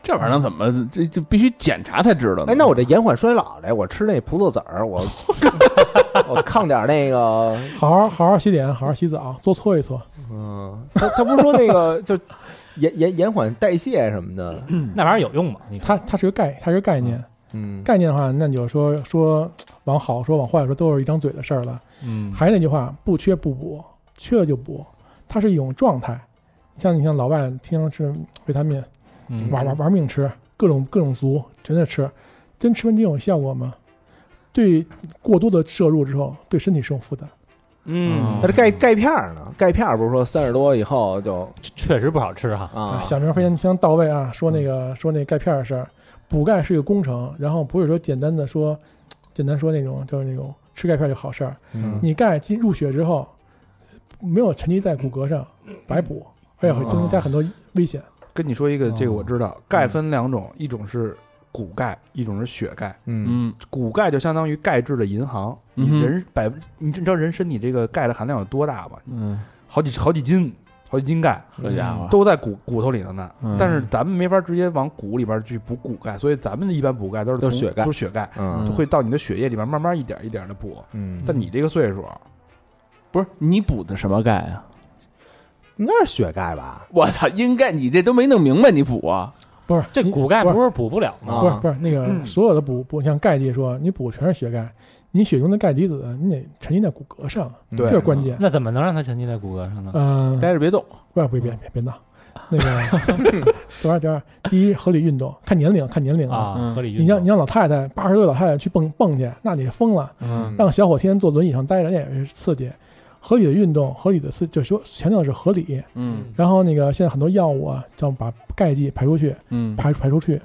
S4: 这玩意儿怎么这这必须检查才知道呢？
S3: 哎，那我这延缓衰老的，我吃那葡萄籽儿，我 我抗点那个，
S5: 好好好好洗脸，好好洗澡，多搓一搓。
S3: 嗯，他他不是说那个就延延延缓代谢什么的，
S2: 嗯那玩意儿有用吗？你看
S5: 它它是个概，它是个概念。
S3: 嗯，
S5: 概念的话，那你就说说往好说往坏说，都是一张嘴的事儿了。
S2: 嗯
S5: 还是那句话，不缺不补，缺了就补，它是一种状态。你像你像老外天天吃维他命，
S2: 嗯
S5: 玩玩玩命吃，各种各种足，全在吃，真吃完真有效果吗？对过多的摄入之后，对身体是有负担。
S4: 嗯
S3: 那这钙钙片儿呢？钙片儿不是说三十多以后就
S2: 确实不好吃哈。
S5: 啊
S3: 啊，，
S5: 小明非常非常到位啊，说那个说那钙片儿的事儿，补钙是一个工程，然后不是说简单的说，简单说那种就是那种吃钙片儿就好事儿。
S3: 嗯
S5: 你钙进入血之后，没有沉积在骨骼上，白补，而且会增加很多危险。
S1: 跟你说一个，这个我知
S4: 嗯
S1: 道，钙分两种，一种是骨钙，一种是血钙。
S3: 嗯
S4: 嗯
S1: 骨钙就相当于钙质的银行，
S4: 嗯哼
S1: 人百分，你知道人身体这个钙的含量有多大吗？
S4: 嗯
S1: 好几好几斤，好几斤钙
S4: 好家伙，
S1: 都在骨骨头里头呢
S4: 嗯。
S1: 但是咱们没法直接往骨里边去补骨钙，所以咱们一般补钙都是
S3: 都是
S1: 从
S3: 血钙
S1: 都是血钙，
S3: 嗯
S1: 就会到你的血液里边慢慢一点一点的补。
S3: 嗯，
S1: 但你这个岁数，啊
S4: 不是你补的什么钙啊？
S3: 应该是血钙吧？
S4: 我操，应该你这都没弄明白，你补啊？
S5: 不是
S2: 这
S5: 你
S2: 骨钙
S5: 不是
S2: 不是补不了吗？
S3: 啊
S5: 不是不是那个
S1: 嗯
S5: 所有的补补，像钙离说，你补全是血钙，你血中的钙离子你得沉积在骨骼上，
S1: 对
S5: 这是关键。
S2: 那怎么能让它沉积在骨骼上呢？
S5: 嗯，
S4: 待着别动，
S5: 怪不别别别闹，那个多少多少，第一合理运动，看年龄看年龄啊。
S2: 啊，
S4: 嗯
S2: 合理运
S5: 你
S2: 动
S5: 让你让老太太八十岁老太太去蹦蹦去，那得疯了。
S4: 嗯
S5: 让小伙天天坐轮椅上待着，那也是刺激。合理的运动，合理的刺，就说强调的是合理。
S4: 嗯
S5: 然后那个现在很多药物啊，叫把钙剂排出去，
S4: 嗯
S5: 排排出去，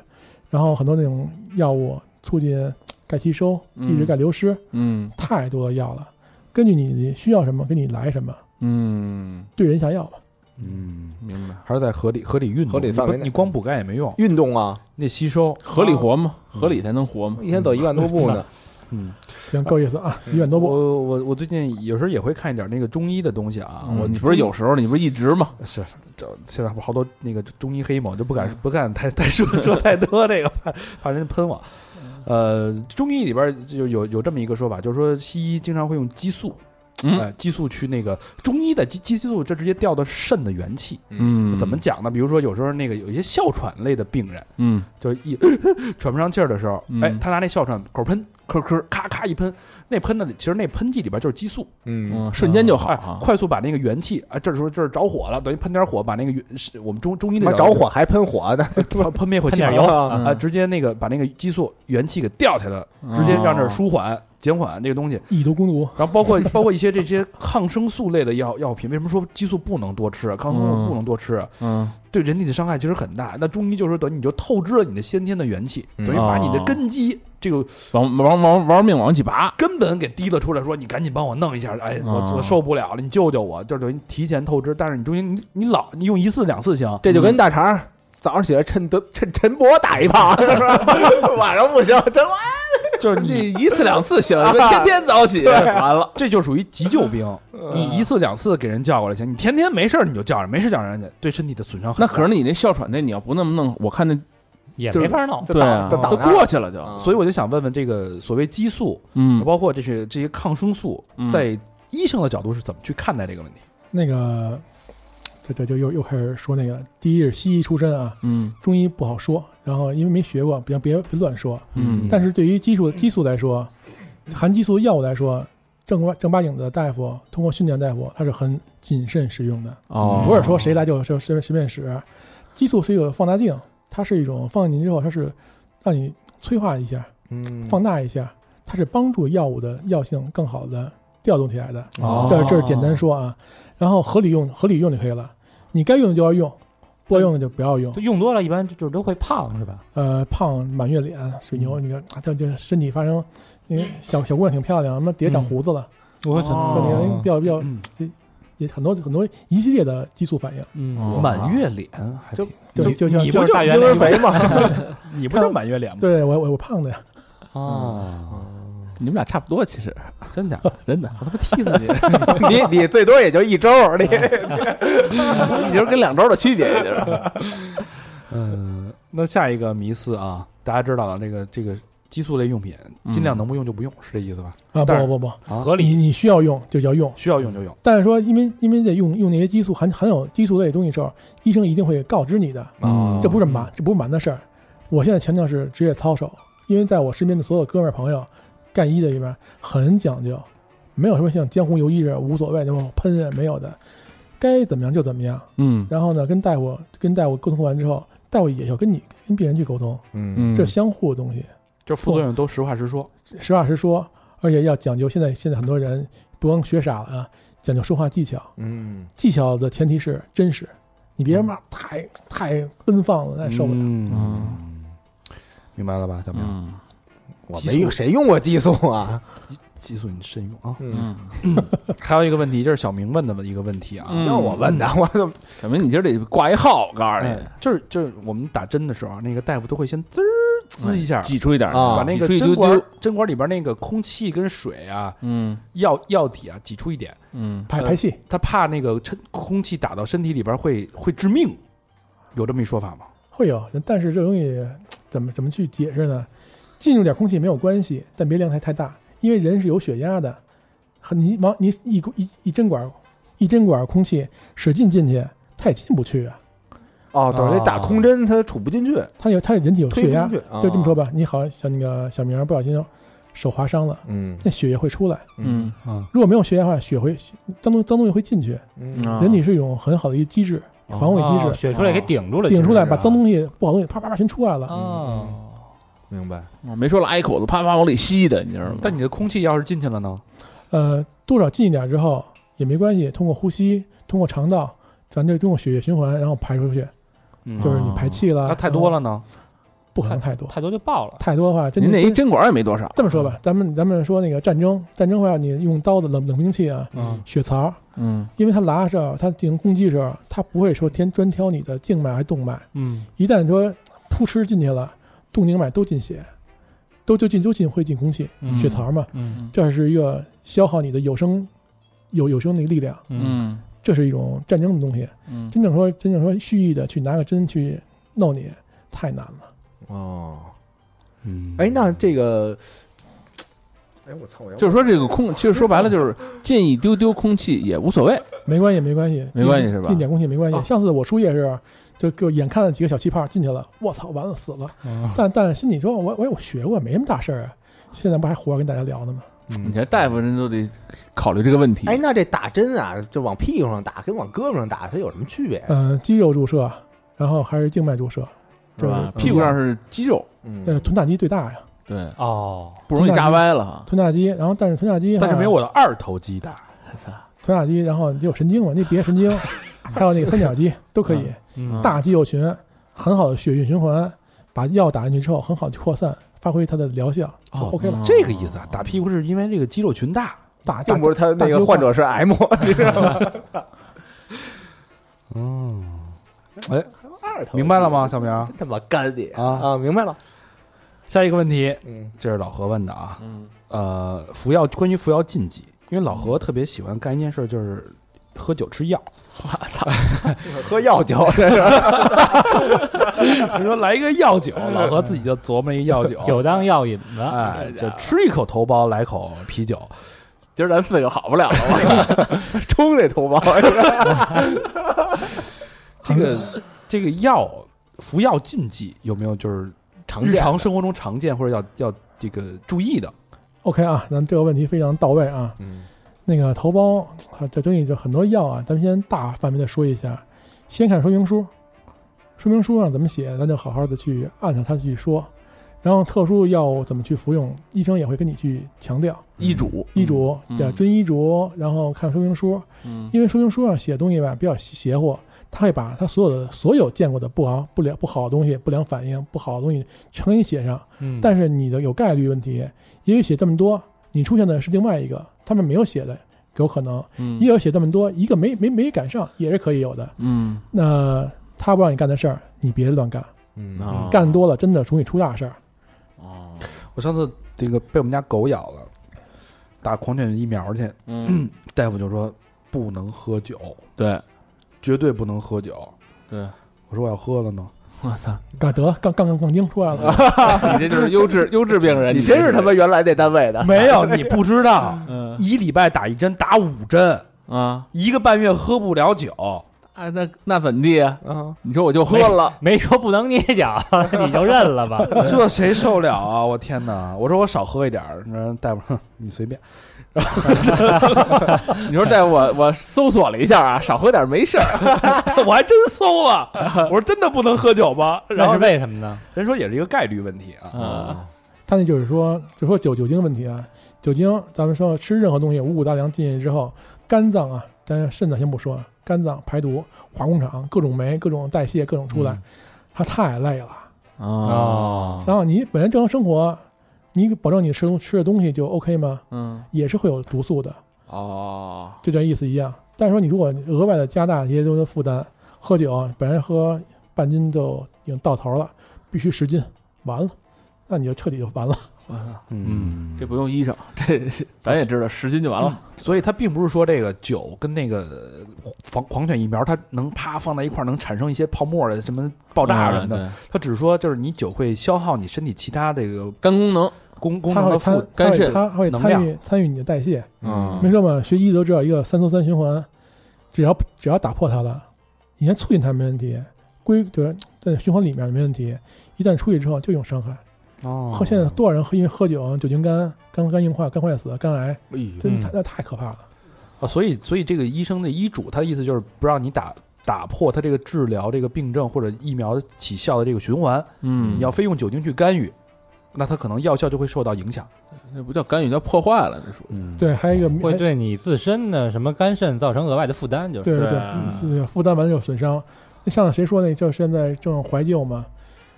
S5: 然后很多那种药物促进钙吸收、
S4: 嗯
S5: 抑制钙流失，
S4: 嗯
S5: 太多的药了。根据你需要什么，给你来什么，
S4: 嗯，
S5: 对人下药吧。
S1: 嗯，
S4: 明白。
S1: 还是在合理合理运动
S3: 合理
S1: 你
S3: 范围
S1: 不
S3: 内
S1: 你光补钙也没用，
S3: 运动啊，
S1: 你得吸收。
S4: 合理活嘛，合理才能活嘛。
S3: 一天走一万多步呢。
S1: 嗯，
S5: 行，够意思啊，
S4: 嗯
S5: 一万多步。
S1: 我我我最近有时候也会看一点那个中医的东西啊。
S4: 嗯
S1: 我
S4: 你不是有时候，你不是一直吗？
S1: 是这现在不好多那个中医黑嘛，我就不敢不敢太太说说太多这个，怕怕人家喷我。呃，中医里边儿就有有这么一个说法，就是说西医经常会用激素，
S4: 嗯
S1: 呃，激素去那个中医的激激素，这直接调到肾的元气。
S4: 嗯，
S1: 怎么？讲呢？比如说有时候那个有一些哮喘类的病人，
S4: 嗯
S1: 就是一 喘不上气儿的时候，哎
S4: 嗯，
S1: 他拿那哮喘口喷，咳咳咔咔一喷，那喷的其实那喷剂里边就是激素，
S3: 嗯
S4: 嗯，瞬间就好
S1: 哎
S4: 啊，。
S1: 快速把那个元气啊，这时候这儿着火了，等于喷点火，把那个元是我们中中医
S4: 嗯
S3: 他妈
S1: 那
S3: 着火还喷火呢，
S1: 喷喷灭火
S2: 喷
S1: 器
S2: 点
S4: 哎
S1: 嘛
S2: 油
S3: 啊
S1: 啊，直接那个把那个激素元气给吊起来了，
S4: 嗯
S1: 直接让这儿舒缓减缓这个东西。
S5: 以毒攻毒，
S1: 然后包括包括一些这些抗生素类的药药品，为什么说激素不能多吃啊？抗生素不能多吃啊，
S4: 嗯，
S1: 对人体的伤害其实很大。那中医就是说等于你就透支了你的先天的元气，
S3: 嗯
S1: 等于
S4: 哦
S1: 把你的根基这个
S4: 往往往玩命往起拔。
S1: 根本给提了出来，说你赶紧帮我弄一下，哎，我
S4: 哦
S1: 我受不了了，你救救我，就等于提前透支。但是你中间你你老你用一次两次行，
S3: 这就跟大肠儿早上起来趁德趁陈伯打一炮， 是吧晚上不行，真晚
S1: 就是你
S4: 你一次两 次行，呃
S3: 啊
S4: 天天早起，完了。嗯
S1: 这就属于急救 兵，
S3: 嗯
S1: 你一次两次给人叫过来行，你天天没事儿你就叫人，没事叫人家，对身体的损伤很
S4: 那
S1: 大
S4: 可是你那哮喘那，你要不那么弄，我看那
S2: 也
S4: 就
S2: 没
S4: 是
S2: 法弄。
S3: 就
S4: 对啊，
S3: 倒就倒
S4: 都
S3: 那儿
S4: 过去了就。
S3: 了。嗯
S1: 所以我就想问问这个所谓激素，
S4: 嗯，
S1: 包括这些这些抗生素
S4: 嗯，
S1: 在医生的角度是怎么去看待这个问题？
S5: 那个，这这就又又开始说那个，第一是西医出身啊，
S4: 嗯
S5: 中医不好说，然后因为没学过，别别别乱说。
S4: 嗯
S5: 但是对于激素激素来说，含激素药物来说，正儿正八经的大夫，通过训练大夫，他是很谨慎使用的，
S4: 哦，
S5: 不是说谁来就就随便随便使。激素是一个放大镜，它是一种放进去之后，它是让你催化一下，
S3: 嗯
S5: 放大一下，它是帮助药物的药性更好的调动起来的。
S4: 哦
S5: 这这是简单说啊，然后合理用合理用就可以了，你该用的就要用，不该用的就不要用
S2: 就。用多了，一般就就是都会胖，是吧？
S5: 呃，胖满月脸，水牛，你看啊这这身体发生，因为小小姑娘挺漂亮，他妈底下长胡子了，
S2: 我
S5: 这
S4: 哦
S5: 里比较比较
S1: 嗯
S5: 也很多很多一系列的激素反应，
S2: 嗯，
S4: 哦
S1: 满月脸，还挺
S5: 就就像
S1: 你
S5: 就
S1: 不
S2: 就是
S1: 就
S2: 大圆
S1: 因为
S2: 脸
S1: 肥吗？你不就满月脸吗？
S5: 对我我我胖的呀，
S4: 嗯
S2: 哦，
S4: 你们俩差不多，其实
S1: 真的，
S4: 真的，
S1: 我他妈踢死你！
S3: 你你最多也就一周，你
S4: 一周跟两周的区别，也就是。
S1: 嗯，那下一个迷思啊，大家知道了，这个这个激素类用品
S4: 嗯
S1: 尽量能不用就不用，是这意思吧？
S5: 啊
S1: 但
S5: 不
S1: 是
S5: 不不，
S2: 合
S5: 你
S2: 理。
S5: 你需要用就要用，
S1: 需要用就用。
S4: 嗯
S5: 但是说因为因为得用用那些激素含含有激素类的东西的时候，医生一定会告知你的，
S4: 哦
S5: 这不是瞒，这不是瞒的事儿。我现在强调是职业操守，因为在我身边的所有哥们儿朋友，干医的里面很讲究，没有什么像江湖游医人无所谓那么喷啊，没有的，该怎么样就怎么样。
S4: 嗯
S5: 然后呢，跟大夫跟大夫沟通完之后，大夫也要跟你跟病人去沟通，
S3: 嗯
S4: 嗯，
S5: 这相互的东西，
S1: 就副作用都实话实说，
S5: 实话实说，而且要讲究。现在现在很多人不光学傻了啊，讲究说话技巧，
S3: 嗯
S5: 技巧的前提是真实，
S4: 嗯
S5: 你别嘛太太奔放了，那也受不了。
S1: 嗯，明白了吧，小明？
S4: 嗯
S3: 我没用，谁用过激素啊？
S1: 激素你慎用啊。
S3: 嗯，
S4: 嗯，
S1: 还有一个问题，这是小明问的一个问题啊，
S4: 嗯
S3: 要我问的，我怎么
S4: 小明，你今儿得挂一号，我告诉
S1: 哎
S4: 你，，
S1: 就是就是我们打针的时候啊，那个大夫都会先滋儿滋一下，
S4: 挤出一点儿
S3: 啊
S1: 把那个
S4: 嗯挤出一
S1: 针
S4: 丢
S1: 管
S4: 丢，
S1: 针管里边那个空气跟水啊，
S4: 嗯
S1: 药药体啊挤出一点，
S4: 嗯，
S5: 排排气，
S1: 他怕那个趁空气打到身体里边会会致命，有这么一说法吗？
S5: 会有，但是这东西怎么怎么去解释呢？进入点空气没有关系，但别量太太大，因为人是有血压的。和你往你一股一一针管，一针管空气使劲进去，它也进不去啊。
S3: 哦，等于
S2: 哦
S3: 打空针它杵不进去，
S5: 它有它人体有
S3: 推
S5: 血
S3: 不
S5: 压
S3: 进，去，啊
S5: 就这么说。吧。你好，小那个小明儿不小心手划伤了，
S3: 嗯
S5: 那血液会出来。
S4: 嗯
S2: 嗯，
S5: 如果没有血压的话，血会脏东脏东西会进去。
S3: 嗯
S4: 啊
S5: 人体是一种很好的一个机制，防卫机
S2: 哦
S5: 制，
S2: 血出来给顶住了，
S5: 顶出来
S2: 其实
S5: 把
S2: 是啊
S5: 脏东西、不好东西啪啪啪全出来了。
S2: 哦，
S3: 明白。
S4: 我啊没说拉一口子，啪啪往里吸的，你知道吗？
S1: 但你的空气要是进去了呢？
S5: 呃，多少进一点之后也没关系，通过呼吸，通过肠道，咱这通过血液循环，然后排出去，
S1: 嗯
S5: 就是你排气了。
S1: 那太多
S5: 然后
S1: 了呢？
S5: 不可能太多，
S2: 太多就爆了。
S5: 太多的话，真
S4: 您那一
S5: 真
S4: 针管也没多少，
S5: 这么说吧，咱们咱们说那个战争，战争话你用刀子冷冷兵器啊，
S2: 嗯
S5: 血槽，
S4: 嗯
S5: 因为它拉的时候，它进行攻击的时候，它不会说先专挑你的静脉还是动脉，
S2: 嗯，
S5: 一旦说扑哧进去了，动静脉都进血，都就进都进会进空气，
S2: 嗯
S5: 血槽嘛，
S2: 嗯
S5: 这是一个消耗你的有生有有生的力量，
S2: 嗯
S4: 嗯
S5: 这是一种战争的东西。
S4: 嗯，
S5: 真正说真正说蓄意的去拿个针去弄你，太难了。
S3: 哦，
S1: 嗯
S3: 哎，那这个，哎，我操，我要
S4: 就是说这个空，其实说白了就是进一丢丢空气也无所谓，
S5: 没关系，没关系，
S4: 没关系是吧哦
S5: 进点空气没关系。
S3: 啊
S5: 上次我输液是，就就眼看了几个小气泡进去了，我操，完了死了。
S2: 嗯，
S5: 但但心里说，我我我学过，没什么大事儿啊。现在不还活着跟大家聊呢吗？
S4: 你
S3: 嗯
S4: 看大夫人都得考虑这个问题。
S3: 哎，那这打针啊，就往屁股上打，跟往胳膊上打，它有什么区别？
S4: 哎
S5: 嗯、肌肉注射，然后还是静脉注射，
S4: 是吧？
S5: 嗯
S4: 屁股上是肌肉，
S5: 呃，
S3: 嗯，
S5: 臀大肌最大呀，
S4: 对，
S2: 哦，
S4: 不容易扎歪了哈。嗯
S5: 臀大肌。然后但是臀大肌，
S1: 但是没有我的二头肌大。
S5: 臀大肌，然后你就有神经嘛，那别神 经，还有那个三角肌都
S4: 啊
S5: 可以。
S2: 嗯
S5: 大肌肉群，很好的血液循环，把药打进去之后，很好的扩散，发挥它的疗效，就
S1: 哦
S5: OK 了。
S4: 嗯
S1: 这个意思啊，打屁股是因为这个肌肉群大。
S5: 打
S3: 并
S5: 大
S3: 不是他那个患者是 M，你知道吗？
S1: 嗯，
S3: 二头
S1: 明白了吗，小明？
S3: 真他妈干你
S1: 啊
S3: 啊！明白了，
S1: 下一个问题，
S3: 嗯
S1: 这是老何问的啊。
S4: 嗯
S1: 呃，服药关于服药禁忌，因为老何特别喜欢干一件事，就是喝酒吃药。
S3: 喝药酒这是
S1: 你说来一个药酒，老何自己就琢磨一药酒
S2: 酒当药引子，
S1: 哎，就吃一口头孢，来口啤酒。
S4: 今儿咱四个好不了了，
S3: 冲这头孢，
S1: 这个这个药服药禁忌有没有就是
S3: 常
S1: 日
S3: 见
S1: 常
S3: 的
S1: 生活中常见或者要要这个注意的？
S5: OK 啊，咱这个问题非常到位啊。
S3: 嗯
S5: 那个头孢，啊这东西就很多药啊，咱们先大范围的说一下，先看说明书，说明书上怎么写，咱就好好的去按照它去说。然后特殊药物怎么去服用，医生也会跟你去强调。
S4: 医嘱，
S5: 医嘱
S4: 嗯
S5: 要遵医嘱，然后看说明书，
S4: 嗯
S5: 因为说明书上写的东西吧比较邪乎，他会把他所有的所有见过的不好、不良、不好的东西、不良反应、不好的东西全给你写上。
S2: 嗯
S5: 但是你的有概率问题，也有写这么多，你出现的是另外一个他们没有写的，有可能也有写这么多，一个没没没赶上也是可以有的。
S4: 嗯
S5: 那他不让你干的事儿，你别乱干，
S3: 嗯
S4: 啊
S5: 干多了真的容易出大事儿。
S4: 哦
S1: 我上次这个被我们家狗咬了，打狂犬疫苗去，
S4: 嗯，
S1: 大夫就说不能喝酒，
S4: 对
S1: 绝对不能喝酒。
S4: 对，
S1: 我说我要喝了呢，
S4: 我操，
S5: 干得杠杠杠杠精出来了，
S4: 你这就是优质优质病人，
S3: 你真是他妈原来那单位的，
S1: 没有你不知道，
S4: 嗯
S1: 一礼拜打一针，打五针，
S4: 啊
S1: 一个半月喝不了酒。
S4: 啊，那那怎么地啊？
S3: 啊，
S4: 你说我就喝了，
S2: 没说不能捏脚， 你就认了吧。
S1: 这谁受了啊！我天哪！我说我少喝一点儿，然后大夫说你随便。
S4: 你说在我我搜索了一下啊，少喝点没事儿，
S1: 我还真搜了，我说真的不能喝酒吗？然
S2: 那
S1: 后
S2: 是为什么呢？
S1: 人说也是一个概率问题啊。
S4: 啊
S5: 他那就是说，就说酒酒精问题啊，酒精，咱们说吃任何东西五谷杂粮进去之后，肝脏啊，咱肾脏先不说，啊肝脏排毒、化工厂各种酶、各种代谢、各种出来，它太累了。
S4: 哦
S5: 然后你本来正常生活，你保证你吃吃的东西就 OK 吗？
S4: 嗯
S5: 也是会有毒素的，
S4: 哦
S5: 就这意思一样。但是说你如果额外的加大一些东西的负担，啊喝酒本来喝半斤就已经到头了，必须十斤，完了那你就彻底就完了。
S4: 我操
S1: 嗯，
S4: 这不用医生，这咱也知道十斤就完了。
S1: 所以它并不是说这个酒跟那个狂狂犬疫苗，它能啪放在一块儿能产生一些泡沫的什么爆炸什么的，
S4: 嗯，
S1: 它只是说就是你酒会消耗你身体其他这个
S4: 对肝功能，
S1: 功功
S5: 它
S1: 能
S5: 会
S1: 的负
S5: 参，
S4: 干
S5: 它会
S4: 涉
S5: 它会
S1: 能
S5: 参与参与你的代谢。
S4: 嗯
S5: 没说嘛，学医都知道一个三从三循环，只要只要打破它了，你先促进它没问题，归对在循环里面没问题，一旦出去之后就有伤害。
S1: 哦
S5: 喝现在多少人喝因为喝酒酒精肝肝肝硬化肝坏死肝癌，
S3: 哎呦
S5: 这
S2: 嗯
S5: 太那太可怕了。
S1: 啊，所以所以这个医生的医嘱，他的意思就是不让你打打破他这个治疗这个病症或者疫苗起效的这个循环，
S4: 嗯，
S1: 你要非用酒精去干预，那它可能药效就会受到影响。
S4: 那不叫干预，叫破坏了，这属于。
S1: 嗯，
S5: 对，还有一个
S2: 会对你自身的什么肝肾造成额外的负担，就是
S5: 对对
S4: 对
S5: 对
S1: 嗯
S4: 啊，
S5: 就是负担完了就损伤。那上次谁说那叫现在正怀旧嘛？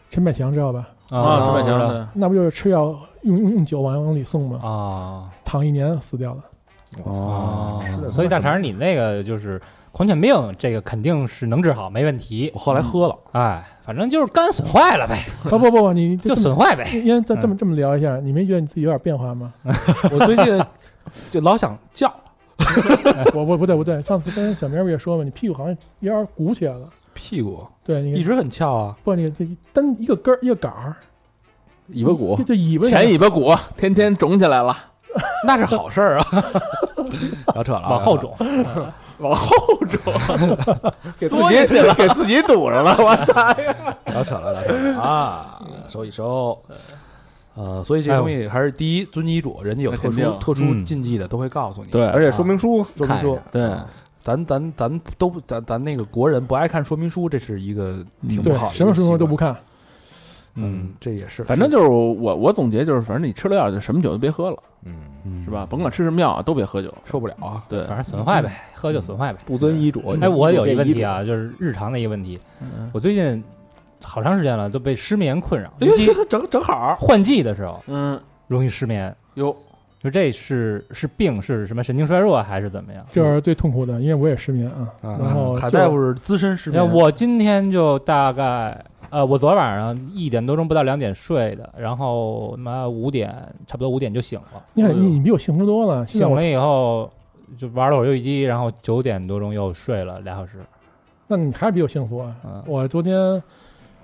S5: 陈百强知道吧？
S4: 啊，
S3: 哦
S4: 陈
S2: 知
S4: 百
S2: 道
S4: 强
S2: 知道
S4: 的，
S5: 那不就是吃药用用用酒往里送吗？
S2: 啊
S5: 躺一年死掉了。
S1: 哦，
S3: 是的
S2: 所以大肠，你那个就是狂犬病，这个肯定是能治好，没问题
S1: 我。后来喝了，
S2: 哎，反正就是肝损坏了呗，
S5: 不不不不，你
S2: 就
S5: 这么
S2: 损坏呗。
S5: 因为咱这么这么聊一下，你没觉得你自己有点变化吗？
S1: 我最近 就老想叫，
S5: 我我不对不对，上次跟小明不也说嘛，你屁股好像有点鼓起来了。
S1: 屁股
S5: 对，你
S1: 一直很翘啊，
S5: 不你这一单一个根儿一个杆儿，
S3: 尾巴骨
S5: 这，这尾巴
S4: 前尾巴骨天天肿起来了，
S1: 那是好事儿啊。 聊扯了啊，
S2: 往后肿，
S4: 往后
S3: 给自
S4: 缩
S3: 己
S4: 进去了
S3: 给自己堵上了，我操！
S1: 聊扯了，聊扯了啊，收一收。呃，所以这东西还是第一，遵纪医嘱，人家有
S4: 那
S1: 特
S4: 肯
S1: 殊
S4: 定
S1: 特殊
S2: 嗯
S1: 禁忌的都会告诉你。
S4: 对
S3: 而且说明书
S1: 说明
S3: 看一
S1: 书
S3: 下，
S4: 对，
S1: 咱咱咱都不咱咱那个国人不爱看说明书，这是一个挺不
S5: 对
S1: 好的一个习惯，
S5: 什么时候都不看，
S1: 嗯，，这也是，
S4: 反正就是我我总结就是，反正你吃了药就什么酒都别喝了，
S3: 嗯，
S1: 嗯
S4: 是吧？甭管吃什么药啊都别喝酒。
S1: 受不了啊，
S4: 对，
S2: 反正损坏呗，喝就损坏呗。
S3: 不遵医嘱。
S2: 哎，我有一
S3: 个
S2: 问题，啊，就是日常的一个问题，
S4: 嗯
S2: 我最近好长时间了都被失眠困扰，
S1: 哎
S2: 尤其
S1: 呦，正正好，
S2: 换季的时候
S4: 嗯，
S2: 容易失眠。
S4: 哟，
S2: 就这是是病是什么神经衰弱还是怎么样？
S5: 这是最痛苦的，因为我也失眠啊。然后
S1: 海
S5: 就
S1: 大夫是资深失
S2: 那
S1: 眠，
S2: 我今天就大概呃，我昨晚上一点多钟不到两点睡的，然后妈五点差不多五点就醒了，
S5: 你看
S4: 哎
S5: 你
S4: 呦
S5: 你比我幸福多了，现在
S2: 醒
S5: 我
S2: 了以后就玩了会儿游戏机，然后九点多钟又睡了俩小时。
S5: 那你还是比我幸福啊。
S2: 嗯，
S5: 我昨天，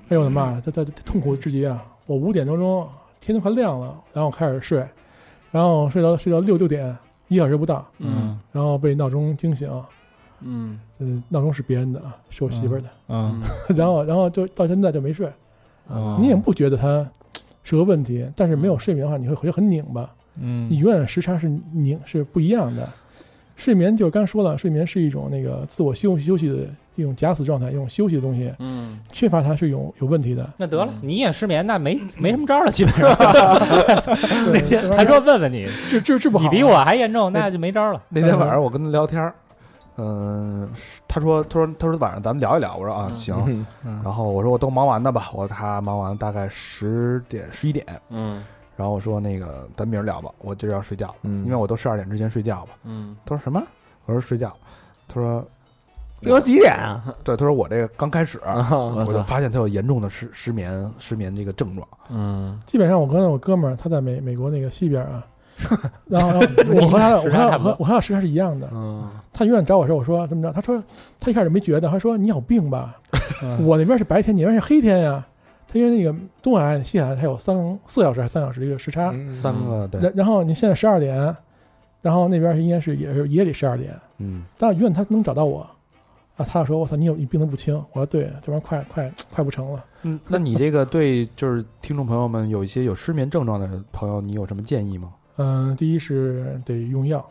S5: 哎呦我的妈，这这这痛苦至极啊！我五点多钟，天都快亮了，然后开始睡，然后睡到睡到六六点，一小时不到，
S4: 嗯
S5: 然后被闹钟惊醒。
S4: 嗯
S5: 嗯，闹钟是别人的啊，是我媳妇儿的。
S2: 嗯，
S5: 然后，然后就到现在就没睡。
S2: 嗯
S5: 你也不觉得它是个问题，但是没有睡眠的话，你会觉得很拧巴。
S2: 嗯
S5: 你永远时差是拧是不一样的。睡眠就是刚说了，睡眠是一种那个自我休息休息的一种假死状态，一种休息的东西，
S4: 嗯，
S5: 缺乏它是有有问题的。
S2: 那得了
S4: 嗯，
S2: 你也失眠，那没没什么招了，基本 上。
S5: 那天
S2: 他说问问你，
S5: 治治治不好，
S2: 你比我还严重，那就没招了。
S1: 那天晚上我跟他聊天儿，嗯，他说他说他说晚上咱们聊一聊，我说啊
S4: 嗯
S1: 行，
S3: 嗯
S1: 然后我说我都忙完的吧，我说他忙完大概十点十一点，
S4: 嗯
S1: 然后我说那个咱明儿聊吧，我这要睡觉，
S3: 嗯
S1: 因为我都十二点之前睡觉吧。
S4: 嗯
S1: 他说什么？我说睡觉。他说
S3: 这都几点啊？
S1: 对，他说我这个刚开始，
S3: 啊
S1: 我就发现他有严重的失失眠失眠这个症状。
S4: 嗯
S5: 基本上我跟我哥们儿他在美美国那个西 边啊，然后然后我和他我
S2: 时
S5: 和
S2: 差
S5: 他
S2: 差不多
S5: 和我和他时差是一样的，
S3: 嗯，
S5: 他永远找我时候，我说怎么着？他说他一开始没觉得，他说你有病吧？
S1: 嗯
S5: 我那边是白天，你那边是黑天呀、啊他因为那个东海岸、西海岸，它有三四小时还是三小时的一个时差。
S3: 嗯
S1: 三个对，
S5: 然然后你现在十二点，然后那边是应该是也是也得十二点，
S1: 嗯，
S5: 但永远他能找到我。啊，他说我操，你有你病得不轻。我说对，这玩意儿快快快不成了。
S1: 嗯，那你这个对就是听众朋友们有一些有失眠症状的朋友，你有什么建议吗？
S5: 嗯、第一是得用药，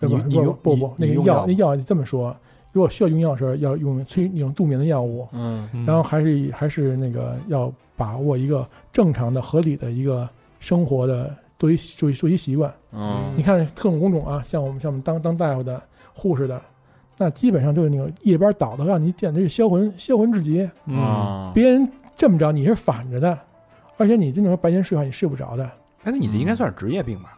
S5: 对
S1: 你
S5: 吧？
S1: 你
S5: 不
S1: 用
S5: 不
S1: 你
S5: 不，
S1: 你
S5: 那个
S1: 用药
S5: 药那
S1: 吗
S5: 药你这么说，如果需要用药的时候，要用催用助眠的药物。
S4: 嗯
S5: 然后还是以还是那个要把握一个正常的、合理的一个生活的作息作息作息习惯。
S4: 嗯
S5: 你看特种工种啊，像我们像我们当当大夫的、护士的，那基本上就是那种夜班倒的，让你简直是销魂销魂至极。
S2: 嗯，
S4: 啊
S5: 别人这么着，你是反着的，而且你这种白天睡觉你睡不着的，
S1: 哎，那你这应该算是职业病吧？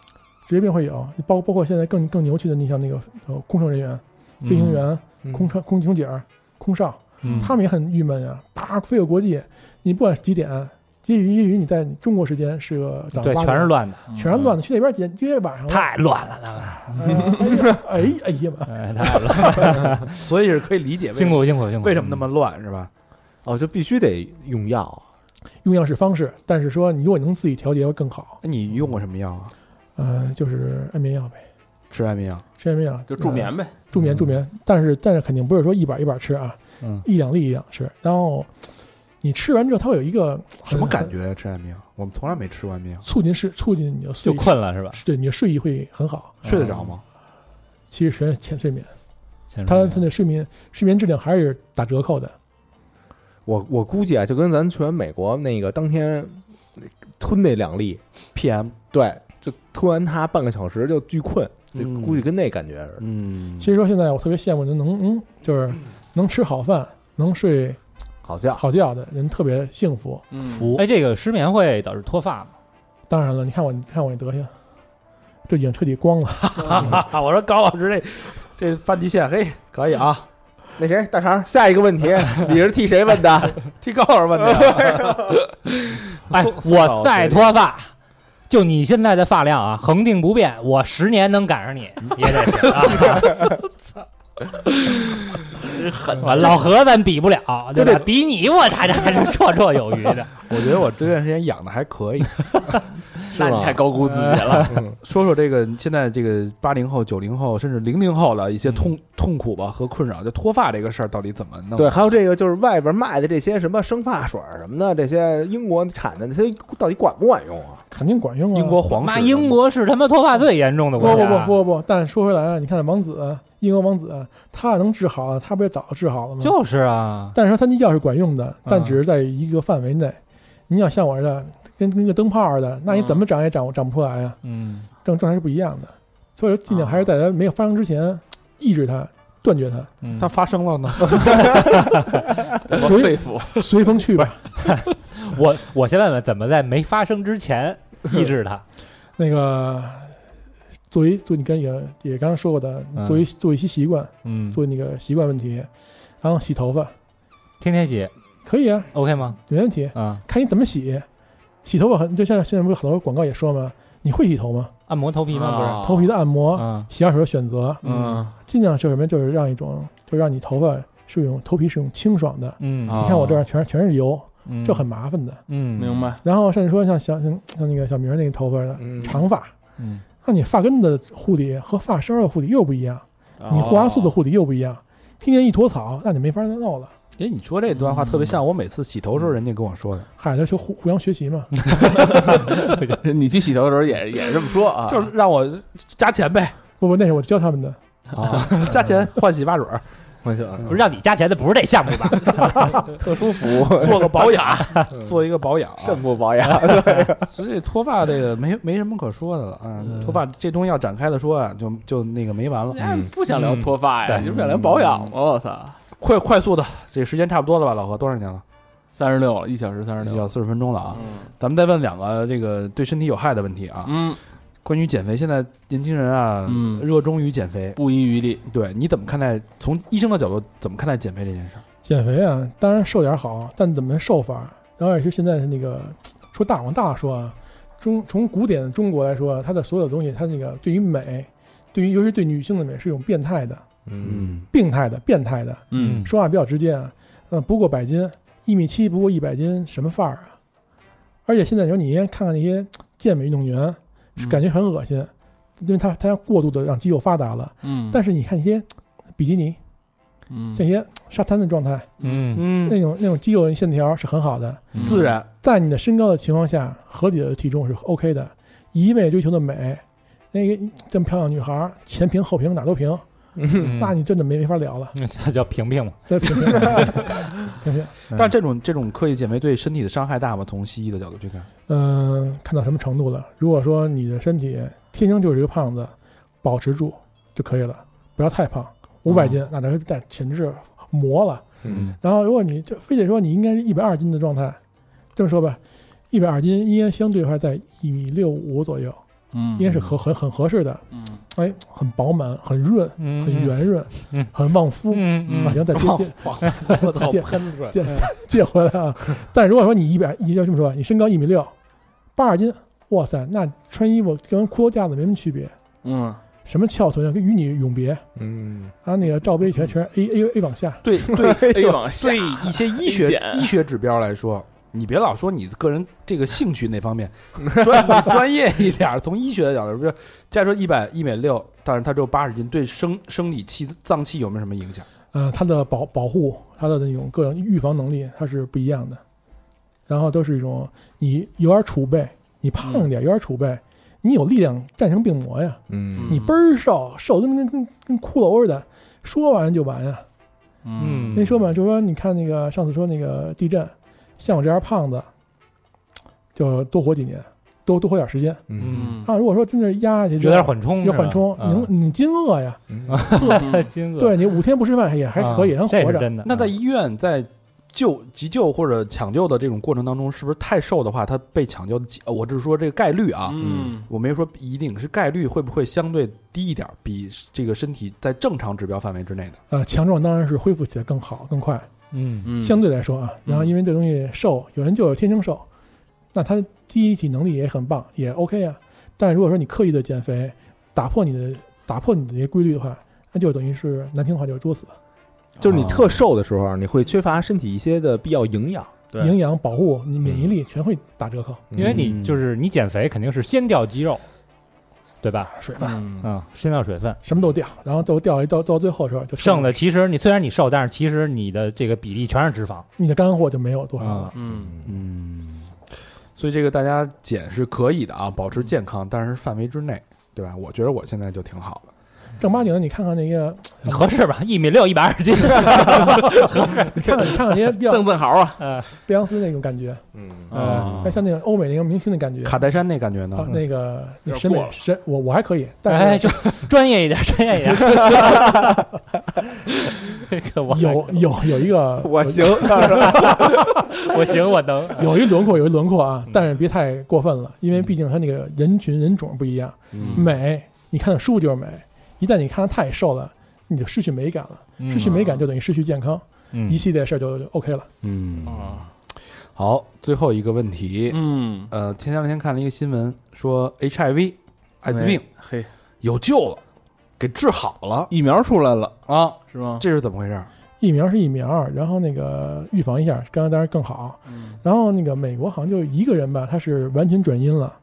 S5: 职业病会有，包包括现在更更牛气的，你像那个呃空乘人员、飞行
S4: 嗯
S5: 员、
S3: 嗯
S5: 空乘空空姐儿、空少，
S2: 嗯
S5: 他们也很郁闷呀、啊，啪飞个国际，你不管几点，也许也许你在中国时间是个早上
S2: 对，
S5: 八
S2: 全是
S5: 点
S2: 乱的，
S5: 全是乱的，去那边今天晚上了
S2: 太乱了，他们
S5: 哎呀哎呀 妈！
S2: 哎太乱了，嗯
S1: 所以是可以理解为什
S2: 辛
S1: 么
S2: 苦辛苦辛苦。
S1: 为什么那么乱，是吧？
S3: 哦，就必须得用药。啊
S5: 用药是方式，但是说你如果能自己调节会更好。
S1: 那哎你用过什么药啊？
S5: 呃，就是安眠药呗，
S1: 吃安眠药？
S5: 吃安眠药
S4: 就助
S5: 呃
S4: 眠呗，
S5: 助眠助眠，但是但是肯定不是说一板一板吃啊，
S2: 嗯
S5: 一两粒一两吃，然后你吃完之后，它会有一个
S1: 什么
S5: 很
S1: 感？觉呀？吃安眠药？我们从来没吃过安眠药，
S5: 很促进睡，促进你的
S2: 就
S5: 睡意，
S2: 困了是吧？
S5: 对你的睡意会很好。
S1: 睡得着吗？
S5: 其实全是浅睡眠，
S2: 先
S5: 它
S2: 说
S5: 它的睡眠睡眠质量还是打折扣的。
S3: 我我估计啊，就跟咱去完美国那个当天吞那两粒，
S1: ？PM，
S3: 对，就吞完它半个小时就巨困，就
S1: 嗯
S3: 估计跟那感觉似的。
S1: 嗯，
S5: 其实说现在我特别羡慕能能嗯，就是能吃好饭、能睡
S3: 好觉，
S5: 好觉的人特别幸福。
S4: 嗯，
S1: 服
S2: 哎，这个失眠会导致脱发吗？
S5: 当然了，你看我你看我这德行，这已经彻底光了。
S1: 啊！我说高老师这这发际线，嘿，可以啊，
S3: 那谁大肠，下一个问题你是替谁问的？
S1: 替高老师问的。
S2: 哎，我再脱发，就你现在的发量啊，恒定不变，我十年能 赶上你，也得是啊。
S1: 啊
S2: 操！狠！老何咱比不了，对吧？比你我他这还是绰绰有余的。
S1: 我觉得我这段时间养的还可以。
S4: 那你太高估自己了，
S1: 说说这个现在这个八零后、九零后，甚至零零后的一些痛、痛苦吧和困扰，就脱发这个事儿到底怎么弄？
S3: 对，，还有这个就是外边卖的这些什么生发水儿什么的，这些英国产的，它到底管不管用啊？
S5: 肯定管用啊！
S1: 英国皇
S2: 妈，
S1: 室
S2: 英国是他妈脱发最严重的
S5: 不
S2: 国
S5: 不
S2: 家。
S5: 不不不，但说回来啊，你看王子，英国王子，他要能治好，他不也早治好了吗？
S2: 就是嗯啊，
S5: 但是说他那药是管用的，但只是在一个范围内。你要像我似的，跟跟个灯泡似的，那你怎么长也长长不出来啊呀、
S2: 嗯，
S5: 正正还是不一样的。所以说，尽量
S2: 哦
S5: 还是在它没有发生之前抑制它，断绝它，
S2: 嗯
S1: 它发生了 呢。
S4: 我
S5: 所以
S4: 肺腑，
S5: 随风 去吧。
S2: 我我先问问，怎么在没发生之 前抑制它？
S5: 那个，作为做你刚也也刚刚说过的，
S2: 嗯
S5: 作为做一些习惯，
S2: 嗯，
S5: 做那个习惯问题，然后洗头发
S2: 天天洗
S5: 可以啊，
S2: ，OK 吗？
S5: 没问题。
S2: 啊，
S5: 看你怎么洗。洗头发很，就像现在不是很多广告也说吗？你会洗头吗？
S2: 按摩头皮吗？不是
S4: 啊
S5: 头皮的按摩，
S2: 啊，
S5: 洗发水的选择，
S4: 嗯
S5: 尽量是什么？就是让一种，就让你头发是一种头皮是一种清爽的。
S2: 嗯
S4: 啊
S5: 你看我这儿全全是油，
S2: 嗯
S5: 这很麻烦的。
S2: 嗯
S4: 明白，
S5: 然后甚至说像小像像那个小明儿那个头发的
S3: 嗯
S5: 长发，
S2: 嗯。
S5: 那你发根的护理和发梢的护理又不一样，你护发素的
S4: 哦
S5: 护理又不一样。天天一坨草，那你没法弄了。
S1: 哎，你说这段话特别像我每次洗头时候人家跟我说的，
S5: 嗨，就互互相学习嘛。
S4: 你去洗头的时候也也这么说啊，
S1: 就是
S5: 嗯
S1: 让我加钱呗，
S5: 不不，那是我教他们的。
S1: 啊，加钱换洗发 水儿，
S3: 我想
S2: 不是让你加钱的，不是这项目 吧？
S3: 特殊服务，
S1: 做个保 养，做一个保 养。啊
S3: 肾不保养。
S1: 所以脱发这个没没什么可说的了啊，
S4: 嗯
S1: 脱发这东西要展开的说啊，就就那个没完了。
S4: 哎不想聊脱发呀，
S2: 嗯
S4: 你不想聊保养吗？我操，
S1: 快快速的，这时间差不多了吧，老何多少年了？
S4: 三十六了，一小时三十
S1: 就
S4: 六
S1: 要，四十分钟了啊。
S4: 嗯
S1: 咱们再问两个这个对身体有害的问题啊。
S4: 嗯，
S1: 关于减肥，现在年轻人啊，
S4: 嗯
S1: 热衷于减肥。
S4: 不遗余力，
S1: 对，你怎么看待？从医生的角度，怎么看待减肥这件事儿？
S5: 减肥啊，当然瘦点儿好，但怎么瘦法？然后也是现在那个说大往大了说啊，中从古典的中国来说，它的所有东西，它那个对于美，对于尤其是对女性的美是一种变态的、
S3: 嗯，
S5: 病态的、变态的，
S4: 嗯，
S5: 说话比较直接啊。呃，不过百斤，一米七不过一百斤，什么范儿啊？而且现在你说你看看那些健美运动员，
S4: 嗯
S5: 是感觉很恶心，因为他他过度的让肌肉发达了。
S4: 嗯，
S5: 但是你看一些比基尼，
S4: 嗯
S5: 像一些沙滩的状态。
S2: 嗯，
S1: 嗯，
S5: 那种那种肌肉线条是很好的，
S4: 嗯
S1: 自然。
S5: 在你的身高的情况下，合理的体重是 OK 的。一味追求的美，那个这么漂亮女孩儿，前平后平哪儿都平，
S4: 嗯
S5: 那你真的没没法聊了。
S2: 嗯 那叫平平嘛？
S5: 再平平， 平平，
S4: 嗯
S1: 但这种这种刻意减肥对身体的伤害大吗？从西医的角度去看，
S5: 嗯、看到什么程度了？如果说你的身体天生就是一个胖子，保持住就可以了，不要太胖，五百
S2: 嗯
S5: 斤那咱那简直是磨了。
S3: 嗯
S5: 然后如果你就非得说你应该是一百二斤的状态，这么说吧，一百二斤应该相对还在一米六五左右，
S4: 嗯，
S5: 应该是合很很合适的，
S4: 嗯
S5: 哎，很饱满，很润，
S2: 嗯，
S5: 很圆润，
S2: 嗯
S5: 很旺夫。
S2: 嗯，嗯
S5: 啊，
S2: 嗯，
S5: 行，再接
S3: 旺
S5: 接
S3: 我操，
S5: 见
S3: 喷出来，
S5: 借借回来啊！但如果说你一百，你要这么说，你身高一米六，八十斤，哇塞，那穿衣服跟骷髅架子没什么区别，
S4: 嗯，
S5: 什么翘臀啊，跟与你永别
S3: 嗯，
S5: 啊，那个罩杯全全是 A A A 往下，
S1: 对对 哎
S4: A 往下
S1: 对 一些医学
S4: 减
S1: 医学指标来说，你别老说你个人这个兴趣那方面，专你专业一点儿，从医学的角度，比如假如说一百一米六，但是他只有八十斤，对生生理器脏器有没有什么影响？
S5: 呃，它的保保护，它的那种个人预防能力，它是不一样的。然后都是一种你有点储备，你胖一点有点储备，你有力量战胜病魔呀。
S3: 嗯
S5: 你倍儿瘦，瘦得跟跟跟跟骷髅似的，说完就完呀。
S4: 嗯
S5: 那说嘛，就说你看那个上次说那个地震，像我这样胖子，就多活几年，多多活点时间
S2: 嗯
S5: 啊。如果说真是压下去，
S2: 有点嗯啊缓冲，
S5: 有缓冲，你能你饥饿呀，
S3: 嗯
S1: 啊
S2: 能金额
S5: 对你五天不吃饭也还可以，还
S2: 啊这
S5: 活
S2: 是
S5: 着。
S2: 真的。啊
S1: 那在医院在救急救或者抢救的这种过程当中，是不是太瘦的话，他被抢救的几，呃我只是说这个概率啊，
S4: 嗯
S1: 我没说一定是概率会不会相对低一点儿，比这个身体在正常指标范围之内的。
S5: 呃，强壮当然是恢复起来更好更快，
S2: 嗯
S4: 嗯，
S5: 相对来说啊。然后因为这东西瘦，有人就有天生瘦，那他机体能力也很棒，也 OK 啊。但如果说你刻意的减肥，打破你的打破你的这些规律的话，那就等于是难听的话就是作死。
S3: 就是你特瘦的时候，你会缺乏身体一些的必要营养，
S1: 对
S5: 营养保护、你免疫力全会打折扣。
S2: 因为你
S1: 嗯
S2: 就是你减肥肯定是先掉肌肉，对吧？
S5: 水分
S4: 嗯
S2: 嗯，先掉水分，
S5: 什么都掉，然后都掉一到到最后的时候就
S2: 剩的其实你虽然你瘦，但是其实你的这个比例全是脂肪
S5: 你的干货就没有多少了
S2: 啊。。
S4: 嗯
S1: 嗯，所以这个大家减是可以的啊，保持健康，但是范围之内，对吧？我觉得我现在就挺好了。
S5: 正八经的，你看看那个，
S2: 合适吧？一米六，一百二十斤，
S5: 你看看你看看那些比较
S4: 正正好啊，
S2: 嗯
S5: 碧昂斯那种感觉，
S3: 嗯
S2: 嗯，
S1: 哦
S5: 哎，像那种欧美那种明星的感觉。
S1: 卡戴珊那感觉
S5: 啊
S1: 呢，？
S5: 那个那
S4: 有点
S5: 审
S4: 过
S5: 美
S4: 了
S5: 审我我还可以，但
S2: 哎，
S5: 是
S2: 就专业一点，专业一点。 这个我还
S5: 有有有一个
S3: 我行，
S2: 我行，我能。
S5: 有一轮廓有一轮廓啊，但是别太过分了，因为毕竟他那个人群人种不一样。
S4: 嗯
S5: 美，你看的舒服就是美，一旦你看的太瘦了，你就失去美感了，
S4: 哎嗯
S5: 失去美感就等于失去健康，
S2: 嗯
S5: 一系列事儿就就 OK 了。
S1: 嗯，
S4: 啊
S1: 好，最后一个问题，
S4: 嗯，
S1: 呃，前两天看了一个新闻，说 HIV 艾
S4: 艾
S1: 滋病
S4: 嘿，
S1: 有救了，给治好了
S4: 疫苗出来了
S1: 啊，
S4: 是吗？
S1: 这是怎么回事？
S5: 疫苗是疫苗，然后那个预防一下，刚刚当然更好。
S4: 嗯
S5: 然后那个美国好像就一个人吧，他是完全转阴了。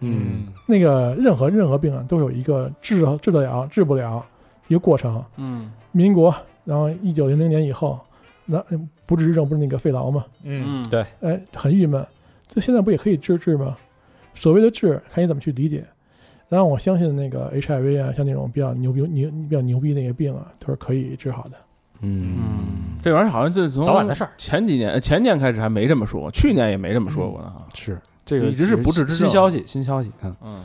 S1: 嗯
S5: 那个任何任何病啊，都有一个治治得了、治不了一个过程。
S4: 嗯
S5: 民国，然后一九零零年以后，那不治之症不是那个肺痨吗？
S2: 嗯
S4: 嗯
S2: 对，
S5: 哎，很郁闷。这现在不也可以治治吗？所谓的治，看你怎么去理解。然后我相信那个 HIV 啊，像那种比较牛逼、牛比较牛逼那个病啊，都是可以治好的。
S4: 嗯，这玩意儿好像就是从
S2: 早晚的事儿。
S4: 前几年、呃前年开始还没这么说，去年也没这么说过呢哈。
S1: 是这个
S4: 一直是不治之症
S1: 新消息，新消息，嗯，
S4: 嗯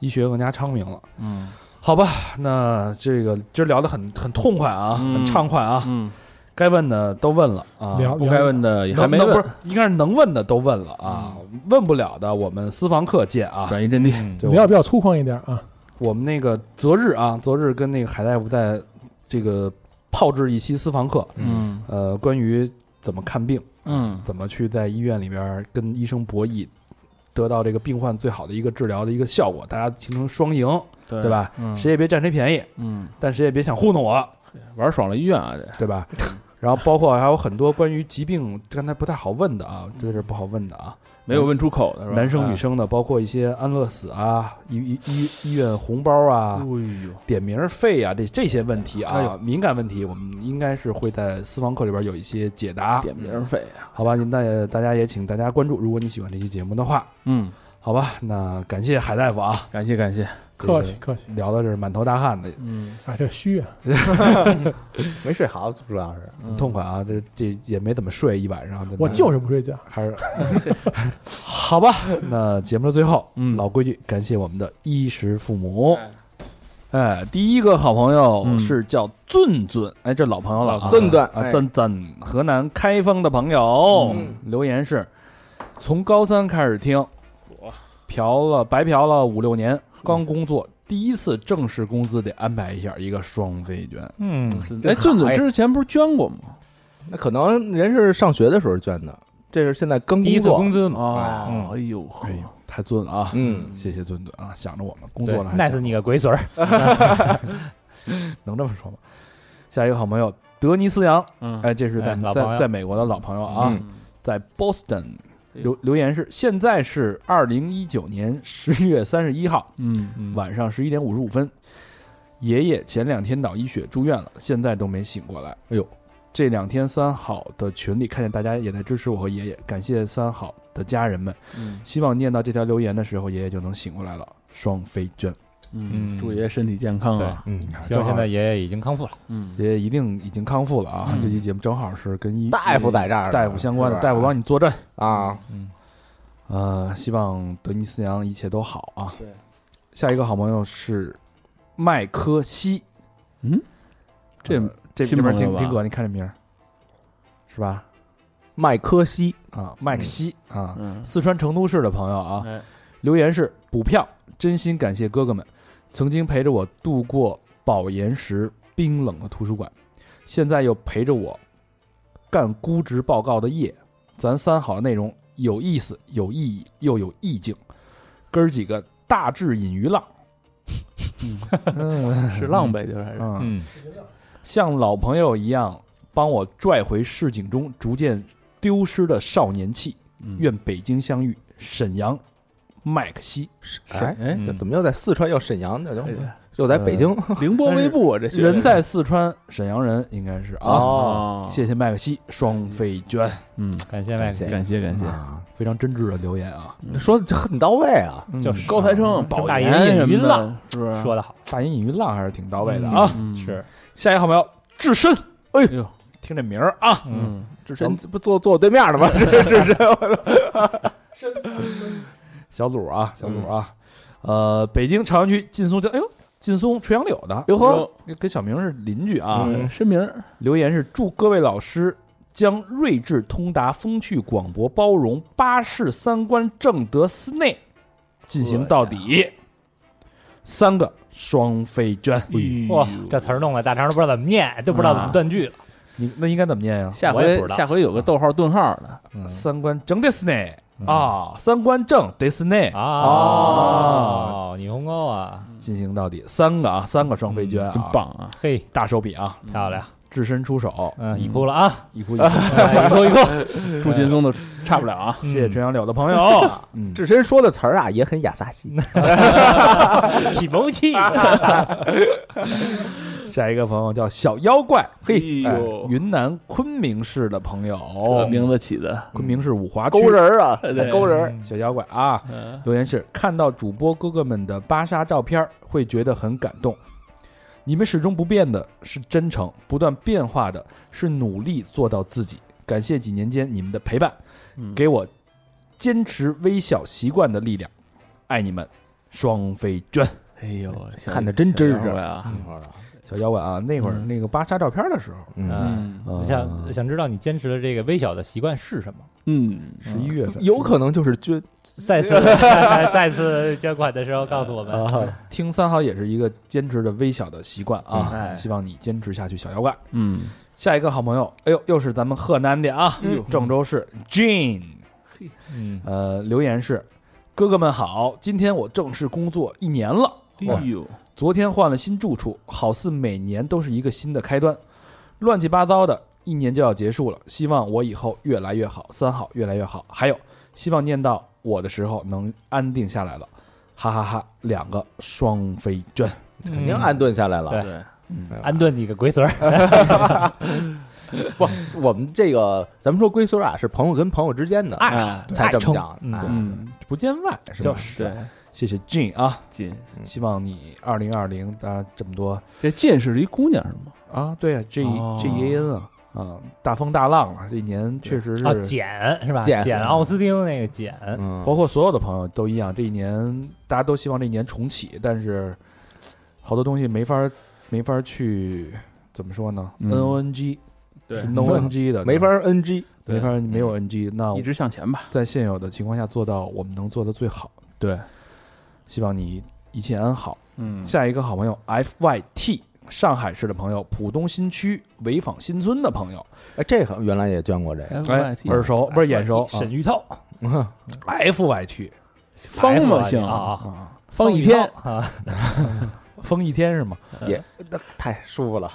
S1: 医学更加昌明了。
S4: 嗯
S1: 好吧，那这个今儿聊得很很痛快啊，
S4: 嗯
S1: 很畅快啊，
S4: 嗯，
S1: 该问的都问了啊，
S5: 聊
S4: 不该问的也还
S1: 能
S4: 没
S1: 能不
S4: 问，
S1: 是应该是能问的都问了啊，问不了的我们私房课见啊。
S4: 转移阵地。
S1: 对
S5: 聊比较粗犷一点啊。
S1: 我们那个择日啊，择日跟那个海大夫在这个炮制一期私房课，
S4: 嗯
S1: 呃，关于怎么看病，
S4: 嗯
S1: 怎么去在医院里边跟医生博弈，得到这个病患最好的一个治疗的一个效果，大家形成双赢，
S4: 对
S1: 对吧？
S4: 嗯
S1: 谁也别占谁便宜，
S4: 嗯，
S1: 但谁也别想糊弄我。
S4: 玩爽了医院啊，这
S1: 对 吧？然后包括还有很多关于疾病，刚才不太好问的啊，这是不好问的啊，
S4: 没有问出口的是吧？
S1: 男生
S4: 哎
S1: 女，生的，包括一些安乐死啊、医医医医院红包啊、
S4: 哎呦，
S1: 点名费啊，这这些问题
S4: 哎
S1: 啊
S4: 呦，
S1: 敏感问题，我们应该是会在私房课里边有一些解答，
S4: 点名费啊，
S1: 好吧？您大家大家也请大家关注，如果你喜欢这期节目的话，
S4: 嗯，
S1: 好吧？那感谢海大夫啊，
S4: 感谢感谢，
S5: 客气，客气
S1: 聊到这儿满头大汗的，
S4: 嗯，
S5: 啊，这虚啊，
S3: 没睡好，主要是
S4: 嗯
S1: 很痛快啊，这这也没怎么睡一晚上，
S5: 我就是不睡觉。
S1: 还是好吧。那节目的最后，
S4: 嗯
S1: 老规矩，感谢我们的衣食父母。哎，第一个好朋友
S4: 嗯
S1: 是叫俊俊，哎，这老朋友了啊，
S4: 老
S3: 俊俊
S1: 啊，
S3: 哎
S1: 俊俊，河南开封的朋友
S4: 嗯
S1: 留言是：从高三开始听，嫖了白嫖了五六年，刚工作，第一次正式工资得安排一下一个双飞娟。
S2: 嗯，
S4: 哎，俊子
S3: 哎
S4: 之前不是捐过吗？
S3: 那可能人是上学的时候捐的，这是现在刚
S2: 第一
S3: 工
S2: 次
S3: 作，
S2: 工
S1: 嗯
S2: 资嘛，
S4: 哦，哎呦，
S1: 哎呦，太尊了啊！
S3: 嗯，
S1: 谢谢尊尊啊，想着我们工
S2: 对
S1: 作了还
S2: ，nice
S1: 想
S2: 你个鬼嘴儿，
S1: 能这么说吗？下一个好朋友德尼斯杨，
S4: 嗯，
S1: 哎，这是在
S2: 哎老朋
S1: 在
S2: 友
S1: 在美国的老朋友啊，
S3: 嗯
S1: 在 Boston
S4: 哎呦
S1: 留留言是：现在是二零一九年十月三十一号
S4: 嗯，
S1: 晚上十一点五十五分，爷爷前两天脑溢血住院了，现在都没醒过来。
S3: 哎呦，
S1: 这两天三好的群里看见大家也在支持我和爷爷，感谢三好的家人们。
S4: 嗯
S1: 希望念到这条留言的时候，爷爷就能醒过来了。双飞娟，
S4: 嗯，祝爷爷身体健康啊！
S3: 嗯，
S2: 希望
S1: 正好
S2: 现在爷爷已经康复了。
S4: 嗯，
S1: 爷爷一定已经康复了啊！
S2: 嗯
S1: 这期节目正好是跟医
S3: 大夫在这儿呢，
S1: 大夫相关的，
S3: 是吧
S1: 大夫帮你作证。
S3: 啊，
S1: 呃，希望德尼斯杨一切都好啊。对，下一个好朋友是麦科西，
S4: 嗯，这
S1: 呃这
S4: 新
S1: 这边
S4: 朋友
S1: 丁
S4: 吧
S1: 丁哥，你看这名儿是吧？
S3: 麦科西，
S1: 啊，麦克西啊，
S4: 嗯，
S1: 四川成都市的朋友啊，
S4: 哎，
S1: 留言是补票，真心感谢哥哥们，曾经陪着我度过保研时冰冷的图书馆，现在又陪着我干估值报告的夜。咱三好的内容有意思、有意义又有意境，哥儿几个大智隐于浪。嗯，
S4: 是浪呗，就是还是
S1: 嗯，
S2: 嗯，
S1: 像老朋友一样帮我拽回市井中逐渐丢失的少年气。
S4: 嗯
S1: 愿北京相遇，沈阳，麦克西。
S3: 哎，
S4: 哎
S3: 这
S2: 嗯
S3: 怎么又在四川又沈阳呢？
S4: 哎
S3: 又
S4: 呀
S3: 又在北京，
S4: 凌波微步啊，这学
S1: 人在四川，沈阳人应该是啊。
S4: 哦，
S1: 谢谢麦克西双飞娟，
S4: 嗯，
S2: 感谢麦克西，
S4: 感谢感谢，
S3: 啊，
S1: 非常真挚的留言啊，
S3: 说的很到位啊，
S4: 嗯
S2: 就是
S4: 高材生，保
S2: 大
S4: 研
S2: 隐
S4: 什
S2: 于
S4: 么
S2: 浪
S4: 的，是不是？
S2: 说的好
S1: 大隐隐于浪还是挺到位的啊。
S4: 嗯，
S2: 是，
S1: 下一个好朋友智深，哎
S4: 呦，
S1: 听这名儿啊，
S2: 嗯，
S3: 这身不坐坐我对面的吗？
S1: 小组啊，小组啊，
S4: 嗯
S1: 呃，北京朝阳区劲松江，哎呦，劲松垂杨柳的，
S3: 哟呵，
S1: 跟小明是邻居啊。
S4: 嗯，申明，
S1: 留言是祝各位老师将睿智通达、风趣广博、包容、八世三观、正德思内进行到底。三个双飞娟，
S2: 哇，这词儿弄的大肠都不知道怎么念，就不知道怎么断句了。
S1: 你那应该怎么念呀？嗯
S4: 下
S2: 我也
S4: 回
S2: 不知道
S4: 下回有个逗号顿号的，
S1: 三观正得是内啊，三观正得是内
S2: 啊，
S1: 哦，
S2: 霓虹沟啊，
S1: 进行到底。三个啊，三个双飞娟
S4: 真
S1: 啊，
S4: 棒啊！
S2: 嘿，
S1: 大手笔啊，
S2: 漂亮，
S1: 置身出手，
S2: 嗯，已哭了 啊，
S1: 一哭一哭。
S2: 哎已哭已哭，
S4: 祝劲松的差不了啊！
S1: 谢谢垂杨柳的朋友， 嗯，
S3: 智深说的词儿啊也很雅萨西，
S2: 体毛气，
S1: 下一个朋友叫小妖怪，
S4: 嘿
S1: 哎
S4: 呦，
S1: 云南昆明市的朋友，
S4: 这名字起的
S1: 昆明市五华区
S3: 勾人儿啊，
S4: 对
S3: 勾人儿，
S1: 小妖怪啊，
S4: 嗯
S1: 留言是看到主播哥哥们的芭莎照片儿，会觉得很感动。你们始终不变的是真诚，不断变化的是努力做到自己。感谢几年间你们的陪伴，
S4: 嗯
S1: 给我坚持微小习惯的力量。爱你们，双飞娟。
S4: 哎呦，小
S3: 看着真真
S4: 小
S3: 实
S4: 妖怪啊！
S1: 小妖怪啊，那会儿
S4: 嗯
S1: 那个芭莎照片的时候，
S3: 嗯，
S2: 嗯，
S4: 嗯
S1: 呃
S2: 我想想知道你坚持的这个微小的习惯是什么？
S4: 嗯，
S1: 十一月份，
S3: 有可能就是捐
S2: 再次 再次捐款的时候告诉我们，
S3: 啊
S1: 听三好也是一个坚持的微小的习惯啊，
S4: 嗯哎
S1: 希望你坚持下去，小妖怪。
S4: 嗯，
S1: 下一个好朋友，哎呦，又是咱们河南的啊，
S4: 嗯
S1: 郑州市 Jean，
S2: 嗯，
S1: 呃，留言是：哥哥们好，今天我正式工作一年了，
S4: 哎呦，
S1: 昨天换了新住处，好似每年都是一个新的开端，乱七八糟的，一年就要结束了。希望我以后越来越好，三好越来越好。还有，希望念到我的时候能安定下来了，哈哈哈两个双飞娟，
S2: 肯啊嗯
S3: 肯定安顿下来了。
S2: 对
S4: 对，
S2: 嗯安顿你个鬼嘴儿，
S3: 不，我们这个咱们说归宿啊，是朋友跟朋友之间的，
S2: 嗯
S3: 啊
S4: 哎，
S3: 才这么
S2: 爱
S3: 讲。
S2: 称嗯
S3: 哎
S4: 嗯，
S1: 不见外是吧？
S2: 啊就是
S4: 对，
S1: 谢谢 Jean 啊，
S4: 进
S1: 希望你二零二零啊这么多。
S4: 这进是一姑娘是吗？
S1: 啊，对啊，G
S4: 哦
S1: G E N 啊，啊，大风大浪啊，这一年确实
S2: 啊，
S1: 是，
S2: 简是吧？
S3: 简
S2: 简奥斯汀那个简，
S3: 嗯
S1: 包括所有的朋友都一样，这一年大家都希望这一年重启，但是好多东西没法儿没法儿去怎么说呢
S4: 嗯
S1: ？N O N G
S4: 对
S1: 是 No N G 的，
S3: 没法儿 NG，
S1: 没法儿没有 N G，那
S4: 嗯一直向前吧。
S1: 在现有的情况下做到我们能做的最好。
S4: 对，
S1: 希望你一切安好。
S4: 嗯，
S1: 下一个好朋友 FYT，上海市的朋友，浦东新区潍坊新村的朋友，
S3: 哎，这个原来也捐过这个，
S1: 哎，耳熟不是眼熟
S2: 沈玉透，
S1: 啊，FYT，
S4: 方嘛
S2: FYT
S4: 行
S2: 啊啊
S4: 啊，方一天
S2: 啊，
S1: 风一天是吗？
S3: 太舒服了。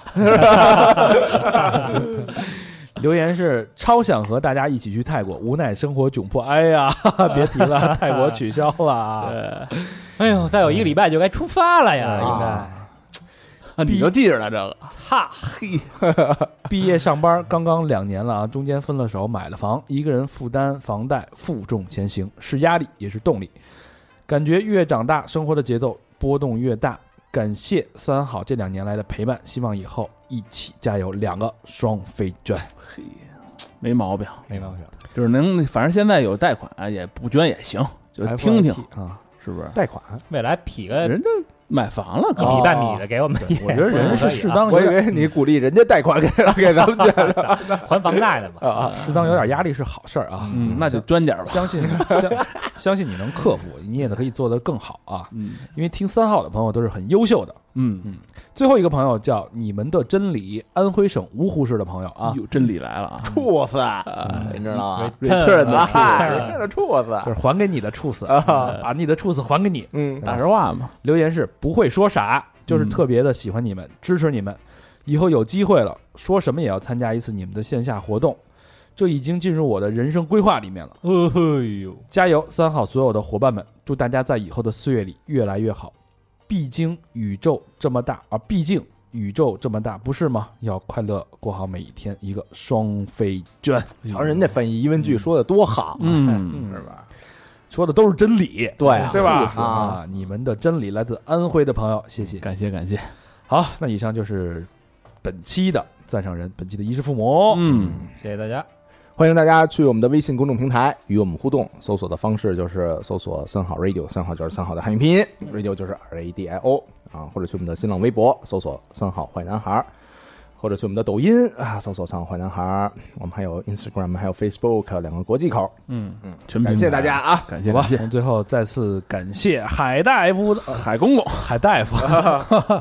S1: 留言是超想和大家一起去泰国，无奈生活窘迫，哎呀， 哈哈别提了，泰国取消了啊。
S4: 对，
S2: 哎呦，再有一个礼拜就该出发了呀，
S1: 哎
S2: 应该。
S3: 啊
S4: 啊你就记着了这个，
S2: 哈，
S1: 毕业上班刚刚两年了啊，中间分了手，买了房，一个人负担房贷，负重前行，是压力也是动力。感觉越长大，生活的节奏波动越大。感谢三好这两年来的陪伴，希望以后一起加油，两个双飞 卷。
S4: 嘿，没毛病，
S2: 没毛病。
S4: 就是能，反正现在有贷款啊也不捐也行，就听听
S1: FYT 啊，
S4: 是不是？
S3: 贷款，
S2: 未来匹个
S4: 人家买房了，
S2: 米
S4: 刚
S2: 半米的给我们也，
S1: 啊我觉得人是 适当有
S3: 我以
S1: 点
S3: 为你鼓励人家贷款给给咱们 捐了
S2: 还房贷的嘛。
S3: 啊，
S1: 适当有点压力是好事儿啊。
S4: 嗯，那就捐点吧。
S1: 相信相相信你能克服，你也可以做得更好啊！
S4: 嗯
S1: 因为听三号的朋友都是很优秀的。
S4: 嗯
S1: 最后一个朋友叫你们的真理，安徽省芜湖市的朋友啊，
S4: 有真理来了啊！
S3: 兔子，你知道吗
S2: Return
S3: ？Return
S2: 啊
S3: 嗨，的兔子
S1: 就是还给你的处死，
S3: 啊，
S1: 把你的处死还给你。
S3: 嗯，
S4: 大实话嘛，
S1: 留言是不会说啥，就是特别的喜欢你们，支持你们，以后有机会了，说什么也要参加一次你们的线下活动，这已经进入我的人生规划里面了。
S2: 哦嘿呦，
S1: 加油，三好所有的伙伴们，祝大家在以后的岁月里越来越好。毕竟宇宙这么大啊，毕竟宇宙这么大，不是吗？要快乐过好每一天。一个双飞娟，
S3: 瞧哎人家翻译疑问句说的多好，
S4: 嗯，
S1: 是吧？说的都是真理，
S3: 对啊
S1: 对吧？
S3: 是啊，
S1: 你们的真理来自安徽的朋友，谢谢。
S4: 嗯感谢感谢，
S1: 好，那以上就是本期的赞赏人，本期的衣食父母。
S4: 嗯。
S2: 谢谢大家。
S3: 欢迎大家去我们的微信公众平台与我们互动，搜索的方式就是搜索“三好 radio”，三好就是三好的汉语拼音，radio 就是 R A D I O 啊，或者去我们的新浪微博搜索“三好坏男孩儿”，或者去我们的抖音啊搜索“三好坏男孩儿”，我们还有 Instagram，还有 Facebook 两个国际口，
S4: 嗯嗯，全
S3: 感谢大家，啊！
S4: 感嗯谢
S1: 好
S4: 感
S1: 吧，我
S4: 谢
S1: 们最后再次感谢海大夫 的、
S4: 海公公，
S1: 海大 夫、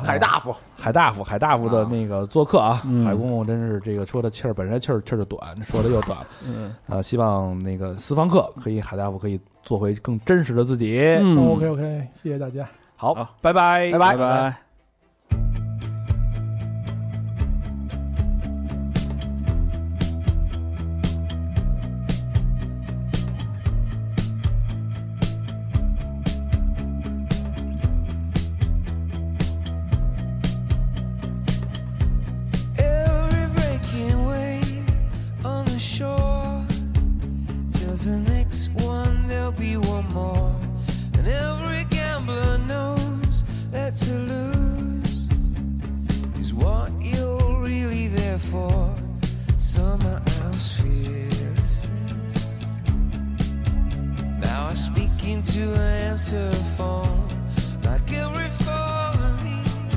S3: 海大夫，
S1: 海大夫、海大夫的那个做客啊，
S4: 嗯
S1: 海公公真是这个说的气儿，本身气儿气儿就短，说的又短了
S4: 嗯
S1: 啊。希望那个私房课可以，海大夫可以做回更真实的自己。
S4: 嗯
S5: OK OK，谢哦谢大家。
S1: 好，
S4: 好
S1: 拜拜，
S3: 拜
S4: 拜拜。
S6: Every breaking wave on the shore tells the next one there'll be one more. And every gambler knows that to lose is what you're really there for. Someone else fears. Now I speak into an answer phone. Like every fallen leaf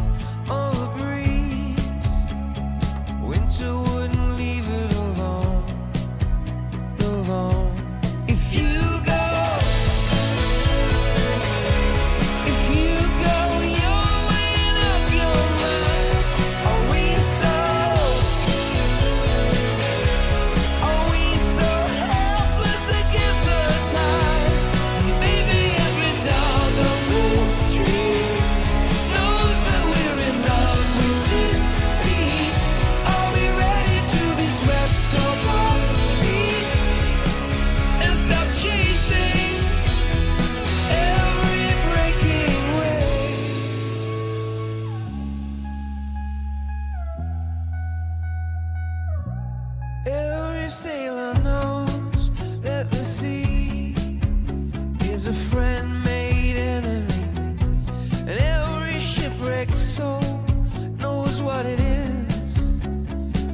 S6: on the breeze. Winter wouldn't leave it alone, alone. If you go, if you go, you're weighing up your mind. Are we so? Are we so helpless against the tide? Maybe every dog on the street knows that we're in love with defeat. Are we ready to be swept off our feet and stop chasing every breaking wave? Every sailor knows that the sea is a friend made enemy, and every shipwrecked soul knows what it is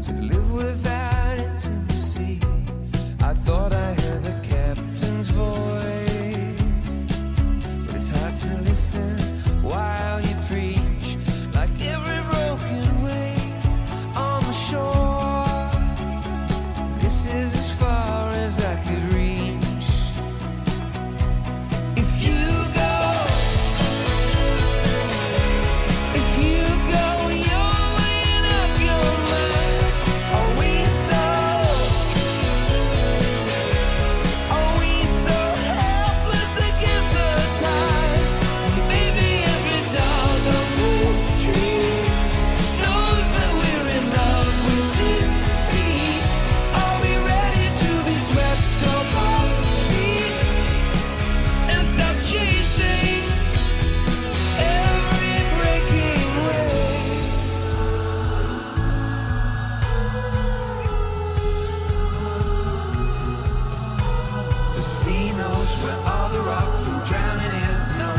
S6: to live without intimacy. I thought I heard the captain's voice but it's hard to listen while you preach. Like every broken wave on the shore, this is as far as I could reach. If you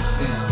S6: sound.